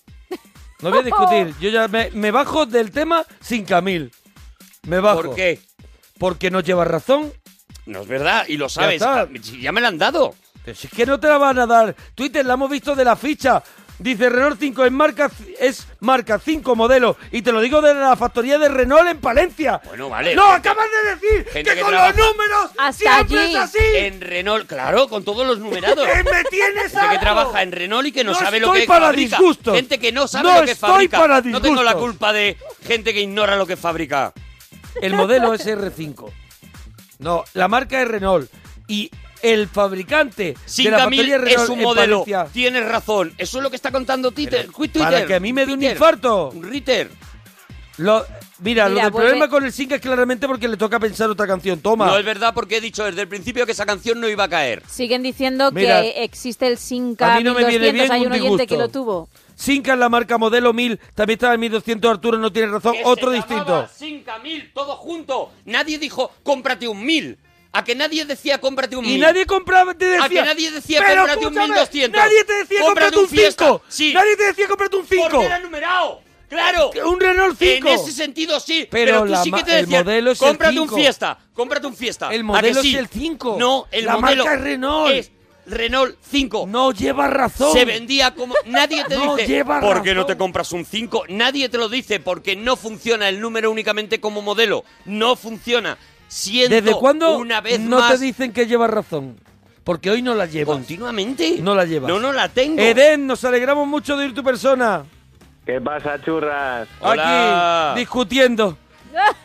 Speaker 2: No voy a discutir. Yo ya me, me bajo del tema Sinca mil. Me bajo.
Speaker 4: ¿Por qué?
Speaker 2: Porque no lleva razón.
Speaker 4: No es verdad, y lo
Speaker 2: Ya
Speaker 4: sabes. Ah,
Speaker 2: está.
Speaker 4: Ya, me la han dado.
Speaker 2: Pero si es que no te la van a dar. Twitter la hemos visto de la ficha. Dice Renault 5 es marca, es marca 5 modelo. Y te lo digo de la factoría de Renault en Palencia.
Speaker 4: Bueno, vale.
Speaker 2: ¡No, acabas de decir
Speaker 4: Gente
Speaker 2: que,
Speaker 4: que
Speaker 2: con
Speaker 4: trabaja.
Speaker 2: los números
Speaker 4: Hasta
Speaker 2: siempre
Speaker 4: allí.
Speaker 2: es así!
Speaker 4: En Renault, claro, con todos los numerados.
Speaker 2: ¡Que me tienes
Speaker 4: Gente que
Speaker 2: harto!
Speaker 4: trabaja en Renault y que no,
Speaker 2: No
Speaker 4: sabe lo
Speaker 2: estoy
Speaker 4: que
Speaker 2: para
Speaker 4: fabrica.
Speaker 2: disgustos.
Speaker 4: Gente que no sabe
Speaker 2: No
Speaker 4: lo que
Speaker 2: estoy
Speaker 4: fabrica.
Speaker 2: para
Speaker 4: no tengo la
Speaker 2: disgustos.
Speaker 4: culpa de gente que ignora lo que fabrica.
Speaker 2: El modelo es R5. No, la marca es Renault. Y el fabricante de la
Speaker 4: Sinca mil
Speaker 2: factoría Renault
Speaker 4: es un
Speaker 2: en
Speaker 4: modelo.
Speaker 2: Palencia-
Speaker 4: Tienes razón. Eso es lo que está contando Twitter. Twitter.
Speaker 2: para que a mí me dé un infarto.
Speaker 4: Un Ritter.
Speaker 2: Lo- mira, lo
Speaker 4: Mira, pues
Speaker 2: del
Speaker 4: eh vuelve-
Speaker 2: problema con el Sinca es claramente porque le toca pensar otra canción. Toma.
Speaker 4: No es verdad porque he dicho desde el principio que esa canción no iba a caer.
Speaker 3: Siguen diciendo
Speaker 2: Mira,
Speaker 3: que existe el Sinca
Speaker 2: a mí no me viene
Speaker 3: 1200.
Speaker 2: bien
Speaker 3: Hay un
Speaker 2: un
Speaker 3: oyente que lo
Speaker 2: disgusto.
Speaker 3: tuvo.
Speaker 2: Sinca es la marca modelo 1000. También estaba el 1200. Arturo no tiene razón.
Speaker 4: Que
Speaker 2: Otro
Speaker 4: se
Speaker 2: distinto.
Speaker 4: llamaba Sinca mil, todo junto. Nadie dijo cómprate un mil. A que nadie decía cómprate un
Speaker 2: Y
Speaker 4: mil.
Speaker 2: nadie compraba, te decía.
Speaker 4: A que nadie decía
Speaker 2: "Pero
Speaker 4: cómprate un
Speaker 2: escúchame,
Speaker 4: 1200.
Speaker 2: Nadie te decía
Speaker 4: Cómprate
Speaker 2: cómprate un
Speaker 4: un Fiesta".
Speaker 2: 5.
Speaker 4: Sí.
Speaker 2: Nadie te decía cómprate un 5.
Speaker 4: Porque era numerado. Claro.
Speaker 2: Un Renault 5.
Speaker 4: En ese sentido sí.
Speaker 2: Pero
Speaker 4: Pero,
Speaker 2: la
Speaker 4: tú sí
Speaker 2: ma-
Speaker 4: que te
Speaker 2: el
Speaker 4: decían,
Speaker 2: modelo es el
Speaker 4: cómprate un
Speaker 2: 5.
Speaker 4: Fiesta. Cómprate un Fiesta.
Speaker 2: El
Speaker 4: ¿A
Speaker 2: modelo
Speaker 4: que sí?
Speaker 2: es el 5.
Speaker 4: No, el
Speaker 2: La
Speaker 4: modelo.
Speaker 2: marca es Renault.
Speaker 4: Es Renault 5.
Speaker 2: No lleva razón.
Speaker 4: Se vendía como. Nadie te
Speaker 2: No
Speaker 4: dice.
Speaker 2: lleva
Speaker 4: ¿Por qué
Speaker 2: razón".
Speaker 4: no te compras un 5? Nadie te lo dice porque no funciona el número únicamente como modelo. No funciona. Siento
Speaker 2: ¿Desde cuándo
Speaker 4: una vez
Speaker 2: no
Speaker 4: más
Speaker 2: te dicen que llevas razón? Porque hoy no la llevas.
Speaker 4: Continuamente.
Speaker 2: No la llevas.
Speaker 4: No, no la tengo.
Speaker 2: Eden, nos alegramos mucho de ir tu persona.
Speaker 6: ¿Qué pasa, churras?
Speaker 4: Hola.
Speaker 2: Aquí, discutiendo.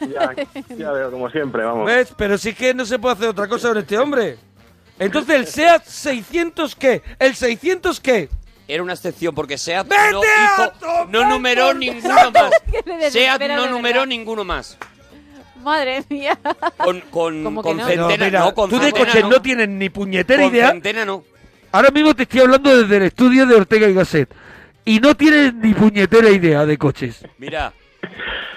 Speaker 6: Ya, ya veo, como siempre, vamos.
Speaker 2: ¿Ves? Pero sí que no se puede hacer otra cosa con este hombre. Entonces, ¿el SEAT 600 qué? ¿El 600 qué?
Speaker 4: Era una excepción porque SEAT no hizo, no numeró ninguno
Speaker 3: saco!
Speaker 4: más.
Speaker 3: Que le desespera
Speaker 4: SEAT
Speaker 3: de
Speaker 4: no
Speaker 3: verdad.
Speaker 4: numeró ninguno más.
Speaker 3: Madre mía.
Speaker 4: Con, con,
Speaker 3: ¿Cómo que
Speaker 4: con
Speaker 3: no?
Speaker 4: centena,
Speaker 2: mira,
Speaker 4: no, con
Speaker 2: tú de
Speaker 4: centena
Speaker 2: coches
Speaker 4: no.
Speaker 2: no. tienes ni puñetera
Speaker 4: Con
Speaker 2: idea.
Speaker 4: centena no.
Speaker 2: Ahora mismo te estoy hablando desde el estudio de Ortega y Gasset. Y no tienes ni puñetera idea de coches.
Speaker 4: Mira,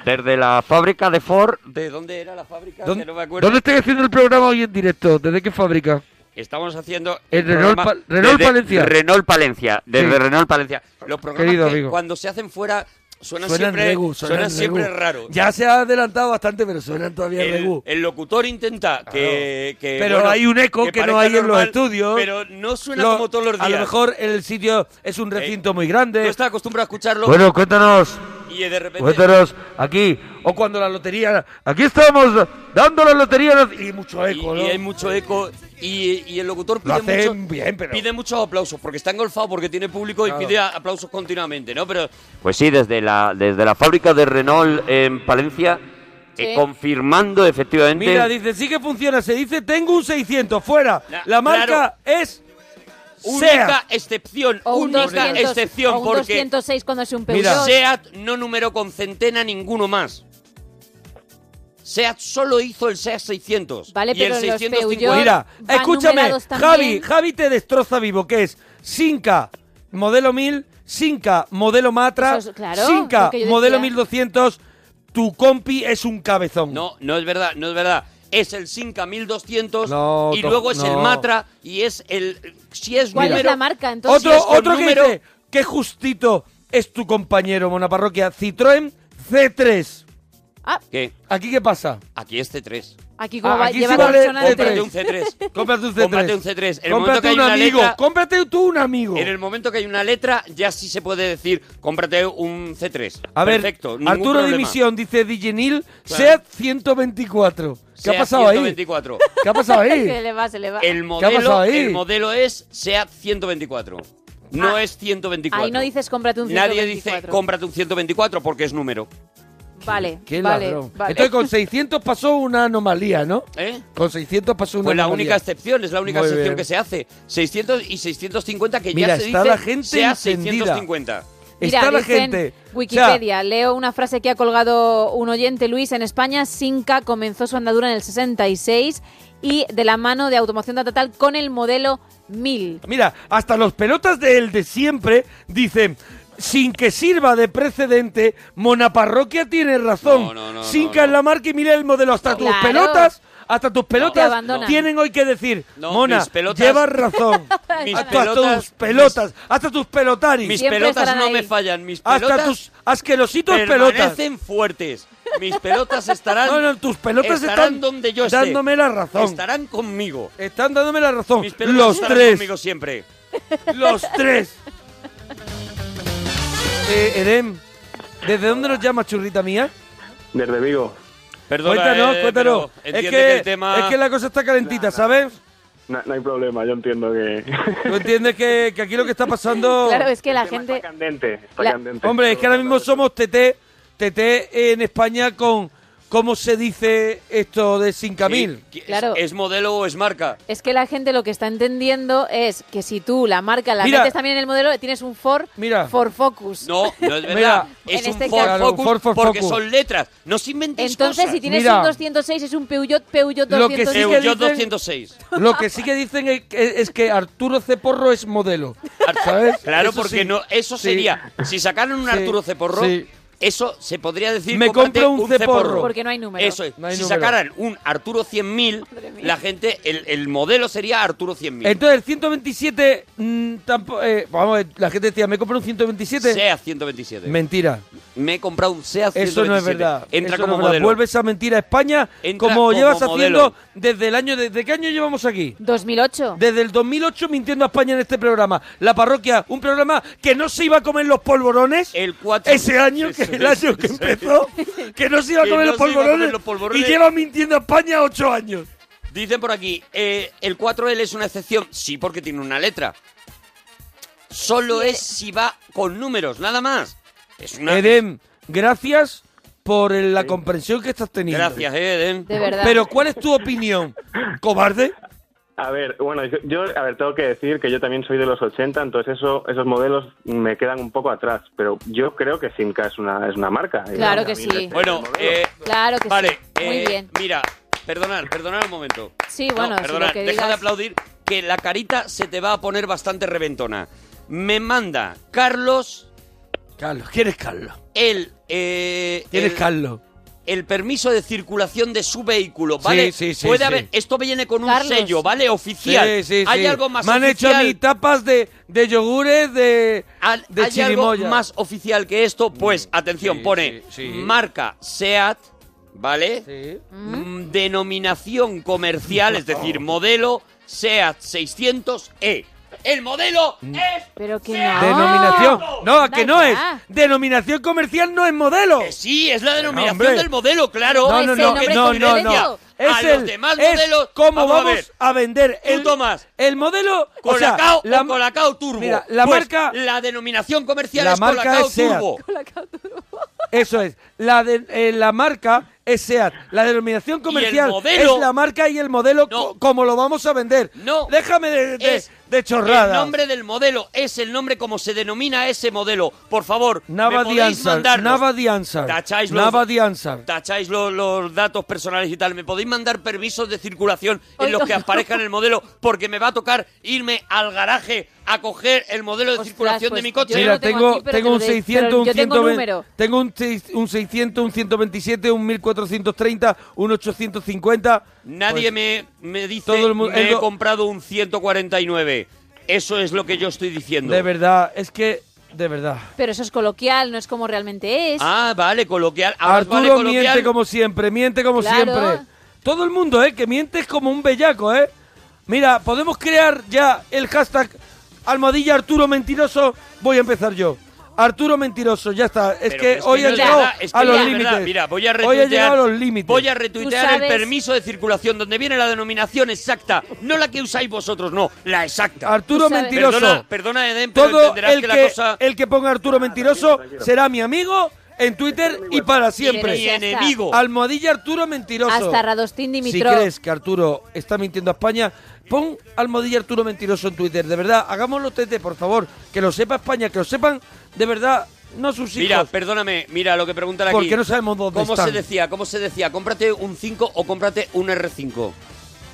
Speaker 6: Desde la fábrica de Ford,
Speaker 4: ¿de dónde era la fábrica?
Speaker 2: ¿Dónde,
Speaker 4: Que no me acuerdo.
Speaker 2: dónde estoy haciendo el programa hoy en directo? ¿Desde qué fábrica?
Speaker 4: Estamos haciendo...
Speaker 2: En
Speaker 4: el
Speaker 2: Renault
Speaker 4: programa
Speaker 2: Pa- Renault
Speaker 4: desde
Speaker 2: Palencia.
Speaker 6: Renault Palencia. Desde
Speaker 2: Sí.
Speaker 6: Renault Palencia.
Speaker 4: Los programas
Speaker 2: Querido
Speaker 4: que
Speaker 2: amigo.
Speaker 4: cuando se hacen fuera suenan,
Speaker 2: Suenan
Speaker 4: siempre,
Speaker 2: regu,
Speaker 4: suenan
Speaker 2: suenan
Speaker 4: siempre
Speaker 2: regu.
Speaker 4: raro.
Speaker 2: Ya se ha adelantado bastante, pero suenan todavía
Speaker 4: el,
Speaker 2: regu.
Speaker 4: el locutor intenta que, que,
Speaker 2: Pero
Speaker 4: bueno,
Speaker 2: hay un eco que, no
Speaker 4: parezca
Speaker 2: hay en los
Speaker 4: normal,
Speaker 2: estudios.
Speaker 4: Pero no suena
Speaker 2: Lo-
Speaker 4: como todos los días.
Speaker 2: A lo mejor el sitio es un recinto muy grande.
Speaker 4: Tú estás acostumbrado a escucharlo.
Speaker 2: Bueno, cuéntanos.
Speaker 4: Y de repente.
Speaker 2: Cuéntanos aquí. O cuando la lotería. Aquí estamos dando la lotería. Y mucho eco,
Speaker 4: Y,
Speaker 2: ¿no?
Speaker 4: y hay mucho eco. Y, y el locutor
Speaker 2: Lo
Speaker 4: pide,
Speaker 2: hacen
Speaker 4: mucho-
Speaker 2: bien, pero-
Speaker 4: pide muchos aplausos, porque está engolfado, porque tiene público y
Speaker 2: Claro.
Speaker 4: pide a- aplausos continuamente, ¿no? Pero
Speaker 6: Pues sí, desde la, desde la fábrica de Renault en Palencia, eh,
Speaker 2: Sí.
Speaker 6: confirmando efectivamente...
Speaker 2: Mira, dice, sí que funciona. Se dice, tengo un 600 fuera. la marca es.
Speaker 4: única
Speaker 2: Sea.
Speaker 4: excepción,
Speaker 3: O un
Speaker 4: única
Speaker 3: 200,
Speaker 4: excepción,
Speaker 3: o un
Speaker 4: porque
Speaker 3: 206 cuando es un Peugeot.
Speaker 4: SEAT no numeró con centena ninguno más. SEAT solo hizo el SEAT 600.
Speaker 3: Vale,
Speaker 4: y
Speaker 3: pero
Speaker 4: el
Speaker 3: los
Speaker 4: 650.
Speaker 3: Peugeot
Speaker 2: Mira,
Speaker 3: van
Speaker 2: escúchame,
Speaker 3: numerados también.
Speaker 2: Javi, Javi te destroza vivo, que es Sinca modelo 1000, Sinca modelo Matra,
Speaker 3: Pues,
Speaker 4: Eso es- claro, lo
Speaker 2: Sinca
Speaker 4: que yo
Speaker 2: modelo
Speaker 4: decía.
Speaker 2: 1200, tu compi es un cabezón.
Speaker 4: No, no es verdad, no es verdad. Es el Sinca 1200
Speaker 2: No,
Speaker 4: y
Speaker 2: to-
Speaker 4: luego es el
Speaker 2: no.
Speaker 4: Matra y es el... Si es
Speaker 3: ¿Cuál es
Speaker 4: número-
Speaker 3: la marca, entonces?
Speaker 4: Si
Speaker 2: otro
Speaker 4: es con
Speaker 2: otro que
Speaker 4: número-
Speaker 2: dice, qué justito es tu compañero, monaparroquia, Citroën C3.
Speaker 3: Ah.
Speaker 4: ¿Qué?
Speaker 2: ¿Aquí qué pasa?
Speaker 4: Aquí es C3.
Speaker 3: Aquí como va,
Speaker 2: Ah, aquí
Speaker 3: lleva
Speaker 2: sí vale
Speaker 3: consonantes.
Speaker 4: Cómprate un C3.
Speaker 2: Cómprate un C3.
Speaker 4: Cómprate un C3. En el momento
Speaker 2: Cómprate
Speaker 4: que hay
Speaker 2: un
Speaker 4: una
Speaker 2: amigo,
Speaker 4: letra-
Speaker 2: cómprate tú un amigo.
Speaker 4: En el momento que hay una letra, ya sí se puede decir, cómprate un C3.
Speaker 2: A ver,
Speaker 4: Perfecto, ningún
Speaker 2: Arturo
Speaker 4: problema.
Speaker 2: Dimisión dice Digenil
Speaker 4: Claro.
Speaker 2: SEAT 124. ¿Qué ha
Speaker 4: Seat
Speaker 2: pasado
Speaker 4: 124.
Speaker 2: ahí? ¿Qué ha pasado
Speaker 3: Se
Speaker 2: ahí?
Speaker 3: le va, se le va.
Speaker 4: El
Speaker 2: ha pasado
Speaker 4: modelo,
Speaker 2: ahí?
Speaker 4: el modelo es SEAT 124. No es 124.
Speaker 3: Ah. Ahí no dices cómprate un
Speaker 4: Nadie
Speaker 3: 124.
Speaker 4: dice cómprate un 124 porque es número.
Speaker 3: Vale,
Speaker 2: Qué
Speaker 3: vale,
Speaker 2: ladrón.
Speaker 3: vale.
Speaker 2: Entonces con 600 pasó una anomalía, ¿no?
Speaker 4: ¿Eh?
Speaker 2: Con 600 pasó una
Speaker 4: Pues la
Speaker 2: anomalía.
Speaker 4: única excepción, es la única
Speaker 2: Muy
Speaker 4: excepción
Speaker 2: bien.
Speaker 4: que se hace. 600 y 650 que
Speaker 2: Mira,
Speaker 4: ya se
Speaker 2: está
Speaker 4: dice
Speaker 2: la gente
Speaker 4: SEAT
Speaker 2: encendida.
Speaker 4: 650.
Speaker 3: Mira,
Speaker 2: Está la
Speaker 3: dicen
Speaker 2: gente.
Speaker 3: Wikipedia, leo una frase que ha colgado un oyente, Luis. En España, Sinca comenzó su andadura en el 66 y de la mano de automoción total con el modelo 1000.
Speaker 2: Mira, hasta los pelotas de él de siempre dicen... Sin que sirva de precedente, Monaparroquia tiene razón. Sinca es la marca y mira el modelo. Hasta tus
Speaker 3: Claro.
Speaker 2: pelotas, hasta tus
Speaker 3: Te
Speaker 2: pelotas
Speaker 3: abandonan.
Speaker 2: tienen hoy que decir,
Speaker 4: No,
Speaker 2: Mona,
Speaker 4: mis pelotas-
Speaker 2: llevas razón.
Speaker 4: Mis
Speaker 2: hasta
Speaker 4: pelotas-
Speaker 2: tus pelotas, hasta tus pelotaris.
Speaker 4: Mis pelotas no me fallan, mis pelotas
Speaker 2: Hasta tus asquerositos pelotas.
Speaker 4: permanecen fuertes. Mis pelotas estarán
Speaker 2: No, no, tus pelotas
Speaker 4: estarán
Speaker 2: están
Speaker 4: donde yo esté.
Speaker 2: dándome la razón.
Speaker 4: Estarán conmigo.
Speaker 2: Están dándome la razón.
Speaker 4: Mis pelotas
Speaker 2: Los
Speaker 4: estarán
Speaker 2: tres.
Speaker 4: conmigo siempre.
Speaker 2: Los tres. Eh, Edem, ¿desde dónde nos llama churrita mía?
Speaker 6: Desde Vigo.
Speaker 4: Perdona,
Speaker 2: cuéntanos,
Speaker 4: eh,
Speaker 2: cuéntanos.
Speaker 4: pero
Speaker 2: Es que,
Speaker 4: entiende que el tema-
Speaker 2: es que la cosa está calentita, ¿sabes?
Speaker 6: No, no hay problema, yo entiendo que...
Speaker 2: Tú entiendes que, que aquí lo que está pasando...
Speaker 3: Claro, es que la gente...
Speaker 6: candente, Este está
Speaker 3: La-
Speaker 6: candente.
Speaker 2: Hombre, es que ahora mismo somos TT, TT en España con... ¿Cómo se dice esto de sin camil?
Speaker 4: Sí, que es-
Speaker 3: Claro.
Speaker 4: ¿Es, modelo o es marca?
Speaker 3: Es que la gente lo que está entendiendo es que si tú la marca la
Speaker 4: Mira.
Speaker 3: metes también en el modelo, tienes un Ford,
Speaker 2: Mira.
Speaker 3: Ford Focus.
Speaker 4: No, no es
Speaker 2: Mira,
Speaker 4: verdad.
Speaker 3: en
Speaker 4: es un
Speaker 3: este
Speaker 4: Ford
Speaker 3: caso- Claro,
Speaker 4: Focus
Speaker 2: un Ford- Ford
Speaker 4: porque
Speaker 2: Focus.
Speaker 4: son letras. No se inventes
Speaker 3: Entonces,
Speaker 4: cosas.
Speaker 3: si tienes
Speaker 2: Mira.
Speaker 3: un 206, es un Peugeot, Peugeot
Speaker 2: Lo que
Speaker 3: 206.
Speaker 2: sí que
Speaker 4: Peugeot
Speaker 2: dicen-
Speaker 4: 206.
Speaker 2: Lo que sí que dicen es que, es que Arturo Ceporro es modelo. ¿Sabes?
Speaker 4: Claro,
Speaker 2: Eso
Speaker 4: porque
Speaker 2: sí.
Speaker 4: no, eso
Speaker 2: Sí.
Speaker 4: sería. Si sacaran un
Speaker 2: Sí,
Speaker 4: Arturo Ceporro,
Speaker 2: sí.
Speaker 4: eso se podría decir.
Speaker 2: Me
Speaker 4: cómprate
Speaker 2: compro un Ceporro.
Speaker 3: Porque no hay número.
Speaker 4: Eso es.
Speaker 2: No hay
Speaker 4: si
Speaker 2: número.
Speaker 4: sacaran un Arturo 100.000, la gente, el, el modelo sería Arturo 100.000.
Speaker 2: Entonces, el 127, mm, tampo- eh, vamos, a ver, la gente decía, me compré un 127.
Speaker 4: Sea 127.
Speaker 2: Mentira.
Speaker 4: Me he comprado un SEA 127.
Speaker 2: Eso no es verdad.
Speaker 4: Entra
Speaker 2: Eso no
Speaker 4: como
Speaker 2: es verdad.
Speaker 4: modelo.
Speaker 2: Vuelves a mentir a España
Speaker 4: Entra
Speaker 2: como,
Speaker 4: como
Speaker 2: llevas
Speaker 4: modelo.
Speaker 2: haciendo desde el año. ¿Desde qué año llevamos aquí?
Speaker 3: 2008.
Speaker 2: Desde el 2008 mintiendo a España en este programa. La parroquia, un programa que no se iba a comer los polvorones.
Speaker 4: El 4.
Speaker 2: Ese año, que el año que empezó, que no se iba a
Speaker 4: Que
Speaker 2: comer,
Speaker 4: no
Speaker 2: los,
Speaker 4: se iba a
Speaker 2: polvorones,
Speaker 4: comer los polvorones.
Speaker 2: Y lleva mintiendo a España ocho años.
Speaker 4: Dicen por aquí, eh, el 4L es una excepción. Sí, porque tiene una letra. Solo es si va con números, nada más. Es una...
Speaker 2: Edem, gracias por eh, la comprensión que estás teniendo.
Speaker 4: Gracias, eh, Edem.
Speaker 3: De verdad.
Speaker 2: Pero ¿cuál es tu opinión? ¿Cobarde?
Speaker 6: A ver, bueno, yo- yo a ver, tengo que decir que yo también soy de los 80, entonces eso, esos modelos me quedan un poco atrás, pero yo creo que Simca es una, es una marca.
Speaker 3: Claro
Speaker 6: Y
Speaker 3: que
Speaker 6: a mí me-
Speaker 3: sí.
Speaker 4: Bueno, eh,
Speaker 3: Claro que
Speaker 4: vale.
Speaker 3: sí. Muy
Speaker 4: eh,
Speaker 3: bien.
Speaker 4: Mira, perdonar, perdonar un momento.
Speaker 3: Sí,
Speaker 4: No,
Speaker 3: bueno, si lo
Speaker 4: perdonar,
Speaker 3: que
Speaker 4: deja de
Speaker 3: digas-
Speaker 4: aplaudir que la carita se te va a poner bastante reventona. Me manda Carlos
Speaker 2: Carlos, ¿quién es Carlos?
Speaker 4: el... Eh,
Speaker 2: ¿Quién es
Speaker 4: el-
Speaker 2: Carlos?
Speaker 4: el permiso de circulación de su vehículo,
Speaker 2: Sí,
Speaker 4: ¿vale?
Speaker 2: sí, sí,
Speaker 4: Puede
Speaker 2: sí.
Speaker 4: haber, esto viene con un
Speaker 2: Carlos.
Speaker 4: sello, ¿vale? Oficial.
Speaker 2: Sí, sí,
Speaker 4: Hay
Speaker 2: sí.
Speaker 4: algo más
Speaker 2: Me han
Speaker 4: oficial.
Speaker 2: hecho a mí tapas de, de yogures de,
Speaker 4: Al-
Speaker 2: de
Speaker 4: ¿Hay algo
Speaker 2: chirimoya. Mm,
Speaker 4: más oficial que esto? Pues, atención,
Speaker 2: sí,
Speaker 4: pone
Speaker 2: sí, sí.
Speaker 4: marca SEAT, ¿vale? Mm, Denominación comercial, es decir, modelo SEAT 600E. E. El modelo es...
Speaker 3: Pero que
Speaker 2: Mm. Denominación. No, ¿a que no es. Denominación comercial no es modelo.
Speaker 4: Sí, es la denominación
Speaker 2: hombre.
Speaker 4: del modelo, claro.
Speaker 2: No, no, no, que- no, no, no.
Speaker 4: Es
Speaker 2: Es
Speaker 4: a
Speaker 2: el,
Speaker 4: los demás
Speaker 2: es
Speaker 4: modelos.
Speaker 2: cómo
Speaker 4: vamos a
Speaker 2: vamos
Speaker 4: ver.
Speaker 2: a, vender el, el modelo o sea,
Speaker 4: Colacao
Speaker 2: la-
Speaker 4: o Colacao Turbo.
Speaker 2: Mira, la
Speaker 4: Pues,
Speaker 2: marca
Speaker 4: La denominación comercial
Speaker 2: la
Speaker 4: es
Speaker 2: marca
Speaker 4: Colacao
Speaker 2: es Seat.
Speaker 4: Turbo.
Speaker 2: Eso es. La, de, eh, la marca es SEAT. La denominación comercial
Speaker 4: modelo-
Speaker 2: es la marca y el modelo co- como lo vamos a vender.
Speaker 4: No.
Speaker 2: Déjame de, de,
Speaker 4: Es
Speaker 2: de chorradas.
Speaker 4: El nombre del modelo es el nombre como se denomina ese modelo. Por favor, me
Speaker 2: Nava the
Speaker 4: podéis
Speaker 2: answer.
Speaker 4: mandar.
Speaker 2: Nava the answer.
Speaker 4: Tacháis los-
Speaker 2: Nava the answer.
Speaker 4: Tacháis lo- los datos personales y tal. ¿Me podéis mandar permisos de circulación en
Speaker 2: Hoy
Speaker 4: los que
Speaker 2: no.
Speaker 4: aparezcan el modelo? Porque me va a tocar irme al garaje a coger el modelo de circulación de
Speaker 2: pues
Speaker 4: mi coche.
Speaker 2: Mira, tengo, tengo un 600, un 120,
Speaker 4: número.
Speaker 2: tengo un, seis- un 600, un 127, un 1430, un 850. Pues,
Speaker 4: Nadie me, me dice
Speaker 2: todo el mu-
Speaker 4: me
Speaker 2: el
Speaker 4: he
Speaker 2: do-
Speaker 4: comprado un 149. Eso es lo que yo estoy diciendo.
Speaker 2: De verdad, es que, de verdad.
Speaker 3: Pero eso es coloquial, no es como realmente es.
Speaker 4: Ah, vale, coloquial. Ahora
Speaker 2: Arturo
Speaker 4: vale, coloquial.
Speaker 2: miente como siempre, miente como
Speaker 3: Claro.
Speaker 2: siempre. Todo el mundo, ¿eh? Que miente es como un bellaco, ¿eh? Mira, podemos crear ya el hashtag almohadilla Arturo Mentiroso. Voy a empezar yo. Arturo Mentiroso, ya está. Es
Speaker 4: Pero
Speaker 2: que
Speaker 4: es
Speaker 2: hoy
Speaker 4: no
Speaker 2: ha
Speaker 4: es
Speaker 2: llegado
Speaker 4: verdad, es que
Speaker 2: a
Speaker 4: no
Speaker 2: los
Speaker 4: es verdad.
Speaker 2: límites.
Speaker 4: Mira, voy
Speaker 2: Hoy
Speaker 4: a
Speaker 2: ha
Speaker 4: retuitear,
Speaker 2: llegado a los límites.
Speaker 4: Voy a
Speaker 2: Tú
Speaker 4: retuitear el
Speaker 2: sabes-
Speaker 4: permiso de circulación, donde viene la denominación exacta. No la que usáis vosotros, no, la exacta.
Speaker 2: Arturo Mentiroso.
Speaker 4: Perdona, perdona Edén, pero
Speaker 2: Todo
Speaker 4: entenderás
Speaker 2: el
Speaker 4: que,
Speaker 2: que,
Speaker 4: la cosa...
Speaker 2: el que ponga
Speaker 3: Ah,
Speaker 2: Arturo Mentiroso será mi amigo en Twitter y para siempre.
Speaker 3: Pero ya está. enemigo.
Speaker 2: Almohadilla Arturo Mentiroso.
Speaker 3: Hasta Radostín Dimitrov.
Speaker 2: Si crees que Arturo está mintiendo a España, pon almohadilla Arturo Mentiroso en Twitter. De verdad, hagámoslo tete, por favor. Que lo sepa España, que lo sepan de verdad, no sus hijos.
Speaker 4: Mira, perdóname, mira lo que preguntan aquí.
Speaker 2: Porque no sabemos dónde
Speaker 4: ¿Cómo
Speaker 2: están.
Speaker 4: se decía? ¿Cómo se decía? ¿Cómprate un 5 o cómprate un R5?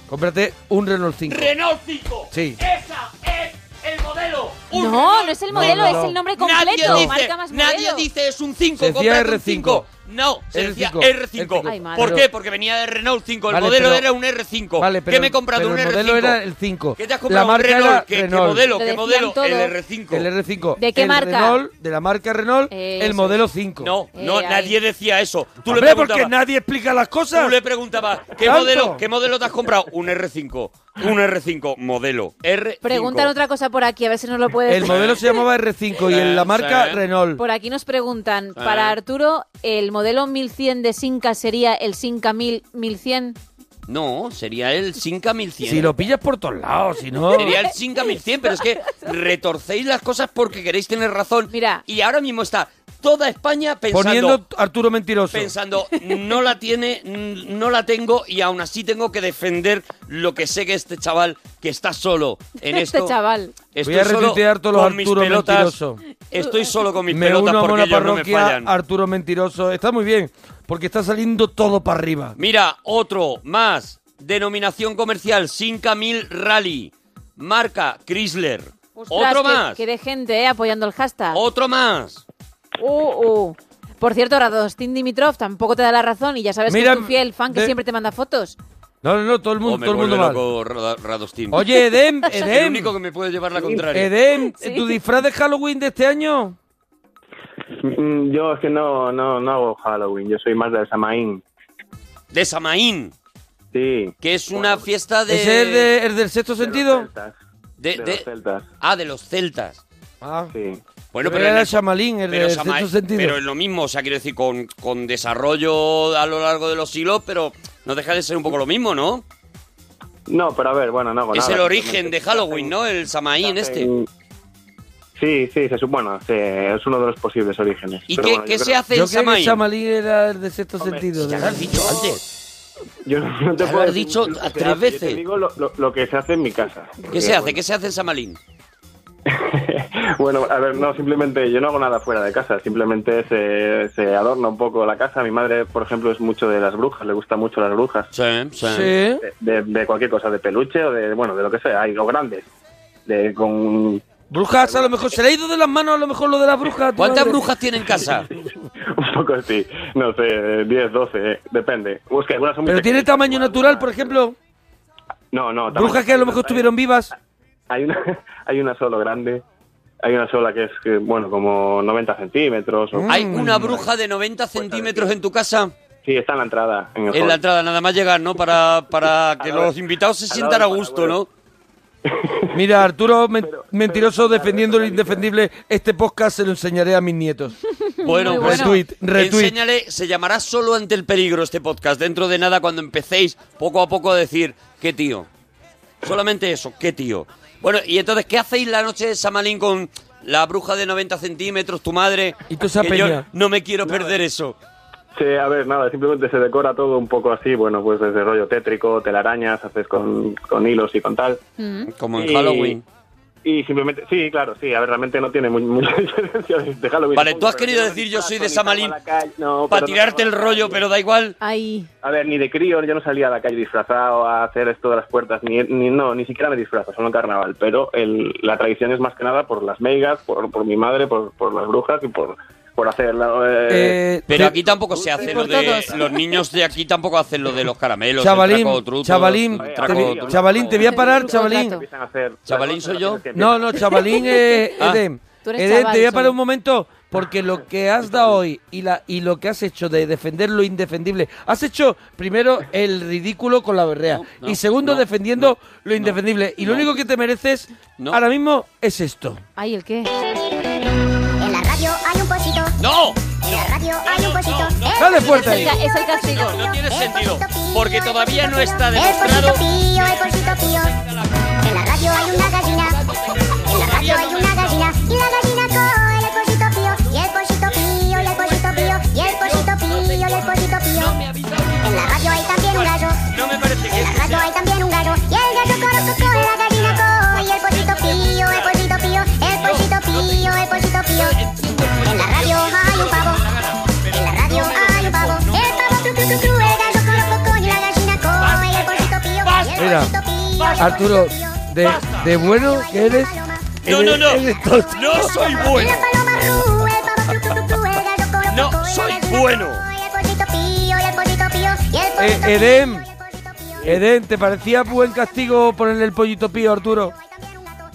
Speaker 2: Cómprate un Renault 5.
Speaker 4: ¡Renault 5!
Speaker 2: Sí.
Speaker 4: ¡Esa es el modelo!
Speaker 3: No, no es el modelo, es el nombre completo.
Speaker 4: Nadie dice,
Speaker 3: marca más modelo.
Speaker 4: nadie dice es un 5,
Speaker 2: Se decía
Speaker 4: cómprate un
Speaker 2: R5.
Speaker 4: 5. No, se decía
Speaker 2: R5.
Speaker 4: R5.
Speaker 2: Ay, madre.
Speaker 4: ¿Por
Speaker 2: Pero-
Speaker 4: qué? Porque venía de Renault 5. El
Speaker 2: Vale,
Speaker 4: modelo
Speaker 2: pero-
Speaker 4: era un R5.
Speaker 2: Vale, pero,
Speaker 4: ¿Qué me he comprado?
Speaker 2: pero
Speaker 4: Un
Speaker 2: el
Speaker 4: R5.
Speaker 2: modelo era el 5.
Speaker 4: ¿Qué te has comprado?
Speaker 2: La marca
Speaker 4: un Renault.
Speaker 2: era
Speaker 4: ¿Qué, qué
Speaker 2: Renault.
Speaker 4: modelo?
Speaker 3: Lo
Speaker 4: ¿Qué
Speaker 3: decían
Speaker 4: modelo?
Speaker 3: todo.
Speaker 4: El R5.
Speaker 2: El R5.
Speaker 3: ¿De qué
Speaker 2: El
Speaker 3: marca? Eh,
Speaker 2: Renault, de la marca Renault,
Speaker 3: Eso
Speaker 2: el
Speaker 3: es.
Speaker 2: modelo 5.
Speaker 4: No, no,
Speaker 3: Eh, ahí.
Speaker 4: nadie decía eso. Tú
Speaker 2: Hombre,
Speaker 4: le
Speaker 2: porque
Speaker 4: preguntabas,
Speaker 2: nadie explica las cosas.
Speaker 4: Tú le preguntabas, ¿qué
Speaker 2: Tanto.
Speaker 4: modelo, ¿qué modelo te has comprado? Un R5. Un R5, modelo. R5.
Speaker 3: Preguntan otra cosa por aquí, a ver si nos lo puedes
Speaker 2: El modelo se llamaba R5 y en la marca
Speaker 4: Sí.
Speaker 2: Renault.
Speaker 3: Por aquí nos preguntan,
Speaker 2: Ah.
Speaker 3: para Arturo, ¿el modelo 1100 de Sinca sería el Sinca 1000 1100?
Speaker 4: No, sería el Sinca 1100.
Speaker 2: Si lo pillas por todos lados, si no.
Speaker 4: Sería el Sinca 1100, pero es que retorcéis las cosas porque queréis tener razón. Mira. Y ahora mismo está toda España pensando...
Speaker 2: Poniendo Arturo mentiroso.
Speaker 4: Pensando, no la tiene, mm, no la tengo y aún así tengo que defender lo que sé que este chaval que está solo en
Speaker 3: este
Speaker 4: esto.
Speaker 3: chaval.
Speaker 4: Estoy
Speaker 2: Voy a
Speaker 4: solo
Speaker 2: retuitear todos los
Speaker 4: con mis
Speaker 2: Arturo
Speaker 4: pelotas.
Speaker 2: mentiroso.
Speaker 4: Estoy solo con mis
Speaker 2: me
Speaker 4: pelotas
Speaker 2: uno a
Speaker 4: porque
Speaker 2: la
Speaker 4: ellos no me
Speaker 2: parroquia
Speaker 4: fallan.
Speaker 2: Arturo mentiroso. Está muy bien, porque está saliendo todo para arriba.
Speaker 4: Mira, otro más. Denominación comercial Sinca 1000 Rally. Marca Chrysler.
Speaker 3: Ostras,
Speaker 4: otro
Speaker 3: que-
Speaker 4: más.
Speaker 3: Que de gente eh, apoyando el hashtag.
Speaker 4: Otro más.
Speaker 3: Uh, uh. Por cierto, Radostin Dimitrov tampoco te da la razón y ya sabes
Speaker 2: Mira,
Speaker 3: que es tu fiel fan que
Speaker 2: de-
Speaker 3: siempre te manda fotos.
Speaker 2: No, no, no, todo el mundo,
Speaker 4: Oh, me
Speaker 2: todo el mundo mal.
Speaker 4: vuelve loco Ra- Radostin.
Speaker 2: Oye, Edem,
Speaker 4: Es
Speaker 2: Edem.
Speaker 4: El único que me puede llevar la contraria.
Speaker 2: Edem, ¿tu disfraz de Halloween de este año?
Speaker 6: Mm, Yo es que no, no, no hago Halloween, yo soy más de Samaín.
Speaker 4: De Samaín.
Speaker 6: Sí.
Speaker 4: Que es una fiesta de...
Speaker 2: ¿Ese es, de- es del sexto sentido?
Speaker 4: de-
Speaker 6: de
Speaker 4: de-
Speaker 6: los celtas.
Speaker 4: Ah, de los celtas.
Speaker 2: Ah.
Speaker 6: Sí.
Speaker 4: Bueno,
Speaker 2: Yo
Speaker 4: pero
Speaker 2: era
Speaker 4: en el-
Speaker 2: Shamalín, el del
Speaker 4: Samaí-
Speaker 2: sexto sentido.
Speaker 4: pero es lo mismo, o sea, quiero decir, con, con desarrollo a lo largo de los siglos, pero no deja de ser un poco lo mismo, ¿no?
Speaker 6: No, pero a ver, bueno, no hago
Speaker 4: es
Speaker 6: nada,
Speaker 4: el origen
Speaker 6: simplemente
Speaker 4: de Halloween, ¿no? El Samaín este.
Speaker 6: hacen- Mm. Sí, sí, se supone, bueno, se- es uno de los posibles orígenes.
Speaker 4: ¿Y
Speaker 6: Pero
Speaker 4: qué-
Speaker 6: bueno, yo
Speaker 4: qué se
Speaker 6: creo-
Speaker 4: hace
Speaker 2: Yo creo que Shamalín era el de sexto sentido.
Speaker 4: ya
Speaker 2: de-
Speaker 4: lo has dicho antes.
Speaker 6: Yo no te
Speaker 4: Ya lo
Speaker 6: puedo
Speaker 4: has
Speaker 6: decir
Speaker 4: dicho
Speaker 6: lo que
Speaker 4: a
Speaker 6: se
Speaker 4: tres
Speaker 6: hace, pues, yo te
Speaker 4: veces.
Speaker 6: digo lo, lo- lo que se hace en mi casa.
Speaker 4: ¿Qué
Speaker 6: Porque,
Speaker 4: se hace? ¿Qué se hace en Samalín?
Speaker 6: Bueno, a ver, no, simplemente yo no hago nada fuera de casa, simplemente se, se adorna un poco la casa. Mi madre, por ejemplo, es mucho de las brujas, le gustan mucho las brujas.
Speaker 4: Sí, sí.
Speaker 6: De, de- de cualquier cosa, de peluche o de, bueno, de lo que sea, hay los grandes. De, con
Speaker 2: Brujas, a lo mejor se le ha ido de las manos a lo mejor lo de las brujas.
Speaker 6: ¿Cuántas
Speaker 4: brujas tiene en casa?
Speaker 6: un poco así, no sé, 10, 12, eh, depende. O es que algunas son muy
Speaker 2: Pero tiene
Speaker 6: pequeñas.
Speaker 2: tamaño natural, por ejemplo.
Speaker 6: No, no, tamaño-
Speaker 2: Brujas que a lo mejor estuvieron vivas.
Speaker 6: Hay una, hay una solo grande. Hay una sola que es, que, bueno, como 90 centímetros. o-
Speaker 2: Mm.
Speaker 4: ¿Hay una bruja de 90 centímetros en tu casa?
Speaker 6: Sí, está en la entrada. En, el
Speaker 4: En
Speaker 6: hall.
Speaker 4: la entrada, nada más llegar, ¿no? Para, para que
Speaker 6: Al lado-
Speaker 4: los invitados se
Speaker 6: al lado
Speaker 4: sientan a
Speaker 6: del
Speaker 4: gusto, ¿no?
Speaker 2: Mira, Arturo men- Mentiroso defendiendo lo indefendible, este podcast se lo enseñaré a mis nietos.
Speaker 4: Bueno, pues
Speaker 2: retweet, retweet.
Speaker 4: Enséñale, se llamará solo ante el peligro este podcast. Dentro de nada, cuando empecéis poco a poco a decir, qué tío. Solamente eso, qué tío. Bueno, y entonces, ¿qué hacéis la noche de Samalín con la bruja de 90 centímetros, tu madre? Y tú
Speaker 2: esa
Speaker 4: yo
Speaker 2: peña.
Speaker 4: no me quiero perder eso.
Speaker 6: Sí, a ver, nada, simplemente se decora todo un poco así, bueno, pues desde rollo tétrico, telarañas, haces con, con hilos y con tal.
Speaker 4: Mm. Como en
Speaker 6: Y-
Speaker 4: Halloween.
Speaker 6: Y simplemente, sí, claro, sí, a ver, realmente no tiene muy- mucha diferencia de de Halloween.
Speaker 4: Vale, tú has
Speaker 6: Pero
Speaker 4: querido
Speaker 6: tiene
Speaker 4: decir yo soy de
Speaker 6: disfrazo, ni
Speaker 4: Samalín
Speaker 2: Eh,
Speaker 6: salgo a la calle, no,
Speaker 4: para
Speaker 6: pero no
Speaker 4: tirarte el
Speaker 6: salgo a la
Speaker 4: rollo,
Speaker 6: calle.
Speaker 4: pero da igual.
Speaker 6: A ver, ni de crío, yo no salía a la calle disfrazado a hacer esto de las puertas, ni, ni no, ni siquiera me disfrazo, solo en carnaval. Pero el- la tradición es más que nada por las meigas, por, por mi madre, por, por las brujas y por, por hacer la. eh,
Speaker 4: Pero aquí tampoco se hace lo
Speaker 6: por
Speaker 4: de.
Speaker 6: todos.
Speaker 4: Los niños de aquí tampoco hacen lo de los caramelos. el
Speaker 2: Chavalín,
Speaker 4: trago truco,
Speaker 2: chavalín,
Speaker 4: el
Speaker 2: te
Speaker 4: trago
Speaker 2: vi-
Speaker 4: truco.
Speaker 2: chavalín, te voy a parar, chavalín.
Speaker 6: empiezan a hacer-
Speaker 4: Chavalín soy yo.
Speaker 2: No, no, chavalín eh,
Speaker 4: Ah.
Speaker 2: Edem.
Speaker 4: Tú eres
Speaker 2: Edem,
Speaker 4: chaval
Speaker 2: te voy a
Speaker 4: solo.
Speaker 2: parar un momento porque lo que has dado hoy y la y lo que has hecho de defender lo indefendible, has hecho primero el ridículo con la berrea y segundo defendiendo lo indefendible y lo único que te mereces ahora mismo es esto.
Speaker 3: Ay, ¿el qué?
Speaker 11: En la radio hay un pocito.
Speaker 4: ¡No!
Speaker 11: En la radio hay un pocito.
Speaker 2: Dale fuerte
Speaker 11: Es el
Speaker 2: ahí.
Speaker 11: ca- Es el castigo.
Speaker 4: No tiene sentido, porque todavía no está
Speaker 11: El pocito
Speaker 4: demostrado.
Speaker 11: pío, el pocito pío. En la radio hay una gallina. En la radio hay una gallina. Y la gallina coe el pocito pío. Y el pocito pío, y el pocito pío. Y el pocito pío, y el pocito pío. En la radio hay también un gallo.
Speaker 4: No me parece que
Speaker 11: En la radio hay también un gallo. Y el gallo coro, co, co, la gallina coe. Y el pocito pío, el pocito pío. El pocito pío, el pocito pío. En la radio hay un pavo. En la radio hay un pavo. El pavo cru cru cru cru. El gallo coro co, co, y la gallina coe. El pocito pío. y el
Speaker 2: Mira, Arturo, de, de bueno que eres.
Speaker 4: No, no, no. No soy bueno.
Speaker 11: No
Speaker 4: soy bueno.
Speaker 11: pocito pío, y el pocito pío. Y el
Speaker 2: Eh,
Speaker 11: pocito pío.
Speaker 2: Edem, Edem, ¿te parecía buen castigo ponerle el pollito pío, Arturo?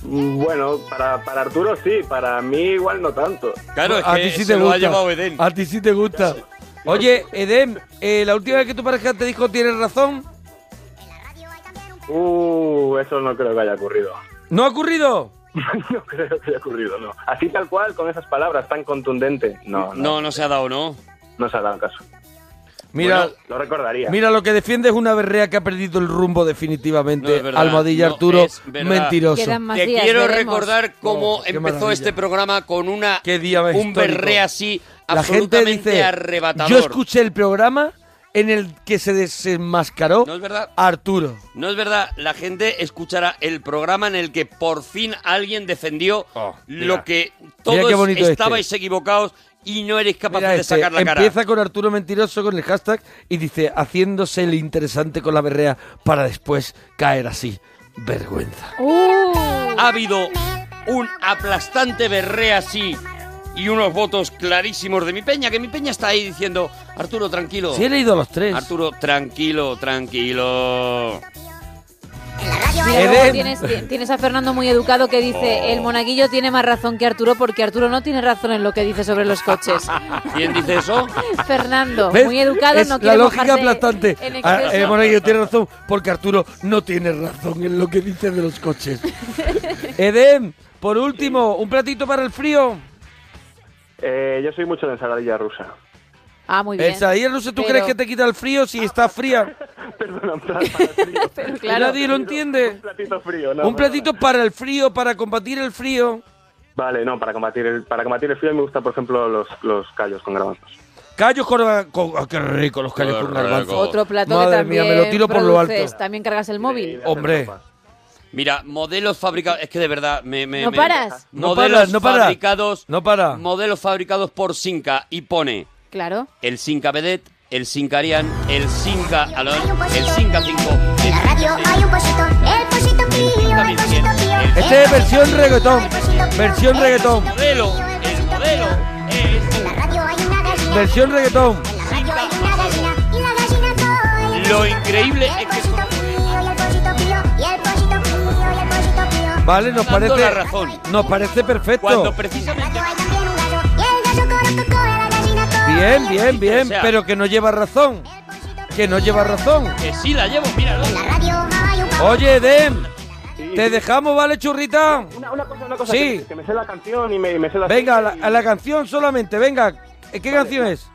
Speaker 6: Bueno, para, para Arturo sí, para mí igual no tanto.
Speaker 2: A ti sí te gusta. A ti sí te gusta. Oye, Edem, eh, la última vez que tu pareja te dijo tienes razón,
Speaker 6: Uh, eso no creo que haya ocurrido.
Speaker 2: ¿no ha ocurrido?
Speaker 6: No creo que haya ocurrido, no. Así tal cual, con esas palabras tan contundentes. No, no,
Speaker 4: No, no se ha dado, ¿no?
Speaker 6: no se ha dado caso.
Speaker 2: Mira,
Speaker 6: Bueno, lo recordaría.
Speaker 2: mira lo que defiende es una berrea que ha perdido el rumbo definitivamente.
Speaker 4: No, es verdad,
Speaker 2: Almohadilla
Speaker 4: no
Speaker 2: Arturo,
Speaker 4: es verdad.
Speaker 2: mentiroso.
Speaker 4: Te quiero
Speaker 2: veremos.
Speaker 4: recordar cómo
Speaker 2: Oh, qué
Speaker 4: empezó
Speaker 2: maravilla.
Speaker 4: este programa con una un
Speaker 2: histórico.
Speaker 4: berré así
Speaker 2: La gente
Speaker 4: absolutamente
Speaker 2: dice,
Speaker 4: arrebatador.
Speaker 2: yo escuché el programa en el que se desenmascaró
Speaker 4: No es verdad.
Speaker 2: Arturo.
Speaker 4: No es verdad, la gente escuchará el programa en el que por fin alguien defendió lo que
Speaker 2: Oh, qué
Speaker 4: todos
Speaker 2: bonito este.
Speaker 4: estabais equivocados y no eréis capaces de
Speaker 2: Este,
Speaker 4: sacar la cara.
Speaker 2: empieza con Arturo Mentiroso con el hashtag y dice, haciéndose el interesante con la berrea para después caer así. Vergüenza.
Speaker 3: Uh.
Speaker 4: Ha habido un aplastante berré así y unos votos clarísimos de mi peña, que mi peña está ahí diciendo, Arturo, tranquilo.
Speaker 2: Sí, he leído los tres.
Speaker 4: Arturo, tranquilo, tranquilo.
Speaker 3: Mira, luego
Speaker 4: Edén.
Speaker 3: tienes, ti- tienes a Fernando muy educado que dice el monaguillo tiene más razón que Arturo porque Arturo no tiene razón en lo que dice sobre los coches.
Speaker 4: ¿Quién dice eso?
Speaker 3: Fernando,
Speaker 2: ¿Ves?
Speaker 3: muy educado,
Speaker 2: Es
Speaker 3: no
Speaker 2: la
Speaker 3: quiere
Speaker 2: lógica
Speaker 3: mojarse
Speaker 2: aplastante.
Speaker 3: en
Speaker 2: Ah,
Speaker 3: exceso.
Speaker 2: eh, Monaguillo tiene razón, porque Arturo no tiene razón en lo que dice de los coches. Edem, por último, un platito para el frío.
Speaker 6: Eh, yo soy mucho de ensaladilla rusa.
Speaker 3: Ah, muy bien.
Speaker 2: El Sadilla, no sé, ¿tú crees que te quita el frío si está fría?
Speaker 3: Pero
Speaker 6: claro.
Speaker 2: Nadie lo entiende. Un
Speaker 6: platito frío, no,
Speaker 2: Un platito para el frío, para combatir el frío.
Speaker 6: Vale, no, para combatir el, para combatir el frío me gusta, por ejemplo, los, los callos con garbanzos.
Speaker 2: Callos con, con- ah, qué rico los callos con garbanzo.
Speaker 3: Otro plato
Speaker 2: Madre
Speaker 3: que también
Speaker 2: mía, me lo tiro por lo alto.
Speaker 3: produces. También cargas el móvil.
Speaker 2: Hombre.
Speaker 4: Mira, modelos fabricados. Es que de verdad me. me-
Speaker 3: ¿No
Speaker 4: me-
Speaker 3: paras?
Speaker 2: No
Speaker 4: Modelos
Speaker 2: paras, no paras.
Speaker 4: fabricados.
Speaker 2: No para.
Speaker 4: Modelos fabricados por Sinca y pone
Speaker 3: Claro.
Speaker 4: el Sinca Vedette, el Sinca Arián, el Sinca Alon, el Sinca 5.
Speaker 11: En la radio hay un pocito. El pocito pío, el pocito pío.
Speaker 2: Este es versión reggaetón. Versión reggaetón.
Speaker 4: Modelo, el modelo es.
Speaker 11: En la radio hay una gallina.
Speaker 2: Versión reggaetón.
Speaker 11: En la radio hay una gallina. Y la gallina coe el
Speaker 4: Lo
Speaker 11: pocito
Speaker 4: increíble es que.
Speaker 11: pío, y el pocito pío, y el pocito pío, y el pocito pío.
Speaker 2: Vale, nos
Speaker 4: Dando
Speaker 2: parece.
Speaker 4: la razón.
Speaker 2: Nos parece perfecto.
Speaker 4: Cuando precisamente.
Speaker 2: Bien, bien, bien.
Speaker 4: O sea-
Speaker 2: pero que no lleva razón. Que no lleva razón.
Speaker 4: Que sí la llevo, míralo.
Speaker 11: En la radio hay un pavo.
Speaker 2: Oye, Edem.
Speaker 6: Sí,
Speaker 2: Te dejamos, ¿vale, churrita?
Speaker 6: Una, una cosa, una cosa.
Speaker 2: Sí.
Speaker 6: Que, me- que me sé la canción y me, y me sé la
Speaker 2: Venga, a la, a la canción solamente, venga. ¿Eh, ¿Qué canción es?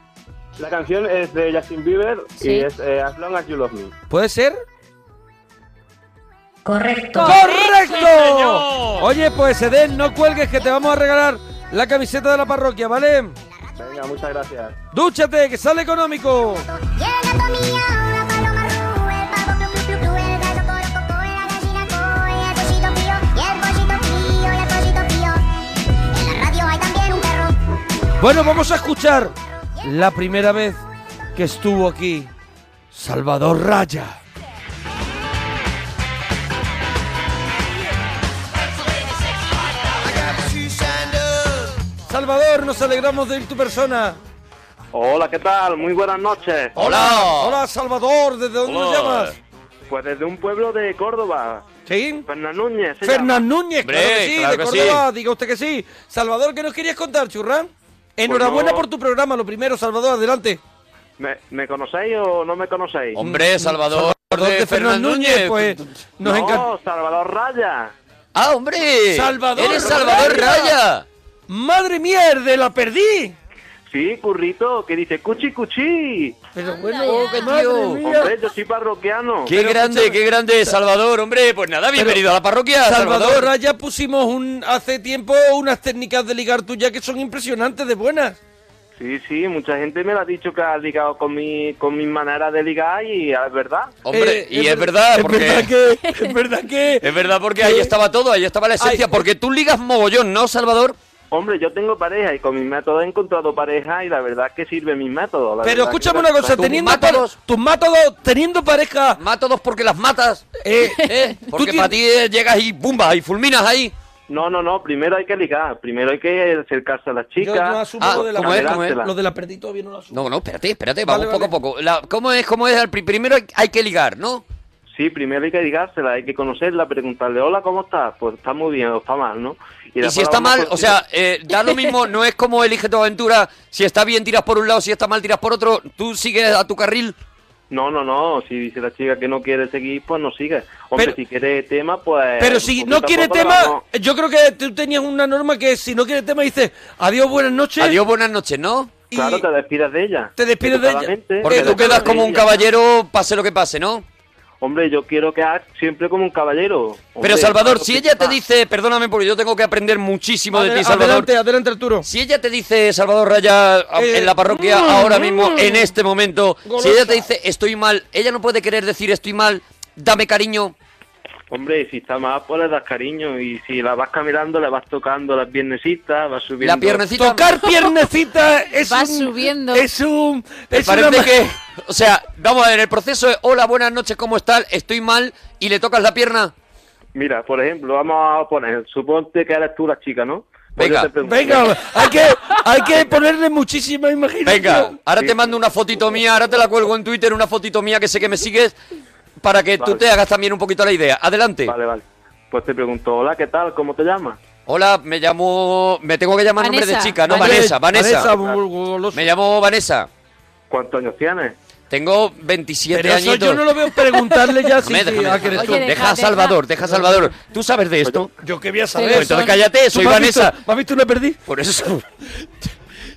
Speaker 6: La canción es de Justin Bieber
Speaker 2: Sí.
Speaker 6: y es eh, As Long As You Love Me.
Speaker 2: ¿Puede ser?
Speaker 6: Correcto.
Speaker 2: ¡Correcto!
Speaker 6: ¡Sí, señor!
Speaker 2: Oye, pues Eden, no cuelgues que te vamos a regalar la camiseta de la parroquia, ¿vale?
Speaker 6: Venga, muchas gracias.
Speaker 2: ¡Dúchate, que sale económico! Bueno, vamos a escuchar la primera vez que estuvo aquí Salvador Raya. Salvador, nos alegramos de ir tu persona.
Speaker 6: Hola, ¿qué tal? Muy buenas noches.
Speaker 2: Hola, Salvador, ¿desde dónde nos llamas?
Speaker 6: Pues desde un pueblo de Córdoba.
Speaker 2: ¿Sí?
Speaker 6: Fernán Núñez. se
Speaker 2: Fernán
Speaker 6: llama.
Speaker 2: Núñez, claro que sí, de Córdoba, diga usted que sí. Salvador, ¿qué nos querías contar, churrán? Enhorabuena
Speaker 6: no.
Speaker 2: por tu programa, lo primero, Salvador, adelante.
Speaker 6: ¿Me, me conocéis o no me conocéis?
Speaker 4: Hombre, Salvador Salvador de de Fernán Fernán Núñez, Núñez, pues, nos
Speaker 6: no,
Speaker 4: encanta-
Speaker 6: Salvador Raya.
Speaker 4: ¡Ah, hombre!
Speaker 2: Salvador
Speaker 4: ¡Eres Salvador Raya!
Speaker 2: ¡Madre mierda, la perdí!
Speaker 6: Sí, currito, que dice cuchi cuchi.
Speaker 2: Pero bueno,
Speaker 4: Oh, qué tío.
Speaker 6: Hombre, yo soy parroquiano.
Speaker 4: ¡Qué grande, qué grande, Salvador, hombre! Pues nada, bienvenido a la parroquia,
Speaker 2: Salvador,
Speaker 4: Salvador.
Speaker 2: Raya pusimos un, hace tiempo unas técnicas de ligar tuya que son impresionantes de buenas.
Speaker 6: Sí, sí, mucha gente me lo ha dicho que ha ligado con mi, con mi manera de ligar y es verdad.
Speaker 2: eh,
Speaker 4: Hombre, y es verdad, porque...
Speaker 2: que, es verdad que... eh.
Speaker 4: Es verdad, porque ahí estaba todo, ahí estaba la esencia, porque tú ligas mogollón, ¿no, Salvador?
Speaker 6: Hombre, yo tengo pareja y con mis métodos he encontrado pareja y la verdad es que sirve mis métodos. la
Speaker 2: Pero
Speaker 6: verdad que
Speaker 2: escúchame
Speaker 6: la-
Speaker 2: una cosa,
Speaker 6: Tú
Speaker 2: teniendo
Speaker 6: mata-
Speaker 2: pa- tus mátados, teniendo pareja...
Speaker 4: Mátados porque las matas. ¿Eh? Porque para ti eh, llegas y bumba, y fulminas ahí.
Speaker 6: No, no, no, primero hay que ligar, primero hay que acercarse a las
Speaker 2: Yo
Speaker 6: chicas.
Speaker 2: no asumo lo, de la
Speaker 4: ¿cómo es?
Speaker 2: perdí,
Speaker 4: ¿Cómo es?
Speaker 2: lo de la perdí todavía no lo asumo.
Speaker 4: No, no, espérate, espérate, vamos
Speaker 2: Vale,
Speaker 4: poco a poco. La- ¿Cómo es? ¿Cómo es? Al pri- Primero hay, hay que ligar, ¿no?
Speaker 6: Sí, primero hay que ligársela, hay que conocerla, preguntarle, hola, ¿cómo estás? Pues está muy bien o está mal, ¿no?
Speaker 4: Y,
Speaker 6: después
Speaker 4: si está
Speaker 6: la vamos
Speaker 4: mal, o
Speaker 6: consiguiendo.
Speaker 4: sea, eh, da lo mismo, no es como elige tu aventura, si está bien tiras por un lado, si está mal tiras por otro, tú sigues a tu carril.
Speaker 6: No, no, no, si dice la chica que no quiere seguir, pues no sigue. Hombre, si quiere tema, pues...
Speaker 2: Pero si
Speaker 6: poquito
Speaker 2: no
Speaker 6: a
Speaker 2: quiere
Speaker 6: poco la
Speaker 2: tema,
Speaker 6: vamos-
Speaker 2: yo creo que tú tenías una norma que si no quiere tema dices adiós, buenas noches.
Speaker 4: Adiós, buenas noches, ¿no?
Speaker 6: Claro, te despidas de ella.
Speaker 2: Te despides de ella.
Speaker 6: Educadamente.
Speaker 4: Porque tú quedas como un caballero, pase lo que pase, ¿no?
Speaker 6: Hombre, yo quiero quedar siempre como un caballero.
Speaker 4: Pero
Speaker 6: Hombre,
Speaker 4: Salvador,
Speaker 6: claro
Speaker 4: si
Speaker 6: que
Speaker 4: ella te
Speaker 6: está.
Speaker 4: dice, perdóname porque yo tengo que aprender muchísimo de ti,
Speaker 2: Adel-
Speaker 4: Salvador.
Speaker 2: Adelante, adelante, Arturo.
Speaker 4: Si ella te dice, Salvador Raya, a-
Speaker 2: Eh,
Speaker 4: en la parroquia,
Speaker 2: mm,
Speaker 4: ahora mismo,
Speaker 2: mm.
Speaker 4: en este momento,
Speaker 2: Golosa.
Speaker 4: si ella te dice, estoy mal, ella no puede querer decir, estoy mal, dame cariño.
Speaker 6: Hombre, si está mal, pues le das cariño. Y si la vas caminando, le vas tocando las piernecitas, vas subiendo...
Speaker 4: La piernecita.
Speaker 2: Tocar piernecita es
Speaker 3: Va
Speaker 2: un-
Speaker 3: subiendo.
Speaker 2: Es un...
Speaker 4: Me
Speaker 2: es
Speaker 4: parece
Speaker 2: una ma-
Speaker 4: que, o sea, vamos a ver, el proceso es, hola, buenas noches, ¿cómo estás? Estoy mal, y le tocas la pierna.
Speaker 6: Mira, por ejemplo, vamos a poner... Suponte que eres tú la chica, ¿no? Pues
Speaker 4: Venga,
Speaker 6: yo te pregunto-
Speaker 2: Venga, hay que, hay que ponerle muchísima imaginación.
Speaker 4: Venga, ahora te mando una fotito mía, ahora te la cuelgo en Twitter, una fotito mía que sé que me sigues, para que tú
Speaker 6: Vale.
Speaker 4: te hagas también un poquito la idea. Adelante.
Speaker 6: Vale, vale. Pues te pregunto, hola, ¿qué tal? ¿Cómo te llamas?
Speaker 4: Hola, me llamo... Me tengo que llamar nombre de
Speaker 6: Vanessa.
Speaker 4: chica, ¿no?
Speaker 6: Vanessa.
Speaker 4: Vanessa, Vanessa.
Speaker 2: Vanessa, bu- goloso.
Speaker 4: Me llamo Vanessa.
Speaker 6: ¿Cuántos años tienes?
Speaker 4: Tengo 27
Speaker 2: Pero eso
Speaker 4: añitos.
Speaker 2: yo no lo veo preguntarle ya si...
Speaker 4: Déjame, déjame,
Speaker 2: ah, que eres
Speaker 4: déjame.
Speaker 2: tú.
Speaker 4: Deja, a Salvador, deja a Salvador. ¿Tú sabes de esto?
Speaker 2: Yo que voy a
Speaker 4: Pues
Speaker 2: saber.
Speaker 4: entonces cállate, soy
Speaker 2: ¿Tú me has visto-
Speaker 4: Vanessa.
Speaker 2: ¿Me has visto una perdí?
Speaker 4: Por eso.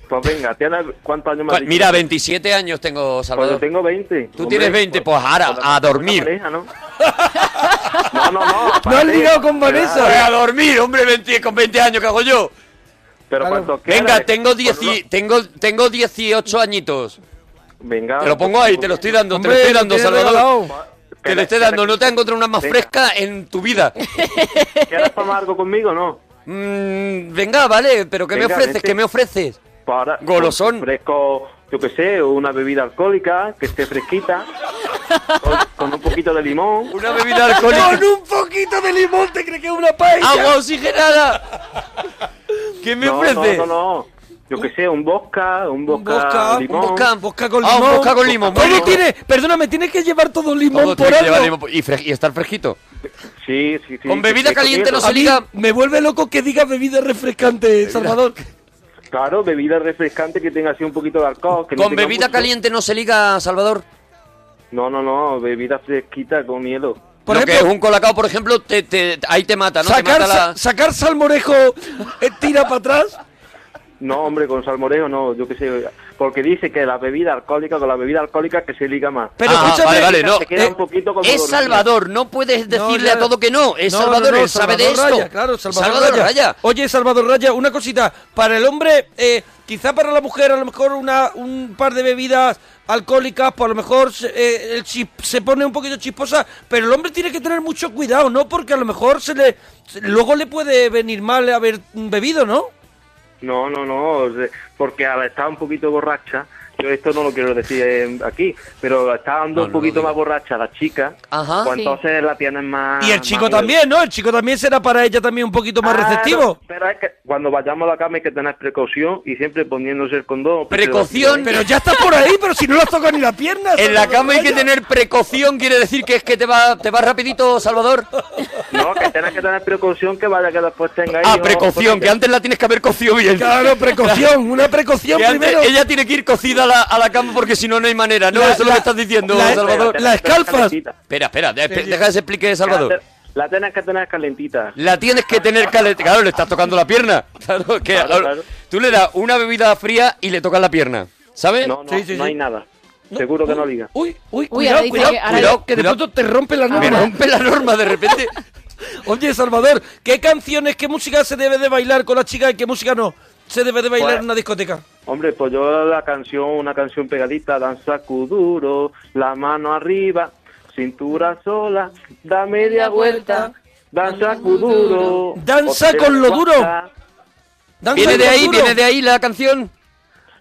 Speaker 6: Pues venga, ¿tienes cuántos años más?
Speaker 4: Mira, 27 años tengo,
Speaker 6: Pues yo
Speaker 4: Salvador.
Speaker 6: tengo 20.
Speaker 4: Tú tienes 20, pues ahora, a dormir.
Speaker 6: ¿no? no, no, no.
Speaker 2: No has ligado con
Speaker 4: Pues
Speaker 2: Vanessa.
Speaker 4: A dormir, hombre, 20 con 20 años, ¿qué hago yo?
Speaker 6: Pero cuando
Speaker 4: Venga, tengo, dieci- tengo, tengo 18 añitos.
Speaker 6: Venga.
Speaker 4: Te lo pongo ahí, te lo estoy dando, te lo
Speaker 2: Hombre,
Speaker 4: estoy
Speaker 2: lo
Speaker 4: dando,
Speaker 2: tienes
Speaker 4: Salvador.
Speaker 2: regalado.
Speaker 4: Te lo estoy dando, no te has encontrado una más
Speaker 6: Venga.
Speaker 4: fresca en tu vida.
Speaker 6: ¿Quieres tomar algo conmigo no?
Speaker 4: Mm, venga, vale, pero ¿qué me
Speaker 6: Venga, este-
Speaker 4: ofreces?
Speaker 6: vente.
Speaker 4: ¿Qué me ofreces?
Speaker 6: Para,
Speaker 4: Golosón.
Speaker 6: Fresco, yo qué sé, una bebida alcohólica que esté fresquita. con, con un poquito de limón.
Speaker 4: Una bebida alcohólica.
Speaker 2: Con un poquito de limón te crees que es una paella.
Speaker 4: ¡Agua oxigenada! ¿Qué me
Speaker 6: no,
Speaker 4: ofreces?
Speaker 6: No, no, no. Yo qué sé, un vodka, un vodka,
Speaker 2: Bosca,
Speaker 6: limón.
Speaker 4: vodka.
Speaker 2: con
Speaker 4: Ah,
Speaker 2: limón.
Speaker 4: un vodka con limón,
Speaker 2: ¿Cómo
Speaker 4: bueno.
Speaker 2: tiene? Perdóname, tienes que llevar todo limón
Speaker 4: Todo
Speaker 2: por
Speaker 4: tiene que llevar
Speaker 2: algo.
Speaker 4: limón y, fre- y estar fresquito.
Speaker 6: Sí, sí, sí.
Speaker 4: Con bebida
Speaker 6: sí,
Speaker 4: caliente no
Speaker 6: comiendo.
Speaker 4: se liga.
Speaker 2: Me vuelve loco que digas bebida refrescante, Salvador.
Speaker 6: Claro, bebida refrescante que tenga así un poquito de alcohol. que no
Speaker 4: Con
Speaker 6: tenga
Speaker 4: bebida
Speaker 6: mucho.
Speaker 4: caliente no se liga, Salvador.
Speaker 6: No, no, no, bebida fresquita con hielo.
Speaker 2: Por
Speaker 4: Lo
Speaker 2: ejemplo-
Speaker 4: que es un colacao, por ejemplo, te, te- ahí te mata, ¿no? Te
Speaker 2: sacar,
Speaker 4: mata la-
Speaker 2: sa- sacar salmorejo eh, tira para atrás.
Speaker 6: No, hombre, con salmoreo no, yo qué sé, porque dice que la bebida alcohólica con la bebida alcohólica que se liga más.
Speaker 4: Pero Ah, escúchame, vale, vale, no,
Speaker 6: Se queda
Speaker 4: eh,
Speaker 6: un poquito como
Speaker 4: Es
Speaker 6: dormido.
Speaker 4: Salvador, no puedes decirle
Speaker 2: ya.
Speaker 4: a todo que no. Es
Speaker 2: No,
Speaker 4: Salvador,
Speaker 2: no, no,
Speaker 4: él sabe de
Speaker 2: Salvador
Speaker 4: esto.
Speaker 2: Raya, claro, Salvador, Raya.
Speaker 4: Raya.
Speaker 2: Oye, Salvador Raya, una cosita. Para el hombre, eh, quizá para la mujer, a lo mejor una, un par de bebidas alcohólicas, pues a lo mejor se- eh, el chis- se pone un poquito chisposa, pero el hombre tiene que tener mucho cuidado, ¿no? Porque a lo mejor se le se- luego le puede venir mal haber bebido, ¿no?
Speaker 6: No, no, no, o sea, porque al estar un poquito borracha, yo esto no lo quiero decir eh, aquí, pero está andando un poquito más borracha la chica,
Speaker 2: Ajá.
Speaker 6: pues
Speaker 2: Sí.
Speaker 6: entonces la tienes
Speaker 4: Ah,
Speaker 6: más...
Speaker 2: Y el
Speaker 6: más
Speaker 2: chico
Speaker 6: huevo.
Speaker 2: también, ¿no? El chico también será para ella también un poquito más
Speaker 6: Claro,
Speaker 2: receptivo.
Speaker 6: Pero es que cuando vayamos a la cama hay que tener precaución y siempre poniéndose el condón.
Speaker 4: Precaución.
Speaker 2: Pero ya está por ahí, pero si no la toca ni la pierna.
Speaker 4: En la
Speaker 6: Salvador
Speaker 4: cama hay que
Speaker 6: Raya.
Speaker 4: tener precaución, quiere decir que es que te va, te va rapidito, Salvador.
Speaker 6: No, que tienes que tener precaución que vaya que después tenga
Speaker 4: Ah,
Speaker 6: hijos,
Speaker 4: precaución,
Speaker 6: porque-
Speaker 4: que antes la tienes que haber cocido bien.
Speaker 2: Claro, precaución, una precaución
Speaker 4: Que antes
Speaker 2: primero.
Speaker 4: Ella tiene que ir cocida a la, a la cama porque si no, no hay manera. No,
Speaker 2: La-
Speaker 4: eso es lo
Speaker 2: la-
Speaker 4: que estás diciendo,
Speaker 2: la-
Speaker 4: Salvador.
Speaker 2: la escalfas.
Speaker 4: Espera, espera, de-
Speaker 2: Sí, sí.
Speaker 4: deja que se explique, Salvador.
Speaker 6: La tienes que tener calentita.
Speaker 4: La tienes que tener calentita. Claro, le estás tocando la pierna. Claro, que
Speaker 6: Claro, claro.
Speaker 4: tú le das una bebida fría y le tocas la pierna. ¿Sabes?
Speaker 6: No, no, no hay nada. Seguro que no liga.
Speaker 2: Uy, uy,
Speaker 4: Uy,
Speaker 2: cuidado,
Speaker 4: ahora dice
Speaker 2: cuidado,
Speaker 4: que- ahora-
Speaker 2: cuidado, que de
Speaker 4: cuidado.
Speaker 2: pronto te rompe la norma.
Speaker 4: Me rompe la norma de repente.
Speaker 2: Oye, Salvador, ¿qué canciones, qué música se debe de bailar con las chicas y qué música no se debe de bailar
Speaker 6: Pues-
Speaker 2: en una discoteca?
Speaker 6: Hombre, pues yo la canción, una canción pegadita, danza cuduro, la mano arriba, cintura sola, da media vuelta, danza cuduro.
Speaker 2: Danza con lo duro.
Speaker 4: ¿Viene de ahí, viene de ahí la canción?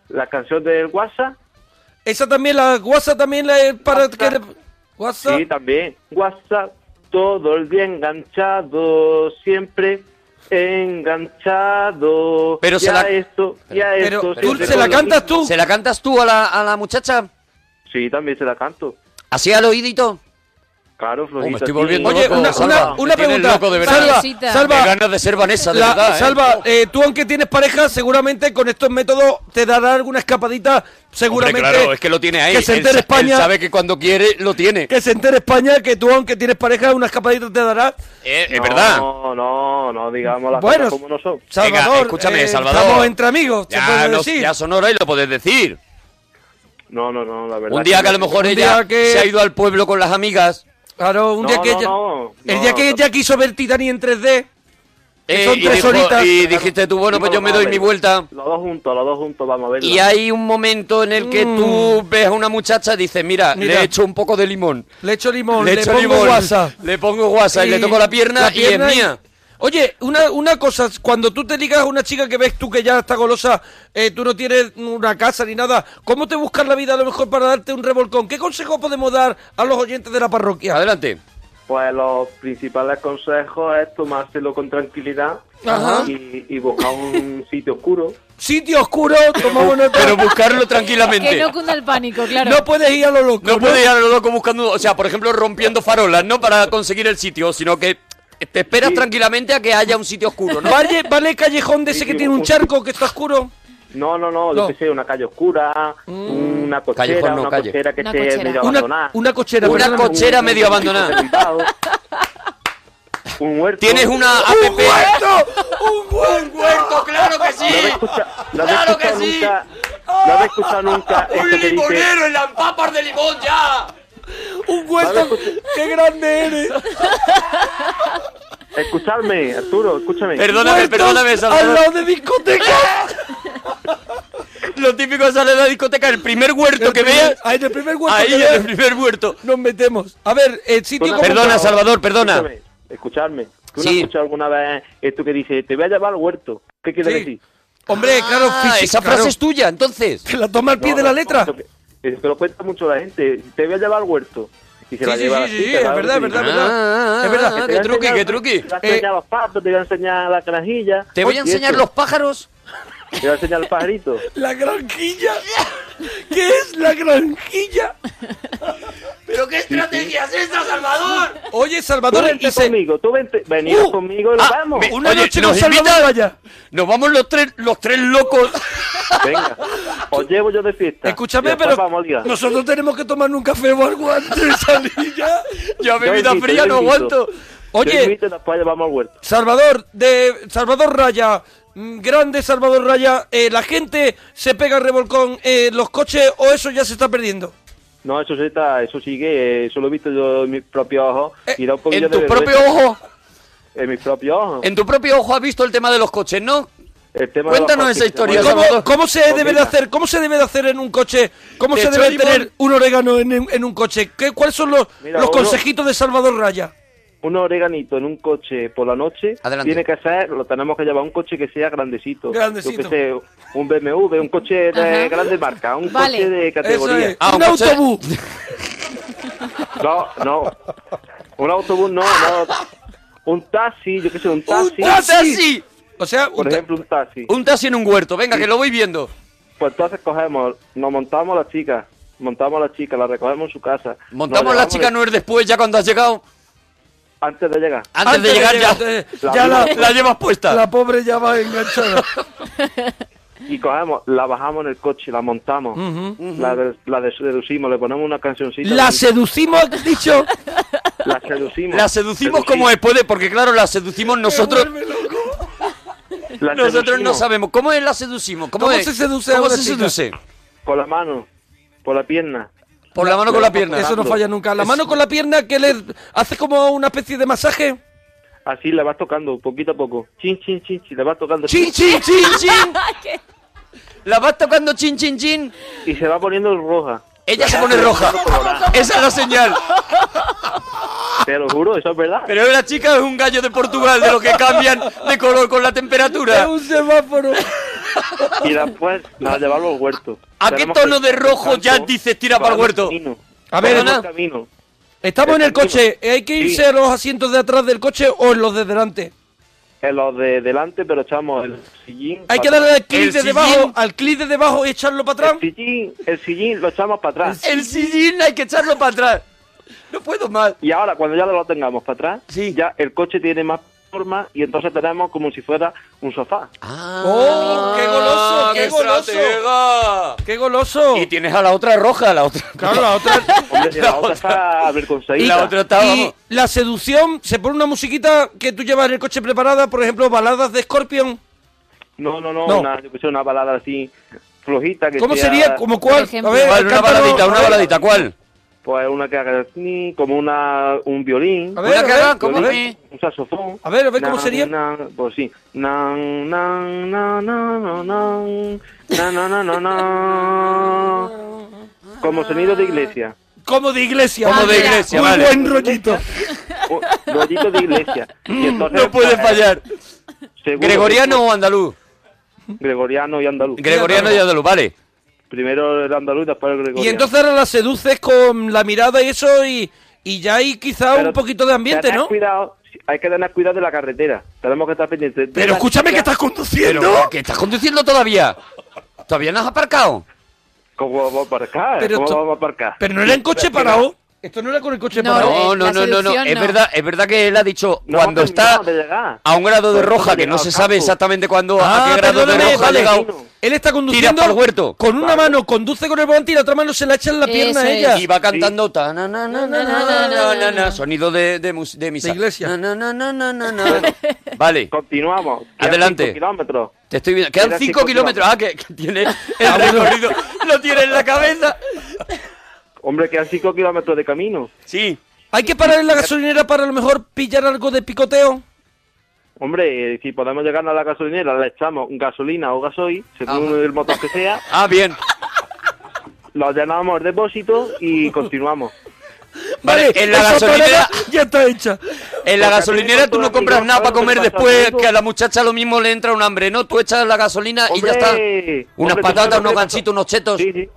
Speaker 6: La canción del WhatsApp.
Speaker 2: Esa también, la guasa también la es para que... WhatsApp.
Speaker 6: Sí, también. WhatsApp, todo el día enganchado, siempre enganchado.
Speaker 4: Pero se
Speaker 6: Ya
Speaker 4: la-
Speaker 6: esto, ya esto. siempre con lo mismo.
Speaker 4: tú? ¿Se la cantas tú a la, a la muchacha?
Speaker 6: Sí, también se la canto.
Speaker 4: ¿Así al oídito?
Speaker 6: Claro, flojito.
Speaker 4: me estoy
Speaker 6: sí.
Speaker 4: volviendo
Speaker 2: Oye,
Speaker 4: loco,
Speaker 2: una,
Speaker 4: Salva.
Speaker 2: una, una
Speaker 4: Me tienes
Speaker 2: pregunta.
Speaker 4: loco, de verdad.
Speaker 2: Salva,
Speaker 4: Salva,
Speaker 2: Salva.
Speaker 4: me ganas de ser Vanessa, de
Speaker 2: La-
Speaker 4: verdad, ¿eh?
Speaker 2: Salva, eh, tú aunque tienes pareja, seguramente con estos métodos te dará alguna escapadita, seguramente.
Speaker 4: Hombre, claro, es que lo tiene ahí.
Speaker 2: Que se
Speaker 4: Él
Speaker 2: entere
Speaker 4: sa- él
Speaker 2: España.
Speaker 4: sabe que cuando quiere, lo tiene.
Speaker 2: Que se entere España que tú aunque tienes pareja, una escapadita te dará.
Speaker 4: Eh, es verdad.
Speaker 6: No, no, no digamos las
Speaker 2: Bueno,
Speaker 6: cosas como no son.
Speaker 4: Venga,
Speaker 2: Salvador,
Speaker 4: escúchame,
Speaker 2: eh,
Speaker 4: Salvador.
Speaker 2: estamos entre amigos, se
Speaker 4: Ya,
Speaker 2: puede
Speaker 4: no-
Speaker 2: decir.
Speaker 4: ya sonora y lo podés decir.
Speaker 6: No, no, no, Pues la verdad.
Speaker 4: Un día que a lo mejor
Speaker 2: Un
Speaker 4: ella
Speaker 2: día que-
Speaker 4: se ha ido al pueblo con las amigas.
Speaker 2: Claro, un
Speaker 4: No,
Speaker 2: día que
Speaker 4: no,
Speaker 2: ella,
Speaker 4: no,
Speaker 2: el
Speaker 4: no,
Speaker 2: día que ella quiso ver Titanic en 3D. que
Speaker 4: eh,
Speaker 2: son
Speaker 4: y,
Speaker 2: tres
Speaker 4: dijo-
Speaker 2: horitas.
Speaker 4: y dijiste tú, bueno, pues yo me doy mi vuelta.
Speaker 6: Los dos juntos, los dos juntos, vamos a verlo.
Speaker 4: Y hay un momento en el que tú ves a una muchacha y dices, Mm. mira,
Speaker 6: Mira.
Speaker 4: le echo un poco de limón.
Speaker 2: Le echo limón,
Speaker 4: Le
Speaker 2: le,
Speaker 4: echo
Speaker 2: pongo
Speaker 4: limón,
Speaker 2: guasa.
Speaker 4: le pongo guasa y le toco la pierna y es mía.
Speaker 2: Oye, una, una cosa, cuando tú te ligas a una chica que ves tú que ya está golosa, eh, tú no tienes una casa ni nada, ¿cómo te buscas la vida a lo mejor para darte un revolcón? ¿Qué consejo podemos dar a los oyentes de la parroquia?
Speaker 4: Adelante.
Speaker 6: Pues los principales consejos es tomárselo con tranquilidad
Speaker 2: Ajá.
Speaker 6: y, y buscar un sitio oscuro.
Speaker 2: Sitio oscuro, tomamos nota.
Speaker 4: Pero buscarlo tranquilamente.
Speaker 3: Que no cunda el pánico, claro.
Speaker 2: No puedes ir a lo loco.
Speaker 4: No puedes ir a lo loco buscando, o sea, por ejemplo, rompiendo farolas, no para conseguir el sitio, sino que te esperas tranquilamente a que haya un sitio oscuro, ¿no?
Speaker 2: Vale, vale el callejón de ese
Speaker 6: Sí,
Speaker 2: que
Speaker 6: sí,
Speaker 2: tiene un
Speaker 6: un-
Speaker 2: charco que está oscuro.
Speaker 6: No, no, no, yo
Speaker 2: No. Mm.
Speaker 6: qué sé, una calle oscura, una cochera,
Speaker 4: Callejón no,
Speaker 6: una
Speaker 4: calle.
Speaker 6: cochera que
Speaker 4: Una
Speaker 6: esté
Speaker 4: cochera.
Speaker 6: medio
Speaker 4: Una-
Speaker 6: abandonada.
Speaker 2: una cochera,
Speaker 4: Una
Speaker 2: perdóname.
Speaker 4: cochera medio abandonada.
Speaker 6: Un huerto.
Speaker 4: Tienes una app.
Speaker 2: ¡Un huerto! ¡Un huerto!
Speaker 4: claro que sí.
Speaker 6: No habéis
Speaker 4: claro que
Speaker 6: escuchado
Speaker 4: sí.
Speaker 6: nunca- No habéis escuchado nunca
Speaker 4: Un
Speaker 6: esto que dice...
Speaker 4: limonero en las papas de limón ya.
Speaker 2: ¡Un huerto! ¡Qué grande eres!
Speaker 6: Escuchadme, Arturo, escúchame.
Speaker 4: Perdóname, perdóname, Salvador.
Speaker 2: ¡Al lado de discoteca!
Speaker 4: Lo típico sale de la discoteca, el primer huerto que veas.
Speaker 2: Ahí, en el primer huerto.
Speaker 4: Ahí
Speaker 2: que
Speaker 4: en
Speaker 2: veas,
Speaker 4: el primer huerto.
Speaker 2: Nos metemos. A ver, el sitio como-
Speaker 4: Perdona, Salvador, perdona.
Speaker 6: Escúchame, escuchadme. ¿Tú no has
Speaker 4: Sí.
Speaker 6: escuchado alguna vez esto que dice, te voy a llevar al huerto? ¿Qué quiere
Speaker 2: Sí.
Speaker 6: decir?
Speaker 2: Hombre, claro,
Speaker 4: Ah,
Speaker 2: física,
Speaker 4: esa frase
Speaker 2: claro.
Speaker 4: es tuya, entonces.
Speaker 2: Te la toma al pie de la letra.
Speaker 6: Eso que lo cuenta mucho la gente. Te voy a llevar al huerto. Y se
Speaker 2: Sí,
Speaker 6: la
Speaker 2: sí,
Speaker 6: lleva
Speaker 2: sí,
Speaker 6: la
Speaker 2: sí,
Speaker 6: chica,
Speaker 2: es
Speaker 6: ¿sabes?
Speaker 2: verdad, es verdad, es verdad.
Speaker 4: Ah,
Speaker 2: Es verdad.
Speaker 4: ah,
Speaker 6: Te
Speaker 4: qué
Speaker 6: voy a
Speaker 4: truqui,
Speaker 6: enseñar-
Speaker 4: qué truqui.
Speaker 6: Te voy a enseñar los patos, te voy a enseñar la granjilla.
Speaker 4: Te voy a
Speaker 6: y
Speaker 4: enseñar
Speaker 6: esto.
Speaker 4: los pájaros.
Speaker 6: Te voy a enseñar el pajarito.
Speaker 2: La granjilla. ¿Qué es la granjilla?
Speaker 4: Pero ¿Pero qué estrategia es esta, Salvador?
Speaker 2: Oye,
Speaker 4: Salvador,
Speaker 6: tú vente
Speaker 4: y se-
Speaker 6: conmigo, tú vente, venid
Speaker 4: Uh,
Speaker 6: conmigo y nos
Speaker 4: ah,
Speaker 6: vamos.
Speaker 4: me- oye, ¿nos invitas? Nos vamos los tres, los tres locos.
Speaker 6: Venga, os llevo yo de fiesta. Y
Speaker 2: Escúchame,
Speaker 6: después
Speaker 2: pero
Speaker 6: vamos, liga.
Speaker 2: nosotros tenemos que tomar un café o algo antes de salir ya.
Speaker 4: Ya bebida fría no aguanto.
Speaker 2: Oye, Salvador de Salvador Raya, mm, grande Salvador Raya, eh, la gente se pega al revolcón, eh, los coches o eso ya se está perdiendo.
Speaker 6: No, eso sí está, eso sigue, eso lo he visto yo en mis propios ojos. Mira un poquillo
Speaker 4: Eh, ¿En tu
Speaker 6: de
Speaker 4: propio
Speaker 6: vergüenza.
Speaker 4: ojo?
Speaker 6: En mis propios ojos.
Speaker 4: En tu propio ojo has visto el tema de los coches, ¿no?
Speaker 6: El tema de los
Speaker 4: Cuéntanos
Speaker 6: coches
Speaker 4: esa
Speaker 6: que se
Speaker 4: historia,
Speaker 6: mueven.
Speaker 4: Salvador.
Speaker 2: ¿Cómo se debe de
Speaker 6: Poquita.
Speaker 2: hacer? ¿Cómo se debe de hacer en un coche? ¿Cómo
Speaker 6: ¿Te
Speaker 2: se
Speaker 6: echo
Speaker 2: debe
Speaker 6: limón?
Speaker 2: tener un orégano en, en un coche? ¿Qué, ¿Cuáles son los,
Speaker 6: Mira,
Speaker 2: los
Speaker 6: uno-
Speaker 2: consejitos de Salvador Raya?
Speaker 6: Un oreganito en un coche por la noche tiene que ser, lo tenemos que llevar un coche que sea grandecito.
Speaker 2: Grandecito.
Speaker 6: Yo que sé, un BMW, un coche
Speaker 2: Ajá.
Speaker 6: de grande marca, un
Speaker 2: Vale.
Speaker 6: coche de categoría.
Speaker 2: Eso es. Ah, un Un coche- autobús.
Speaker 6: No, no. Un autobús no, no. Un taxi, yo qué sé, un taxi.
Speaker 2: O sea,
Speaker 6: Por ejemplo, un taxi.
Speaker 4: Un taxi en un huerto, venga, que lo voy viendo.
Speaker 6: Pues entonces cogemos, nos montamos a la chica, montamos a la chica, la recogemos en su casa.
Speaker 4: Montamos la chica no es después, ya cuando has llegado.
Speaker 6: Antes de llegar.
Speaker 4: Antes, de llegar, ya, ya la, la llevas puesta.
Speaker 2: La pobre ya va enganchada.
Speaker 6: y cogemos, la bajamos en el coche, la montamos,
Speaker 2: Ujú.
Speaker 6: la, de- la de- seducimos, le ponemos una cancioncita.
Speaker 2: La seducimos, has dicho.
Speaker 6: La seducimos.
Speaker 4: La seducimos como es, puede, porque claro, la seducimos nosotros.
Speaker 6: La
Speaker 4: Nosotros no
Speaker 6: seducimos.
Speaker 4: sabemos. ¿Cómo es la seducimos? ¿Cómo, es? ¿Cómo se seduce?
Speaker 6: Con la mano, con la pierna.
Speaker 4: Por la mano con la pierna.
Speaker 2: Eso no falla nunca. La mano con la pierna que le hace como una especie de masaje.
Speaker 6: Así la vas tocando, poquito a poco. Chin, chin, chin, chin, la vas tocando.
Speaker 2: Chin, chin, chin, chin.
Speaker 4: La vas tocando chin, chin, chin.
Speaker 6: Y se va poniendo roja.
Speaker 4: Ella se pone roja. Esa es la señal.
Speaker 6: Te lo juro, eso es verdad.
Speaker 4: Pero la chica es un gallo de Portugal, de los que cambian de color con la temperatura.
Speaker 2: un semáforo.
Speaker 6: Y después la llevamos al huerto.
Speaker 4: ¿A qué
Speaker 6: Tenemos que-
Speaker 4: tono de rojo
Speaker 6: campo,
Speaker 4: ya dices tira para el huerto?
Speaker 2: A ver,
Speaker 6: Perdona.
Speaker 2: Estamos en el
Speaker 6: Efectivo.
Speaker 2: coche. Eh, ¿Hay que irse
Speaker 6: Eh, Sí.
Speaker 2: a los asientos de atrás del coche o en los de delante?
Speaker 6: En los de delante, pero echamos el sillín.
Speaker 2: Hay
Speaker 6: para
Speaker 2: que darle al
Speaker 6: atrás.
Speaker 2: clic de debajo, al clic de debajo y echarlo para atrás.
Speaker 6: El sillín, el sillín lo echamos para atrás.
Speaker 4: El sillín hay que echarlo para atrás. No puedo más.
Speaker 6: Y ahora, cuando ya lo tengamos para atrás, ya el coche tiene más forma y entonces tenemos como si fuera un sofá.
Speaker 2: ¡Oh, qué goloso, qué
Speaker 4: qué
Speaker 2: goloso!
Speaker 4: estratega.
Speaker 2: ¡Qué goloso!
Speaker 4: Y tienes a la otra roja, la otra.
Speaker 2: Claro, la otra.
Speaker 6: Hombre, la, otra está
Speaker 2: Y
Speaker 6: avergonzadita.
Speaker 2: la, y la seducción, se pone una musiquita que tú llevas en el coche preparada, por ejemplo, baladas de Scorpion.
Speaker 6: No, no, no,
Speaker 2: No.
Speaker 6: Una, yo que sé, una balada así flojita. Que
Speaker 2: ¿Cómo
Speaker 6: sea-
Speaker 2: sería? ¿Como cuál? A ver,
Speaker 4: Vale, una
Speaker 2: cántalo.
Speaker 4: baladita, una
Speaker 2: A ver.
Speaker 4: baladita, ¿cuál?
Speaker 6: Pues una que haga ni, como una, un violín.
Speaker 2: A ver, Una que a ver, haga como-
Speaker 6: violín, un saxofón.
Speaker 2: A ver, a ver cómo
Speaker 6: Na,
Speaker 2: sería.
Speaker 6: na, pues sí. Nan, nan, nan, nan, nan, nan, nan, nan, nan, nan, nan. Como sonido de iglesia.
Speaker 2: Como de iglesia.
Speaker 6: Como
Speaker 2: Ah,
Speaker 6: de
Speaker 2: mira.
Speaker 6: iglesia,
Speaker 2: Muy
Speaker 6: vale.
Speaker 2: buen rollito.
Speaker 6: Un rollito de iglesia. Y entonces,
Speaker 4: No puede
Speaker 6: eh,
Speaker 4: fallar.
Speaker 6: seguro-
Speaker 4: ¿Gregoriano o andaluz?
Speaker 6: Gregoriano y andaluz.
Speaker 4: Gregoriano y andaluz, vale.
Speaker 6: Primero el andaluz, después el gregoriano.
Speaker 2: Y entonces ahora la seduces con la mirada y eso y, y ya hay quizá un poquito de ambiente,
Speaker 6: Tened
Speaker 2: ¿no?
Speaker 6: Cuidado, hay que tener cuidado de la carretera. Tenemos que estar pendientes. de
Speaker 4: Pero
Speaker 6: la
Speaker 4: escúchame que
Speaker 6: chica.
Speaker 4: estás conduciendo. que estás conduciendo todavía. Todavía no has aparcado.
Speaker 6: ¿Cómo vamos a aparcar?
Speaker 4: Pero
Speaker 6: ¿Cómo
Speaker 4: esto-
Speaker 6: vamos a aparcar?
Speaker 2: Pero no era en coche parado. Esto no era con el coche
Speaker 4: No,
Speaker 2: parado.
Speaker 4: no, no, no, no, Es verdad, es verdad que él ha dicho cuando está a un grado de roja que no se sabe exactamente cuándo a
Speaker 2: Ah,
Speaker 4: qué grado de
Speaker 2: perdóname,
Speaker 4: roja
Speaker 2: vale.
Speaker 4: ha llegado.
Speaker 2: Él está conduciendo
Speaker 4: para el huerto.
Speaker 2: con una mano, conduce con el volante y la otra mano se la echa en la pierna a ella.
Speaker 4: Y va cantando ta na na na na na na na na na sonido de de, mus- de misa. iglesia. Vale.
Speaker 6: Continuamos.
Speaker 4: Adelante.
Speaker 6: cinco kilómetros.
Speaker 4: Te estoy viendo. Quedan
Speaker 6: Quedan
Speaker 4: 5
Speaker 6: cinco
Speaker 4: kilómetros. Ah, que, que tiene el recorrido. Lo tiene en la cabeza.
Speaker 6: Hombre, quedan 5 kilómetros de camino.
Speaker 4: Sí.
Speaker 2: Hay que parar en la gasolinera para a lo mejor pillar algo de picoteo.
Speaker 6: Hombre, eh, si podemos llegar a la gasolinera, le echamos gasolina o gasoil, según el motor que sea,
Speaker 4: Ah, bien.
Speaker 6: lo llenamos el depósito y continuamos.
Speaker 4: Vale, en la
Speaker 2: esa
Speaker 4: gasolinera.
Speaker 2: parada Ya está hecha.
Speaker 4: En la gasolinera tú no compras nada para comer
Speaker 6: este
Speaker 4: después, que a la muchacha lo mismo le entra un hambre, ¿no? Tú echas la gasolina y ya está.
Speaker 6: Hombre,
Speaker 4: Unas
Speaker 6: hombre, ¿tú sabes
Speaker 4: patatas,
Speaker 6: lo que
Speaker 4: unos
Speaker 6: le
Speaker 4: ganchitos, unos chetos.
Speaker 6: Sí, sí.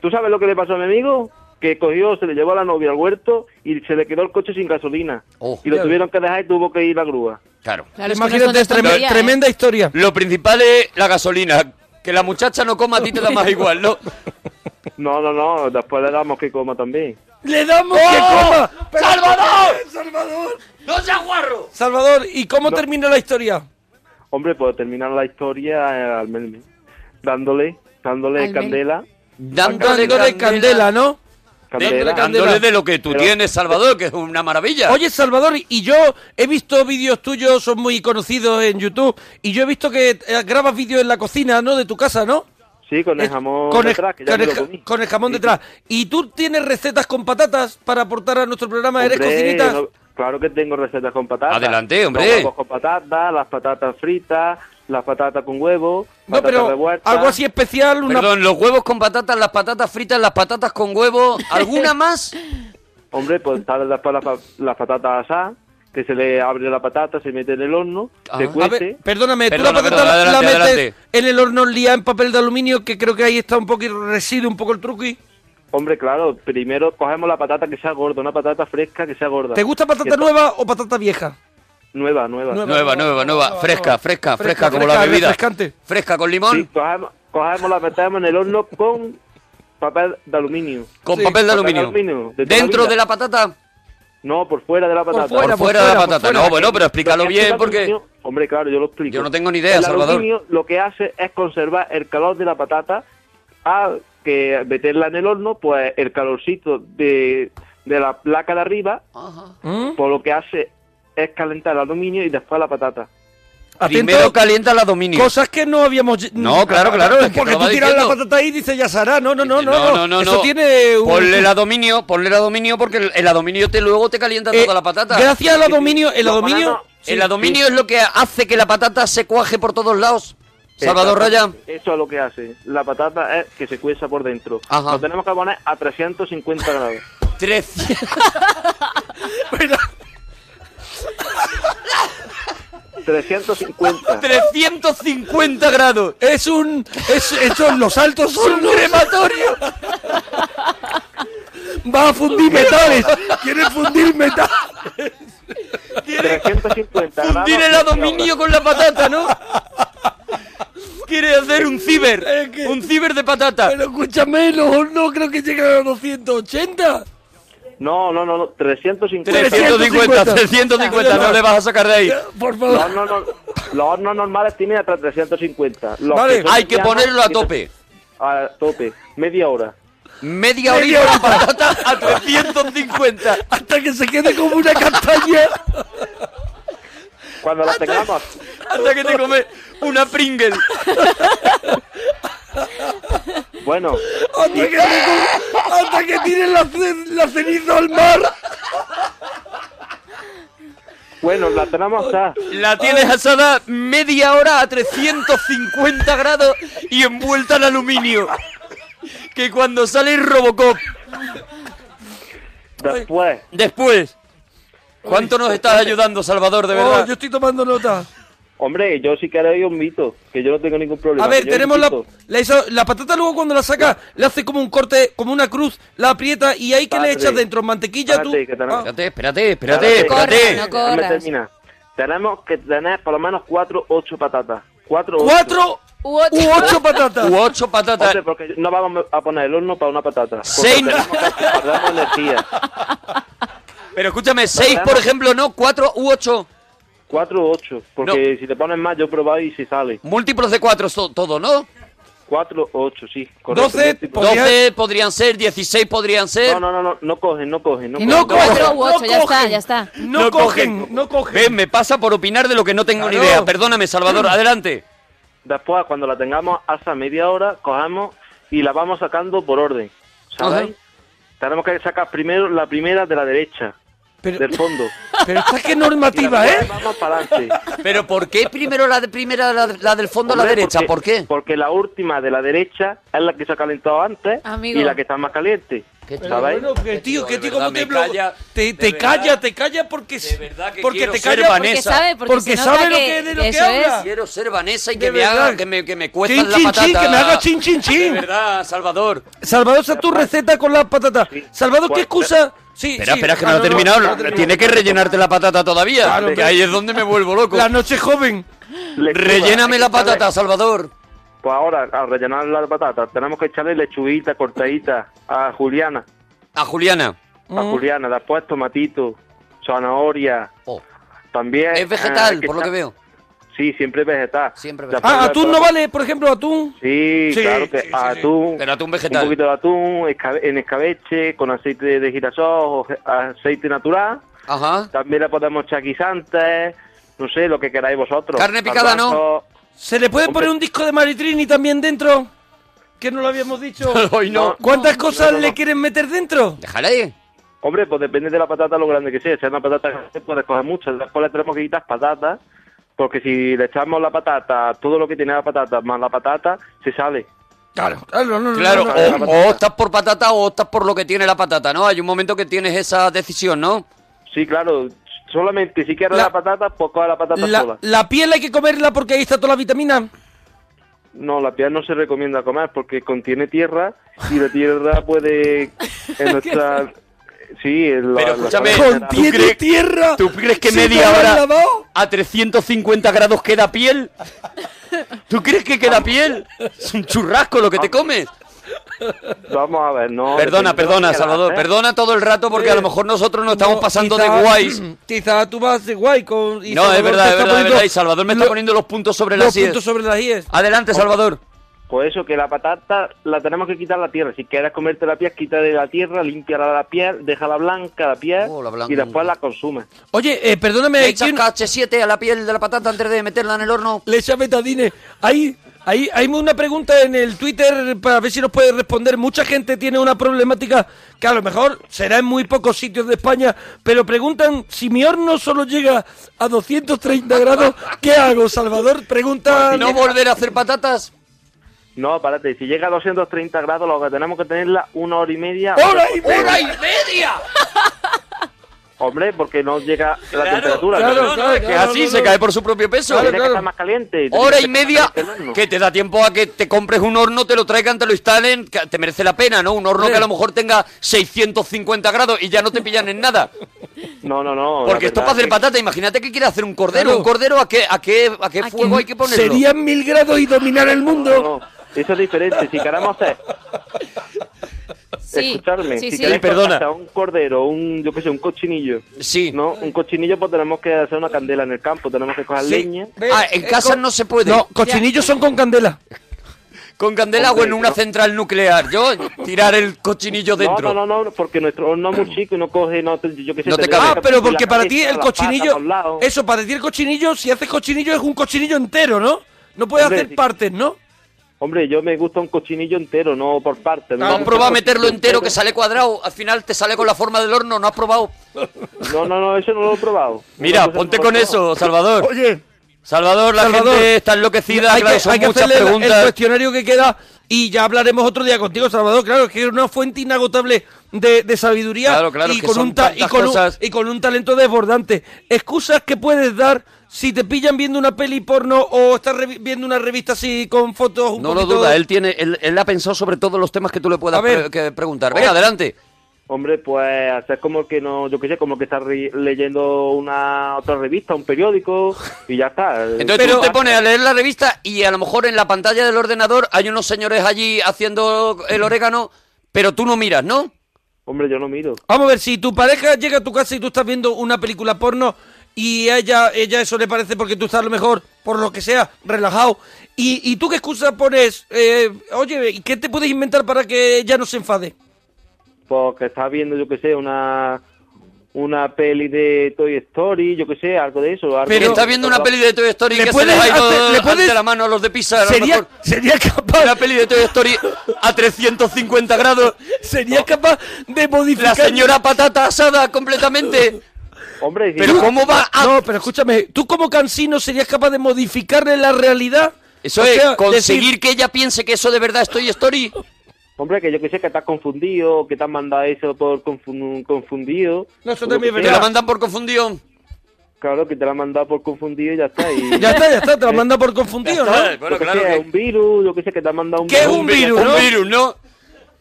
Speaker 6: ¿Tú sabes lo que le pasó a mi amigo? Que cogió, se le llevó a la novia al huerto y se le quedó el coche sin gasolina. y lo
Speaker 4: Oh. ya
Speaker 6: tuvieron que dejar y tuvo que ir la grúa.
Speaker 4: Claro.
Speaker 6: Claro, es que Imagínate, no son de trem- tontería, ¿eh?
Speaker 2: tremenda historia.
Speaker 4: Lo principal es la gasolina. Que la muchacha no coma a ti te da más igual, ¿no?
Speaker 6: No, no, no, después le damos que coma también.
Speaker 2: ¡Le damos que
Speaker 1: ¡Oh!
Speaker 2: coma! ¿Pero
Speaker 1: ¡Salvador!
Speaker 2: por qué, ¡Salvador!
Speaker 4: ¡No seas guarro!
Speaker 2: Salvador, ¿y cómo termina la historia?
Speaker 6: Hombre, puedo terminar la historia eh, al Melme, dándole, dándole
Speaker 2: Al Melme.
Speaker 6: candela.
Speaker 2: Dándole candela, ¿no?
Speaker 6: Candela.
Speaker 4: Dándole de lo que tú tienes, Salvador, que es una maravilla.
Speaker 2: Oye, Salvador, y yo he visto vídeos tuyos, son muy conocidos en YouTube, y yo he visto que eh, grabas vídeos en la cocina, ¿no? De tu casa, ¿no?
Speaker 6: Sí, con el jamón
Speaker 2: Con el,
Speaker 6: detrás, que ya
Speaker 2: con
Speaker 6: me
Speaker 2: el
Speaker 6: lo
Speaker 2: ja-
Speaker 6: comí.
Speaker 2: con el jamón detrás. ¿Y tú tienes recetas con patatas para aportar a nuestro programa? ¿Eres
Speaker 6: Hombre,
Speaker 2: cocinita?
Speaker 6: no- claro que tengo recetas con patatas.
Speaker 4: Adelante, hombre.
Speaker 6: Los huevos con patatas, las patatas fritas, las patatas con huevo. No,
Speaker 4: pero algo así
Speaker 2: especial.
Speaker 6: una-
Speaker 4: Perdón, los huevos con patatas, las patatas fritas, las patatas con huevo, ¿alguna más?
Speaker 6: Hombre, pues están las, las, las patatas asadas, que se le abre la patata, se mete en el horno, se
Speaker 2: Ah. A
Speaker 6: cuece.
Speaker 2: ver, perdóname, tú
Speaker 6: Perdona,
Speaker 2: la patata
Speaker 6: perdona,
Speaker 2: la- la
Speaker 6: adelante,
Speaker 2: metes
Speaker 6: adelante.
Speaker 2: en el horno liado en papel de aluminio, que creo que ahí está un poco, reside un poco el truqui.
Speaker 6: Hombre, claro, primero cogemos la patata que sea gorda, una patata fresca que sea gorda.
Speaker 2: ¿Te gusta patata
Speaker 6: Que-
Speaker 2: nueva o patata vieja?
Speaker 6: Nueva, nueva.
Speaker 4: Nueva, nueva, nueva, fresca, fresca, fresca, como la bebida. Fresca con limón.
Speaker 6: Sí, cogemos, cogemos la metemos en el horno con papel de aluminio.
Speaker 4: Con Sí. papel de aluminio.
Speaker 6: de toda
Speaker 4: ¿Dentro
Speaker 6: vida.
Speaker 4: de la patata?
Speaker 6: No, por fuera de la patata.
Speaker 4: fuera, Por por fuera de la fuera, por patata. fuera. No, bueno, pero explícalo
Speaker 6: Porque el
Speaker 4: bien, porque-
Speaker 6: aluminio- Hombre, claro, yo lo explico.
Speaker 4: Yo no tengo ni idea,
Speaker 6: el
Speaker 4: Salvador.
Speaker 6: aluminio lo que hace es conservar el calor de la patata al que meterla en el horno, pues el calorcito de, de la placa de arriba, por lo que hace es calentar el aluminio y después la patata.
Speaker 4: Primero calienta la dominio.
Speaker 2: Cosas que no habíamos... ll-
Speaker 4: No, claro, claro, es que
Speaker 2: Porque
Speaker 4: te lo
Speaker 2: tú
Speaker 4: va
Speaker 2: tiras la
Speaker 4: diciendo.
Speaker 2: patata ahí y dices, ya será. No, no, no, no.
Speaker 4: No, no, no.
Speaker 2: Eso
Speaker 4: no.
Speaker 2: tiene un...
Speaker 4: Ponle el adominio, ponle el adominio porque el- el adominio te, luego te calienta
Speaker 2: Eh,
Speaker 4: toda la patata.
Speaker 2: gracias al adominio- el adominio- sí,
Speaker 4: el adominio
Speaker 2: sí.
Speaker 4: es lo que hace que la patata se cuaje por todos lados. Salvador Raya.
Speaker 6: Eso es lo que hace. La patata es que se cueza por dentro.
Speaker 4: Ajá.
Speaker 6: Lo tenemos que poner a 350 grados.
Speaker 4: 300.
Speaker 2: Bueno.
Speaker 6: 350.
Speaker 4: 350 grados.
Speaker 2: Es un... Es, esto, los altos son un crematorio. Va a fundir metales. Quiere fundir metales.
Speaker 6: 350
Speaker 4: Fundir el adominio con la patata, ¿no? Quiere hacer un ciber. Un ciber de patata.
Speaker 2: Pero escúchame, los hornos creo que llegan a 280.
Speaker 6: No, no, no, no, 350.
Speaker 4: 350, 350, no le vas a sacar de ahí.
Speaker 2: Por
Speaker 6: favor. No, no, no. Los hornos normales tienen hasta 350. Los
Speaker 4: Vale.
Speaker 6: son
Speaker 4: Hay que
Speaker 6: medianos
Speaker 4: ponerlo a
Speaker 6: tienen-
Speaker 4: tope.
Speaker 6: A tope. Media hora.
Speaker 4: Media
Speaker 6: Media
Speaker 4: horita la patata a 350.
Speaker 2: Hasta que se quede como una castaña.
Speaker 6: Cuando la tengamos.
Speaker 4: Hasta que te come una Pringle.
Speaker 6: Bueno.
Speaker 2: Hasta que, hasta que tiren la, ce- la ceniza al mar.
Speaker 6: Bueno, la tenemos asada.
Speaker 4: La tienes asada media hora a 350 grados y envuelta en aluminio. Que cuando sale Robocop.
Speaker 6: Después.
Speaker 4: Después. ¿Cuánto nos estás ayudando, Salvador, de verdad?
Speaker 2: Oh, yo estoy tomando nota.
Speaker 6: Hombre, yo si queréis un mito, que yo no tengo ningún problema.
Speaker 2: A ver,
Speaker 6: Yo
Speaker 2: tenemos la,
Speaker 6: invito.
Speaker 2: la, hizo- la patata luego cuando la saca, le hace como un corte, como una cruz, la aprieta y ahí que le
Speaker 6: Padre.
Speaker 2: echas dentro, mantequilla tú. Ah.
Speaker 6: Espérate, que tenemos-
Speaker 4: Espérate, espérate, espérate,
Speaker 6: Espérate,
Speaker 4: espérate.
Speaker 6: espérate. Déjame terminar. Tenemos que tener por lo menos 4 8 patatas. 4
Speaker 2: ¿Cuatro?
Speaker 3: U ocho.
Speaker 4: U ocho patatas.
Speaker 6: Hombre, porque no vamos a poner el horno para una patata. Porque
Speaker 4: Seis no-
Speaker 6: tenemos que guardar energía.
Speaker 4: Pero escúchame, 6 por ejemplo, no, 4 u 8.
Speaker 6: 4 o 8, porque si te pones más yo he probado y si sale.
Speaker 4: Múltiplos de 4 todo, ¿no?
Speaker 6: 4 o 8, sí, correcto.
Speaker 4: 12,
Speaker 6: Múltiplos.
Speaker 4: 12 podrían ser, 16 podrían ser.
Speaker 6: No, no, no, no, no cogen, no cogen, no,
Speaker 3: No
Speaker 6: cogen.
Speaker 3: cuatro u ocho, ya está, ya está.
Speaker 2: no cogen.
Speaker 4: Ven, me pasa por opinar de lo que no tengo ni
Speaker 6: Claro.
Speaker 4: idea. Perdóname, Salvador, adelante.
Speaker 6: Después, cuando la tengamos hasta media hora, cojamos y la vamos sacando por orden. ¿Sabéis? Tenemos que sacar primero la primera de la derecha, del fondo.
Speaker 2: Pero está que normativa, ¿eh?
Speaker 6: Vamos para adelante.
Speaker 4: Pero ¿por qué primero la de primera, la, de- la del fondo a la
Speaker 6: Hombre,
Speaker 4: derecha? ¿Por qué?
Speaker 6: Porque la última de la derecha es la que se ha calentado antes
Speaker 4: Amigo.
Speaker 6: y la que está más caliente.
Speaker 2: Pero
Speaker 6: ¿Sabéis?
Speaker 2: bueno, que tío, que
Speaker 4: de
Speaker 2: tío, cómo
Speaker 4: verdad,
Speaker 2: te
Speaker 4: me
Speaker 2: bloquea.
Speaker 4: calla,
Speaker 2: te,
Speaker 4: de
Speaker 2: te
Speaker 4: verdad.
Speaker 2: calla, te calla porque, porque
Speaker 4: quiero
Speaker 2: te
Speaker 4: ser
Speaker 2: calla
Speaker 4: Vanessa. Porque sabe, porque
Speaker 2: porque
Speaker 4: se
Speaker 2: sabe
Speaker 4: nota
Speaker 2: lo
Speaker 4: que
Speaker 2: que, de lo que
Speaker 4: eso
Speaker 2: habla.
Speaker 4: es. Quiero ser Vanessa y
Speaker 2: De
Speaker 4: que me
Speaker 2: verdad.
Speaker 4: haga, que me, que me cuezas
Speaker 2: Chin,
Speaker 4: la
Speaker 2: chin,
Speaker 4: patata.
Speaker 2: chin, que me haga chin, chin, chin.
Speaker 4: De verdad, Salvador.
Speaker 2: Salvador, esa es tu receta con las patatas. Salvador,
Speaker 6: Pues,
Speaker 2: ¿qué excusa? Sí,
Speaker 4: Espera,
Speaker 2: sí.
Speaker 4: espera, es que
Speaker 2: Ah,
Speaker 4: no lo he terminado.
Speaker 2: no, no, no,
Speaker 4: Tiene
Speaker 2: no.
Speaker 4: que rellenarte la patata todavía.
Speaker 2: Claro,
Speaker 4: que
Speaker 2: claro.
Speaker 4: ahí es donde me vuelvo loco.
Speaker 2: La noche joven.
Speaker 4: Relléname la patata, Salvador.
Speaker 6: Pues ahora, al rellenar la patata, tenemos que echarle lechuguita cortadita a Juliana.
Speaker 4: A Juliana.
Speaker 6: juliana, después tomatito, zanahoria. También.
Speaker 4: Oh.
Speaker 6: eh,
Speaker 4: Es vegetal, por lo que veo.
Speaker 6: Sí, siempre vegetal.
Speaker 4: Siempre
Speaker 6: vegetal.
Speaker 2: Ah, atún no vale, por ejemplo, atún.
Speaker 6: Sí,
Speaker 2: Sí,
Speaker 6: claro que
Speaker 2: sí, sí, sí.
Speaker 6: atún.
Speaker 4: Pero atún vegetal.
Speaker 6: Un poquito de atún esca- en escabeche, con aceite de girasol o ge- aceite natural.
Speaker 4: Ajá.
Speaker 6: También le podemos echar guisantes, no sé, lo que queráis vosotros.
Speaker 2: Carne picada, ¿no?
Speaker 6: Garbanzos.
Speaker 2: ¿Se le puede poner un disco de Maritrini también dentro? Que no lo habíamos dicho.
Speaker 6: Hoy no.
Speaker 2: ¿Cuántas
Speaker 6: No,
Speaker 2: cosas
Speaker 6: no, no,
Speaker 2: le
Speaker 6: no.
Speaker 2: quieren meter dentro?
Speaker 4: Déjala ahí.
Speaker 6: Hombre, pues depende de la patata lo grande que sea. Si es una patata grande, puedes coger muchas. Después le tenemos que quitar patatas, porque si le echamos la patata, todo lo que tiene la patata más la patata, se sale.
Speaker 2: Claro, claro, Ah, no,
Speaker 4: Claro, oh. o, o optas por patata o optas por lo que tiene la patata, ¿no? Hay un momento que tienes esa decisión, ¿no?
Speaker 6: Sí, claro. Solamente si quieres
Speaker 2: La-
Speaker 6: la, patata, pues coge la patata
Speaker 2: La,
Speaker 6: sola.
Speaker 2: la piel hay que comerla porque ahí está toda la vitamina.
Speaker 6: No, la piel no se recomienda comer porque contiene tierra y la tierra puede... En nuestra... Sí, en la,
Speaker 4: Pero
Speaker 6: la-
Speaker 4: escúchame,
Speaker 6: la-
Speaker 4: ¿tú crees,
Speaker 2: tierra?
Speaker 4: ¿Tú crees que
Speaker 6: ¿Se te
Speaker 4: media
Speaker 6: habrá
Speaker 4: hora a 350 grados queda piel? ¿Tú crees que queda piel? Es un churrasco lo que te comes.
Speaker 6: Vamos a ver, no...
Speaker 4: Perdona,
Speaker 6: depende de
Speaker 4: perdona,
Speaker 6: lo que
Speaker 4: Salvador,
Speaker 6: hagas, ¿eh?
Speaker 4: perdona todo el rato porque a lo mejor nosotros nos estamos pasando de guays.
Speaker 2: Quizás tú vas de guay con... y
Speaker 4: No,
Speaker 2: Salvador
Speaker 4: es
Speaker 2: te
Speaker 4: verdad, es
Speaker 2: está
Speaker 4: verdad, es
Speaker 2: poniendo
Speaker 4: verdad. Y Salvador me está poniendo los puntos sobre las
Speaker 2: Los
Speaker 4: sillas.
Speaker 2: puntos sobre las IES.
Speaker 4: Adelante, Salvador.
Speaker 6: Pues eso, que la patata la tenemos que quitar la tierra. Si quieres comerte la piel, quita de la tierra, limpia la piel, déjala blanca la piel
Speaker 4: Oh, blanca.
Speaker 6: y después la consumes.
Speaker 2: Oye, eh, perdóname.
Speaker 4: Le echas KH7 a la piel de la patata antes de meterla en el horno.
Speaker 2: Le echa betadine. Hay, hay, hay una pregunta en el Twitter para ver si nos puede responder. Mucha gente tiene una problemática que a lo mejor será en muy pocos sitios de España, pero preguntan si mi horno solo llega a 230 grados, ¿qué hago, Salvador? Pregunta...
Speaker 4: ¿No volver a hacer patatas?
Speaker 6: No, párate, si llega a 230 grados, lo que tenemos que tenerla una hora y media.
Speaker 2: ¡Hora y
Speaker 4: ¡Hora y media!
Speaker 6: Hombre, porque no llega la
Speaker 4: Claro,
Speaker 6: temperatura.
Speaker 4: claro,
Speaker 6: ¿no?
Speaker 4: claro, que claro, así no, se no. cae por su propio peso. Claro,
Speaker 6: Tiene que
Speaker 4: claro.
Speaker 6: estar más caliente.
Speaker 4: Hora y media que te da tiempo a que te compres un horno, te lo traigan, te lo instalen, que te merece la pena, ¿no? Un horno que a lo mejor tenga 650 grados y ya no te pillan en nada.
Speaker 6: No, no, no. la
Speaker 4: Porque esto
Speaker 6: verdad
Speaker 4: para hacer
Speaker 6: que-
Speaker 4: patata, imagínate que quiere hacer un cordero.
Speaker 6: Claro.
Speaker 4: ¿Un cordero a qué, a qué, a qué fuego hay que ponerlo?
Speaker 2: Serían mil grados y dominar el mundo.
Speaker 6: Eso es diferente. Si queremos hacer.
Speaker 2: Sí,
Speaker 6: Escucharme.
Speaker 2: sí,
Speaker 6: si
Speaker 2: sí.
Speaker 6: queréis
Speaker 2: Sí, perdona.
Speaker 6: hacer un cordero, un, yo qué sé, un cochinillo.
Speaker 4: Sí.
Speaker 6: ¿No? Un cochinillo, pues tenemos que hacer una candela en el campo. Tenemos que coger
Speaker 4: Sí.
Speaker 6: leña.
Speaker 4: Ah, en casa no se puede.
Speaker 2: eh, No, cochinillos son con candela.
Speaker 4: Con candela o en una central nuclear. Yo tirar el cochinillo
Speaker 6: No,
Speaker 4: dentro.
Speaker 6: no, no, no, porque nuestro horno es muy chico y no coge, no, te- yo qué sé.
Speaker 4: No te
Speaker 6: tendría
Speaker 4: cabe.
Speaker 6: que
Speaker 2: Ah, pero
Speaker 6: partir la
Speaker 2: porque para ti
Speaker 6: cabeza,
Speaker 2: el
Speaker 6: la pata,
Speaker 2: cochinillo...
Speaker 6: por un lado.
Speaker 2: Eso, para ti el cochinillo, si haces cochinillo es un cochinillo entero, ¿no? No puedes
Speaker 6: Hombre,
Speaker 2: hacer
Speaker 6: sí.
Speaker 2: partes, ¿no?
Speaker 6: Hombre, yo me gusta un cochinillo entero, no por partes.
Speaker 4: No has probado a meterlo entero que sale cuadrado. Al final te sale con la forma del horno. No has probado.
Speaker 6: No, no, no, eso no lo he probado.
Speaker 4: Mira,
Speaker 6: Una cosa
Speaker 4: ponte
Speaker 6: no lo he
Speaker 4: con
Speaker 6: probado.
Speaker 4: eso, Salvador. Oye. Salvador, la
Speaker 2: Salvador,
Speaker 4: gente está enloquecida.
Speaker 2: Hay
Speaker 4: claro,
Speaker 2: que,
Speaker 4: son
Speaker 2: hay que
Speaker 4: muchas
Speaker 2: hacerle la- el
Speaker 4: preguntas.
Speaker 2: cuestionario que queda y ya hablaremos otro día contigo, Salvador. Claro, es que es una fuente inagotable de, de sabiduría
Speaker 4: Claro, claro,
Speaker 2: y,
Speaker 4: que
Speaker 2: con
Speaker 4: son
Speaker 2: un ta- y,
Speaker 4: tantas
Speaker 2: con un,
Speaker 4: cosas.
Speaker 2: y con un talento desbordante. Excusas que puedes dar si te pillan viendo una peli porno o estás revi- viendo una revista así con fotos un
Speaker 4: No lo
Speaker 2: poquito-
Speaker 4: duda, él tiene, él, él ha pensado sobre todos los temas que tú le puedas
Speaker 2: A ver.
Speaker 4: pre- que preguntar. Venga,
Speaker 6: Eh,
Speaker 2: Oh.
Speaker 4: adelante.
Speaker 6: Hombre, pues hacer como que no, yo qué sé, como que estás re- leyendo una otra revista, un periódico y ya está. ah,
Speaker 4: Entonces tú te pones a leer la revista y a lo mejor en la pantalla del ordenador hay unos señores allí haciendo el orégano, pero tú no miras, ¿no?
Speaker 6: Hombre, yo no miro.
Speaker 2: Vamos a ver, si tu pareja llega a tu casa y tú estás viendo una película porno y a ella, ella eso le parece porque tú estás a lo mejor, por lo que sea, relajado. ¿Y, y tú qué excusa pones? Eh, oye, ¿y ¿qué te puedes inventar para que ella no se enfade?
Speaker 6: Porque estás pues, viendo, yo qué sé, una una peli de Toy Story, yo qué sé, algo de eso. algo-
Speaker 4: Pero está viendo una peli de Toy Story
Speaker 6: ¿Le
Speaker 4: que se
Speaker 6: puedes
Speaker 4: les ha ido
Speaker 6: hacer- le puedes-
Speaker 4: ante la mano a los de Pisa. a lo
Speaker 2: ¿Sería-
Speaker 4: mejor. Una peli de Toy Story a 350 grados.
Speaker 2: ¿Sería capaz de modificar?
Speaker 4: La señora patata asada completamente.
Speaker 6: Hombre,
Speaker 4: Pero ¿cómo va a-
Speaker 2: No, pero escúchame, ¿tú como cansino serías capaz de modificarle la realidad?
Speaker 4: Eso
Speaker 2: O
Speaker 4: es,
Speaker 2: sea,
Speaker 4: conseguir
Speaker 2: decir,
Speaker 4: que ella piense que eso de verdad es Toy Story.
Speaker 6: Hombre, que yo qué sé, que estás confundido, que te han mandado eso por confun- confundido.
Speaker 2: No, eso
Speaker 6: o lo
Speaker 2: también
Speaker 6: que
Speaker 2: es
Speaker 4: Te
Speaker 6: sea.
Speaker 4: la mandan por confundión.
Speaker 6: Claro, que te la han mandado por confundido y ya está. Y... ¿Eh?
Speaker 2: Ya está, ya está, te la manda por confundido, ¿no?
Speaker 6: Yo qué sé, un virus, yo qué sé, que te han mandado un
Speaker 2: ¿Qué es un virus, no?
Speaker 4: ¿no?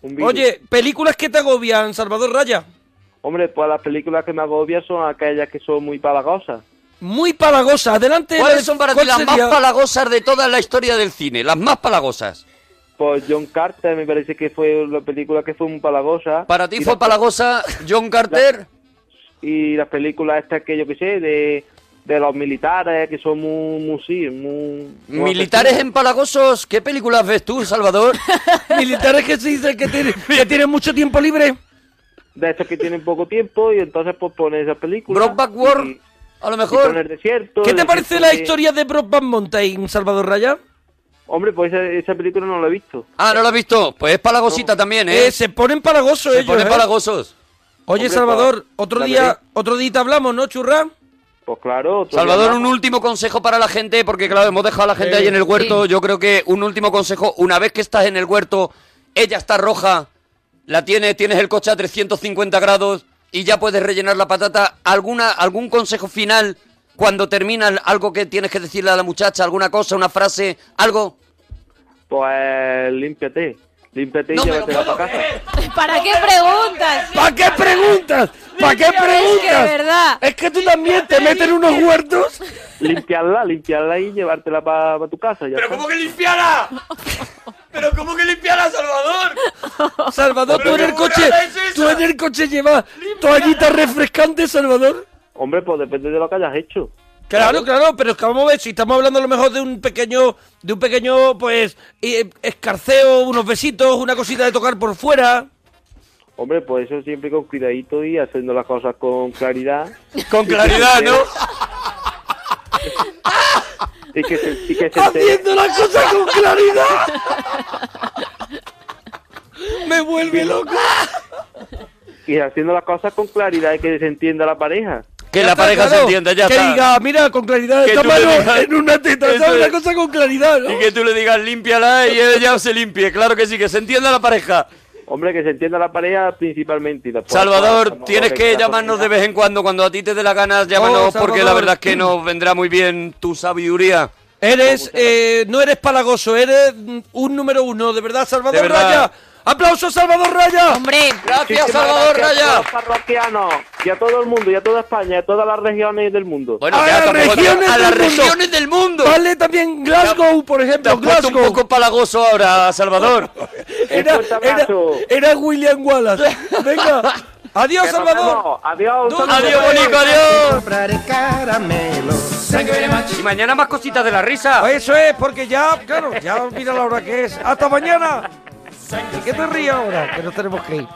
Speaker 6: Un virus.
Speaker 2: Oye, películas que te agobian, Salvador Raya.
Speaker 6: Hombre, pues las películas que me agobian son aquellas que son muy palagosas.
Speaker 2: Muy palagosas, adelante.
Speaker 4: ¿Cuáles
Speaker 2: la-
Speaker 4: son para ti
Speaker 2: ¿cuál
Speaker 4: las más
Speaker 2: sería?
Speaker 4: palagosas de toda la historia del cine? Las más palagosas.
Speaker 6: por John Carter, me parece que fue la película que fue un palagosa.
Speaker 4: Para ti
Speaker 6: Y
Speaker 4: fue
Speaker 6: la-
Speaker 4: palagosa John Carter.
Speaker 6: y las películas estas que yo que sé, de, de los militares, que son muy, muy, sí, muy...
Speaker 2: pues
Speaker 6: muy
Speaker 4: Militares
Speaker 6: afectivos.
Speaker 4: empalagosos, ¿qué películas ves tú, Salvador?
Speaker 2: Militares que se dicen que tienen, que tienen mucho tiempo libre.
Speaker 6: De estos que tienen poco tiempo y entonces pues poner esas películas.
Speaker 2: Brokeback World,
Speaker 6: y-
Speaker 2: a lo
Speaker 6: y
Speaker 2: mejor.
Speaker 6: poner desierto,
Speaker 2: ¿Qué te
Speaker 6: desierto
Speaker 2: parece la
Speaker 6: de-
Speaker 2: historia de Brockback Mountain, Salvador Raya?
Speaker 6: Hombre, pues esa, esa película no la he visto.
Speaker 4: Ah, ¿no la has visto? Pues es palagosita también, ¿eh?
Speaker 2: Eh, se ponen palagosos
Speaker 4: Se
Speaker 2: ellos,
Speaker 4: ponen
Speaker 2: ¿eh?
Speaker 4: palagosos.
Speaker 2: Oye,
Speaker 4: Hombre,
Speaker 2: Salvador,
Speaker 4: pa-
Speaker 2: otro
Speaker 4: la
Speaker 2: día,
Speaker 4: veré.
Speaker 2: otro día te hablamos, ¿no, churra?
Speaker 6: Pues claro. otro
Speaker 4: Salvador,
Speaker 6: día
Speaker 4: un
Speaker 6: más.
Speaker 4: último consejo para la gente, porque claro, hemos dejado a la gente
Speaker 6: Sí.
Speaker 4: ahí en el huerto.
Speaker 6: Sí.
Speaker 4: Yo creo que un último consejo, una vez que estás en el huerto, ella está roja, la tienes, tienes el coche a 350 grados y ya puedes rellenar la patata. ¿Alguna, ¿Algún consejo final cuando terminas? ¿Algo que tienes que decirle a la muchacha? ¿Alguna cosa? ¿Una frase? ¿Algo?
Speaker 6: Pues límpiate, límpiate y llévatela para casa.
Speaker 3: ¿Para qué preguntas?
Speaker 2: ¿Para qué preguntas? ¿Para qué
Speaker 3: Es que,
Speaker 2: preguntas?
Speaker 3: verdad.
Speaker 2: Es que tú también te metes en unos huertos.
Speaker 6: Limpiarla, limpiarla y llevártela para tu casa. Ya está.
Speaker 4: ¿Cómo que limpiara? ¿Pero cómo que limpiara, Salvador?
Speaker 2: Salvador, tú
Speaker 6: Pero
Speaker 2: en el
Speaker 6: qué
Speaker 2: coche,
Speaker 6: burrada es
Speaker 2: tú en el coche llevas toallitas refrescantes, Salvador.
Speaker 6: Hombre, pues depende de lo que hayas hecho.
Speaker 2: Claro, claro, pero es que vamos a ver, si estamos hablando a lo mejor de un pequeño, de un pequeño, pues, eh, escarceo, unos besitos, una cosita de tocar por fuera.
Speaker 6: Hombre, pues eso siempre con cuidadito y haciendo las cosas con claridad.
Speaker 4: Con claridad, ¿no?
Speaker 6: Y que se, y que se
Speaker 2: Haciendo
Speaker 6: entere-
Speaker 2: las cosas con claridad. Me vuelve loco.
Speaker 6: Y haciendo las cosas con claridad y que se entienda la pareja.
Speaker 4: Que
Speaker 2: Ya
Speaker 4: la
Speaker 2: está,
Speaker 4: pareja se
Speaker 2: claro.
Speaker 4: entienda, ya
Speaker 2: que
Speaker 4: está.
Speaker 2: diga, mira, con claridad,
Speaker 4: Que
Speaker 2: esta
Speaker 4: tú le
Speaker 2: mano
Speaker 4: digas-
Speaker 2: en una teta,
Speaker 4: Eso
Speaker 2: ¿sabes?
Speaker 4: es.
Speaker 2: Una cosa con claridad, ¿no?
Speaker 4: Y que tú le digas límpiala y ella se limpie. Claro que sí, que se entienda la pareja.
Speaker 6: Hombre, que se entienda la pareja principalmente. Y después,
Speaker 4: Salvador,
Speaker 6: pues,
Speaker 4: tienes
Speaker 6: pues,
Speaker 4: que
Speaker 6: está
Speaker 4: llamarnos de
Speaker 6: combinado.
Speaker 4: vez en cuando, cuando a ti te dé la gana, llámanos,
Speaker 2: Oh,
Speaker 4: porque la
Speaker 2: Salvador.
Speaker 4: verdad es que nos vendrá muy bien tu sabiduría.
Speaker 2: Eres, eh, no eres palagoso, eres mm, un número uno, de verdad, Salvador
Speaker 4: De verdad.
Speaker 2: Raya. ¡Aplausos, Salvador Raya!
Speaker 3: Hombre,
Speaker 4: Gracias,
Speaker 6: Muchísimas
Speaker 4: Salvador
Speaker 6: gracias
Speaker 4: Raya.
Speaker 6: A todos los parroquianos y a todo el mundo, y a toda España, y a todas las regiones del mundo.
Speaker 4: Bueno, ya, tampoco- a las regiones del mundo.
Speaker 2: Vale, también Glasgow, por
Speaker 4: Te has
Speaker 2: ejemplo,
Speaker 4: puesto un
Speaker 2: Glasgow.
Speaker 4: poco palagoso ahora, Salvador.
Speaker 2: Era, era, era William Wallace. Venga. Adiós,
Speaker 6: Que nos
Speaker 2: Salvador.
Speaker 6: vemos. Adiós.
Speaker 2: Tú-
Speaker 4: Adiós, bonito, adiós. Y mañana más cositas de la risa.
Speaker 2: Eso es, porque ya, claro, ya mira la hora que es. ¡Hasta mañana! ¿Y qué te ríes ahora? Que nos tenemos que ir.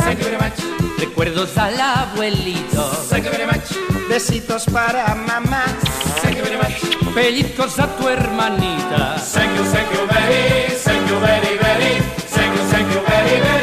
Speaker 1: Thank you very much. Recuerdos al abuelito. Thank you very much. Besitos para mamá. Thank you very much. Pellizcos a tu hermanita. Thank you, thank you very, thank you very, very, thank you, thank you very, very.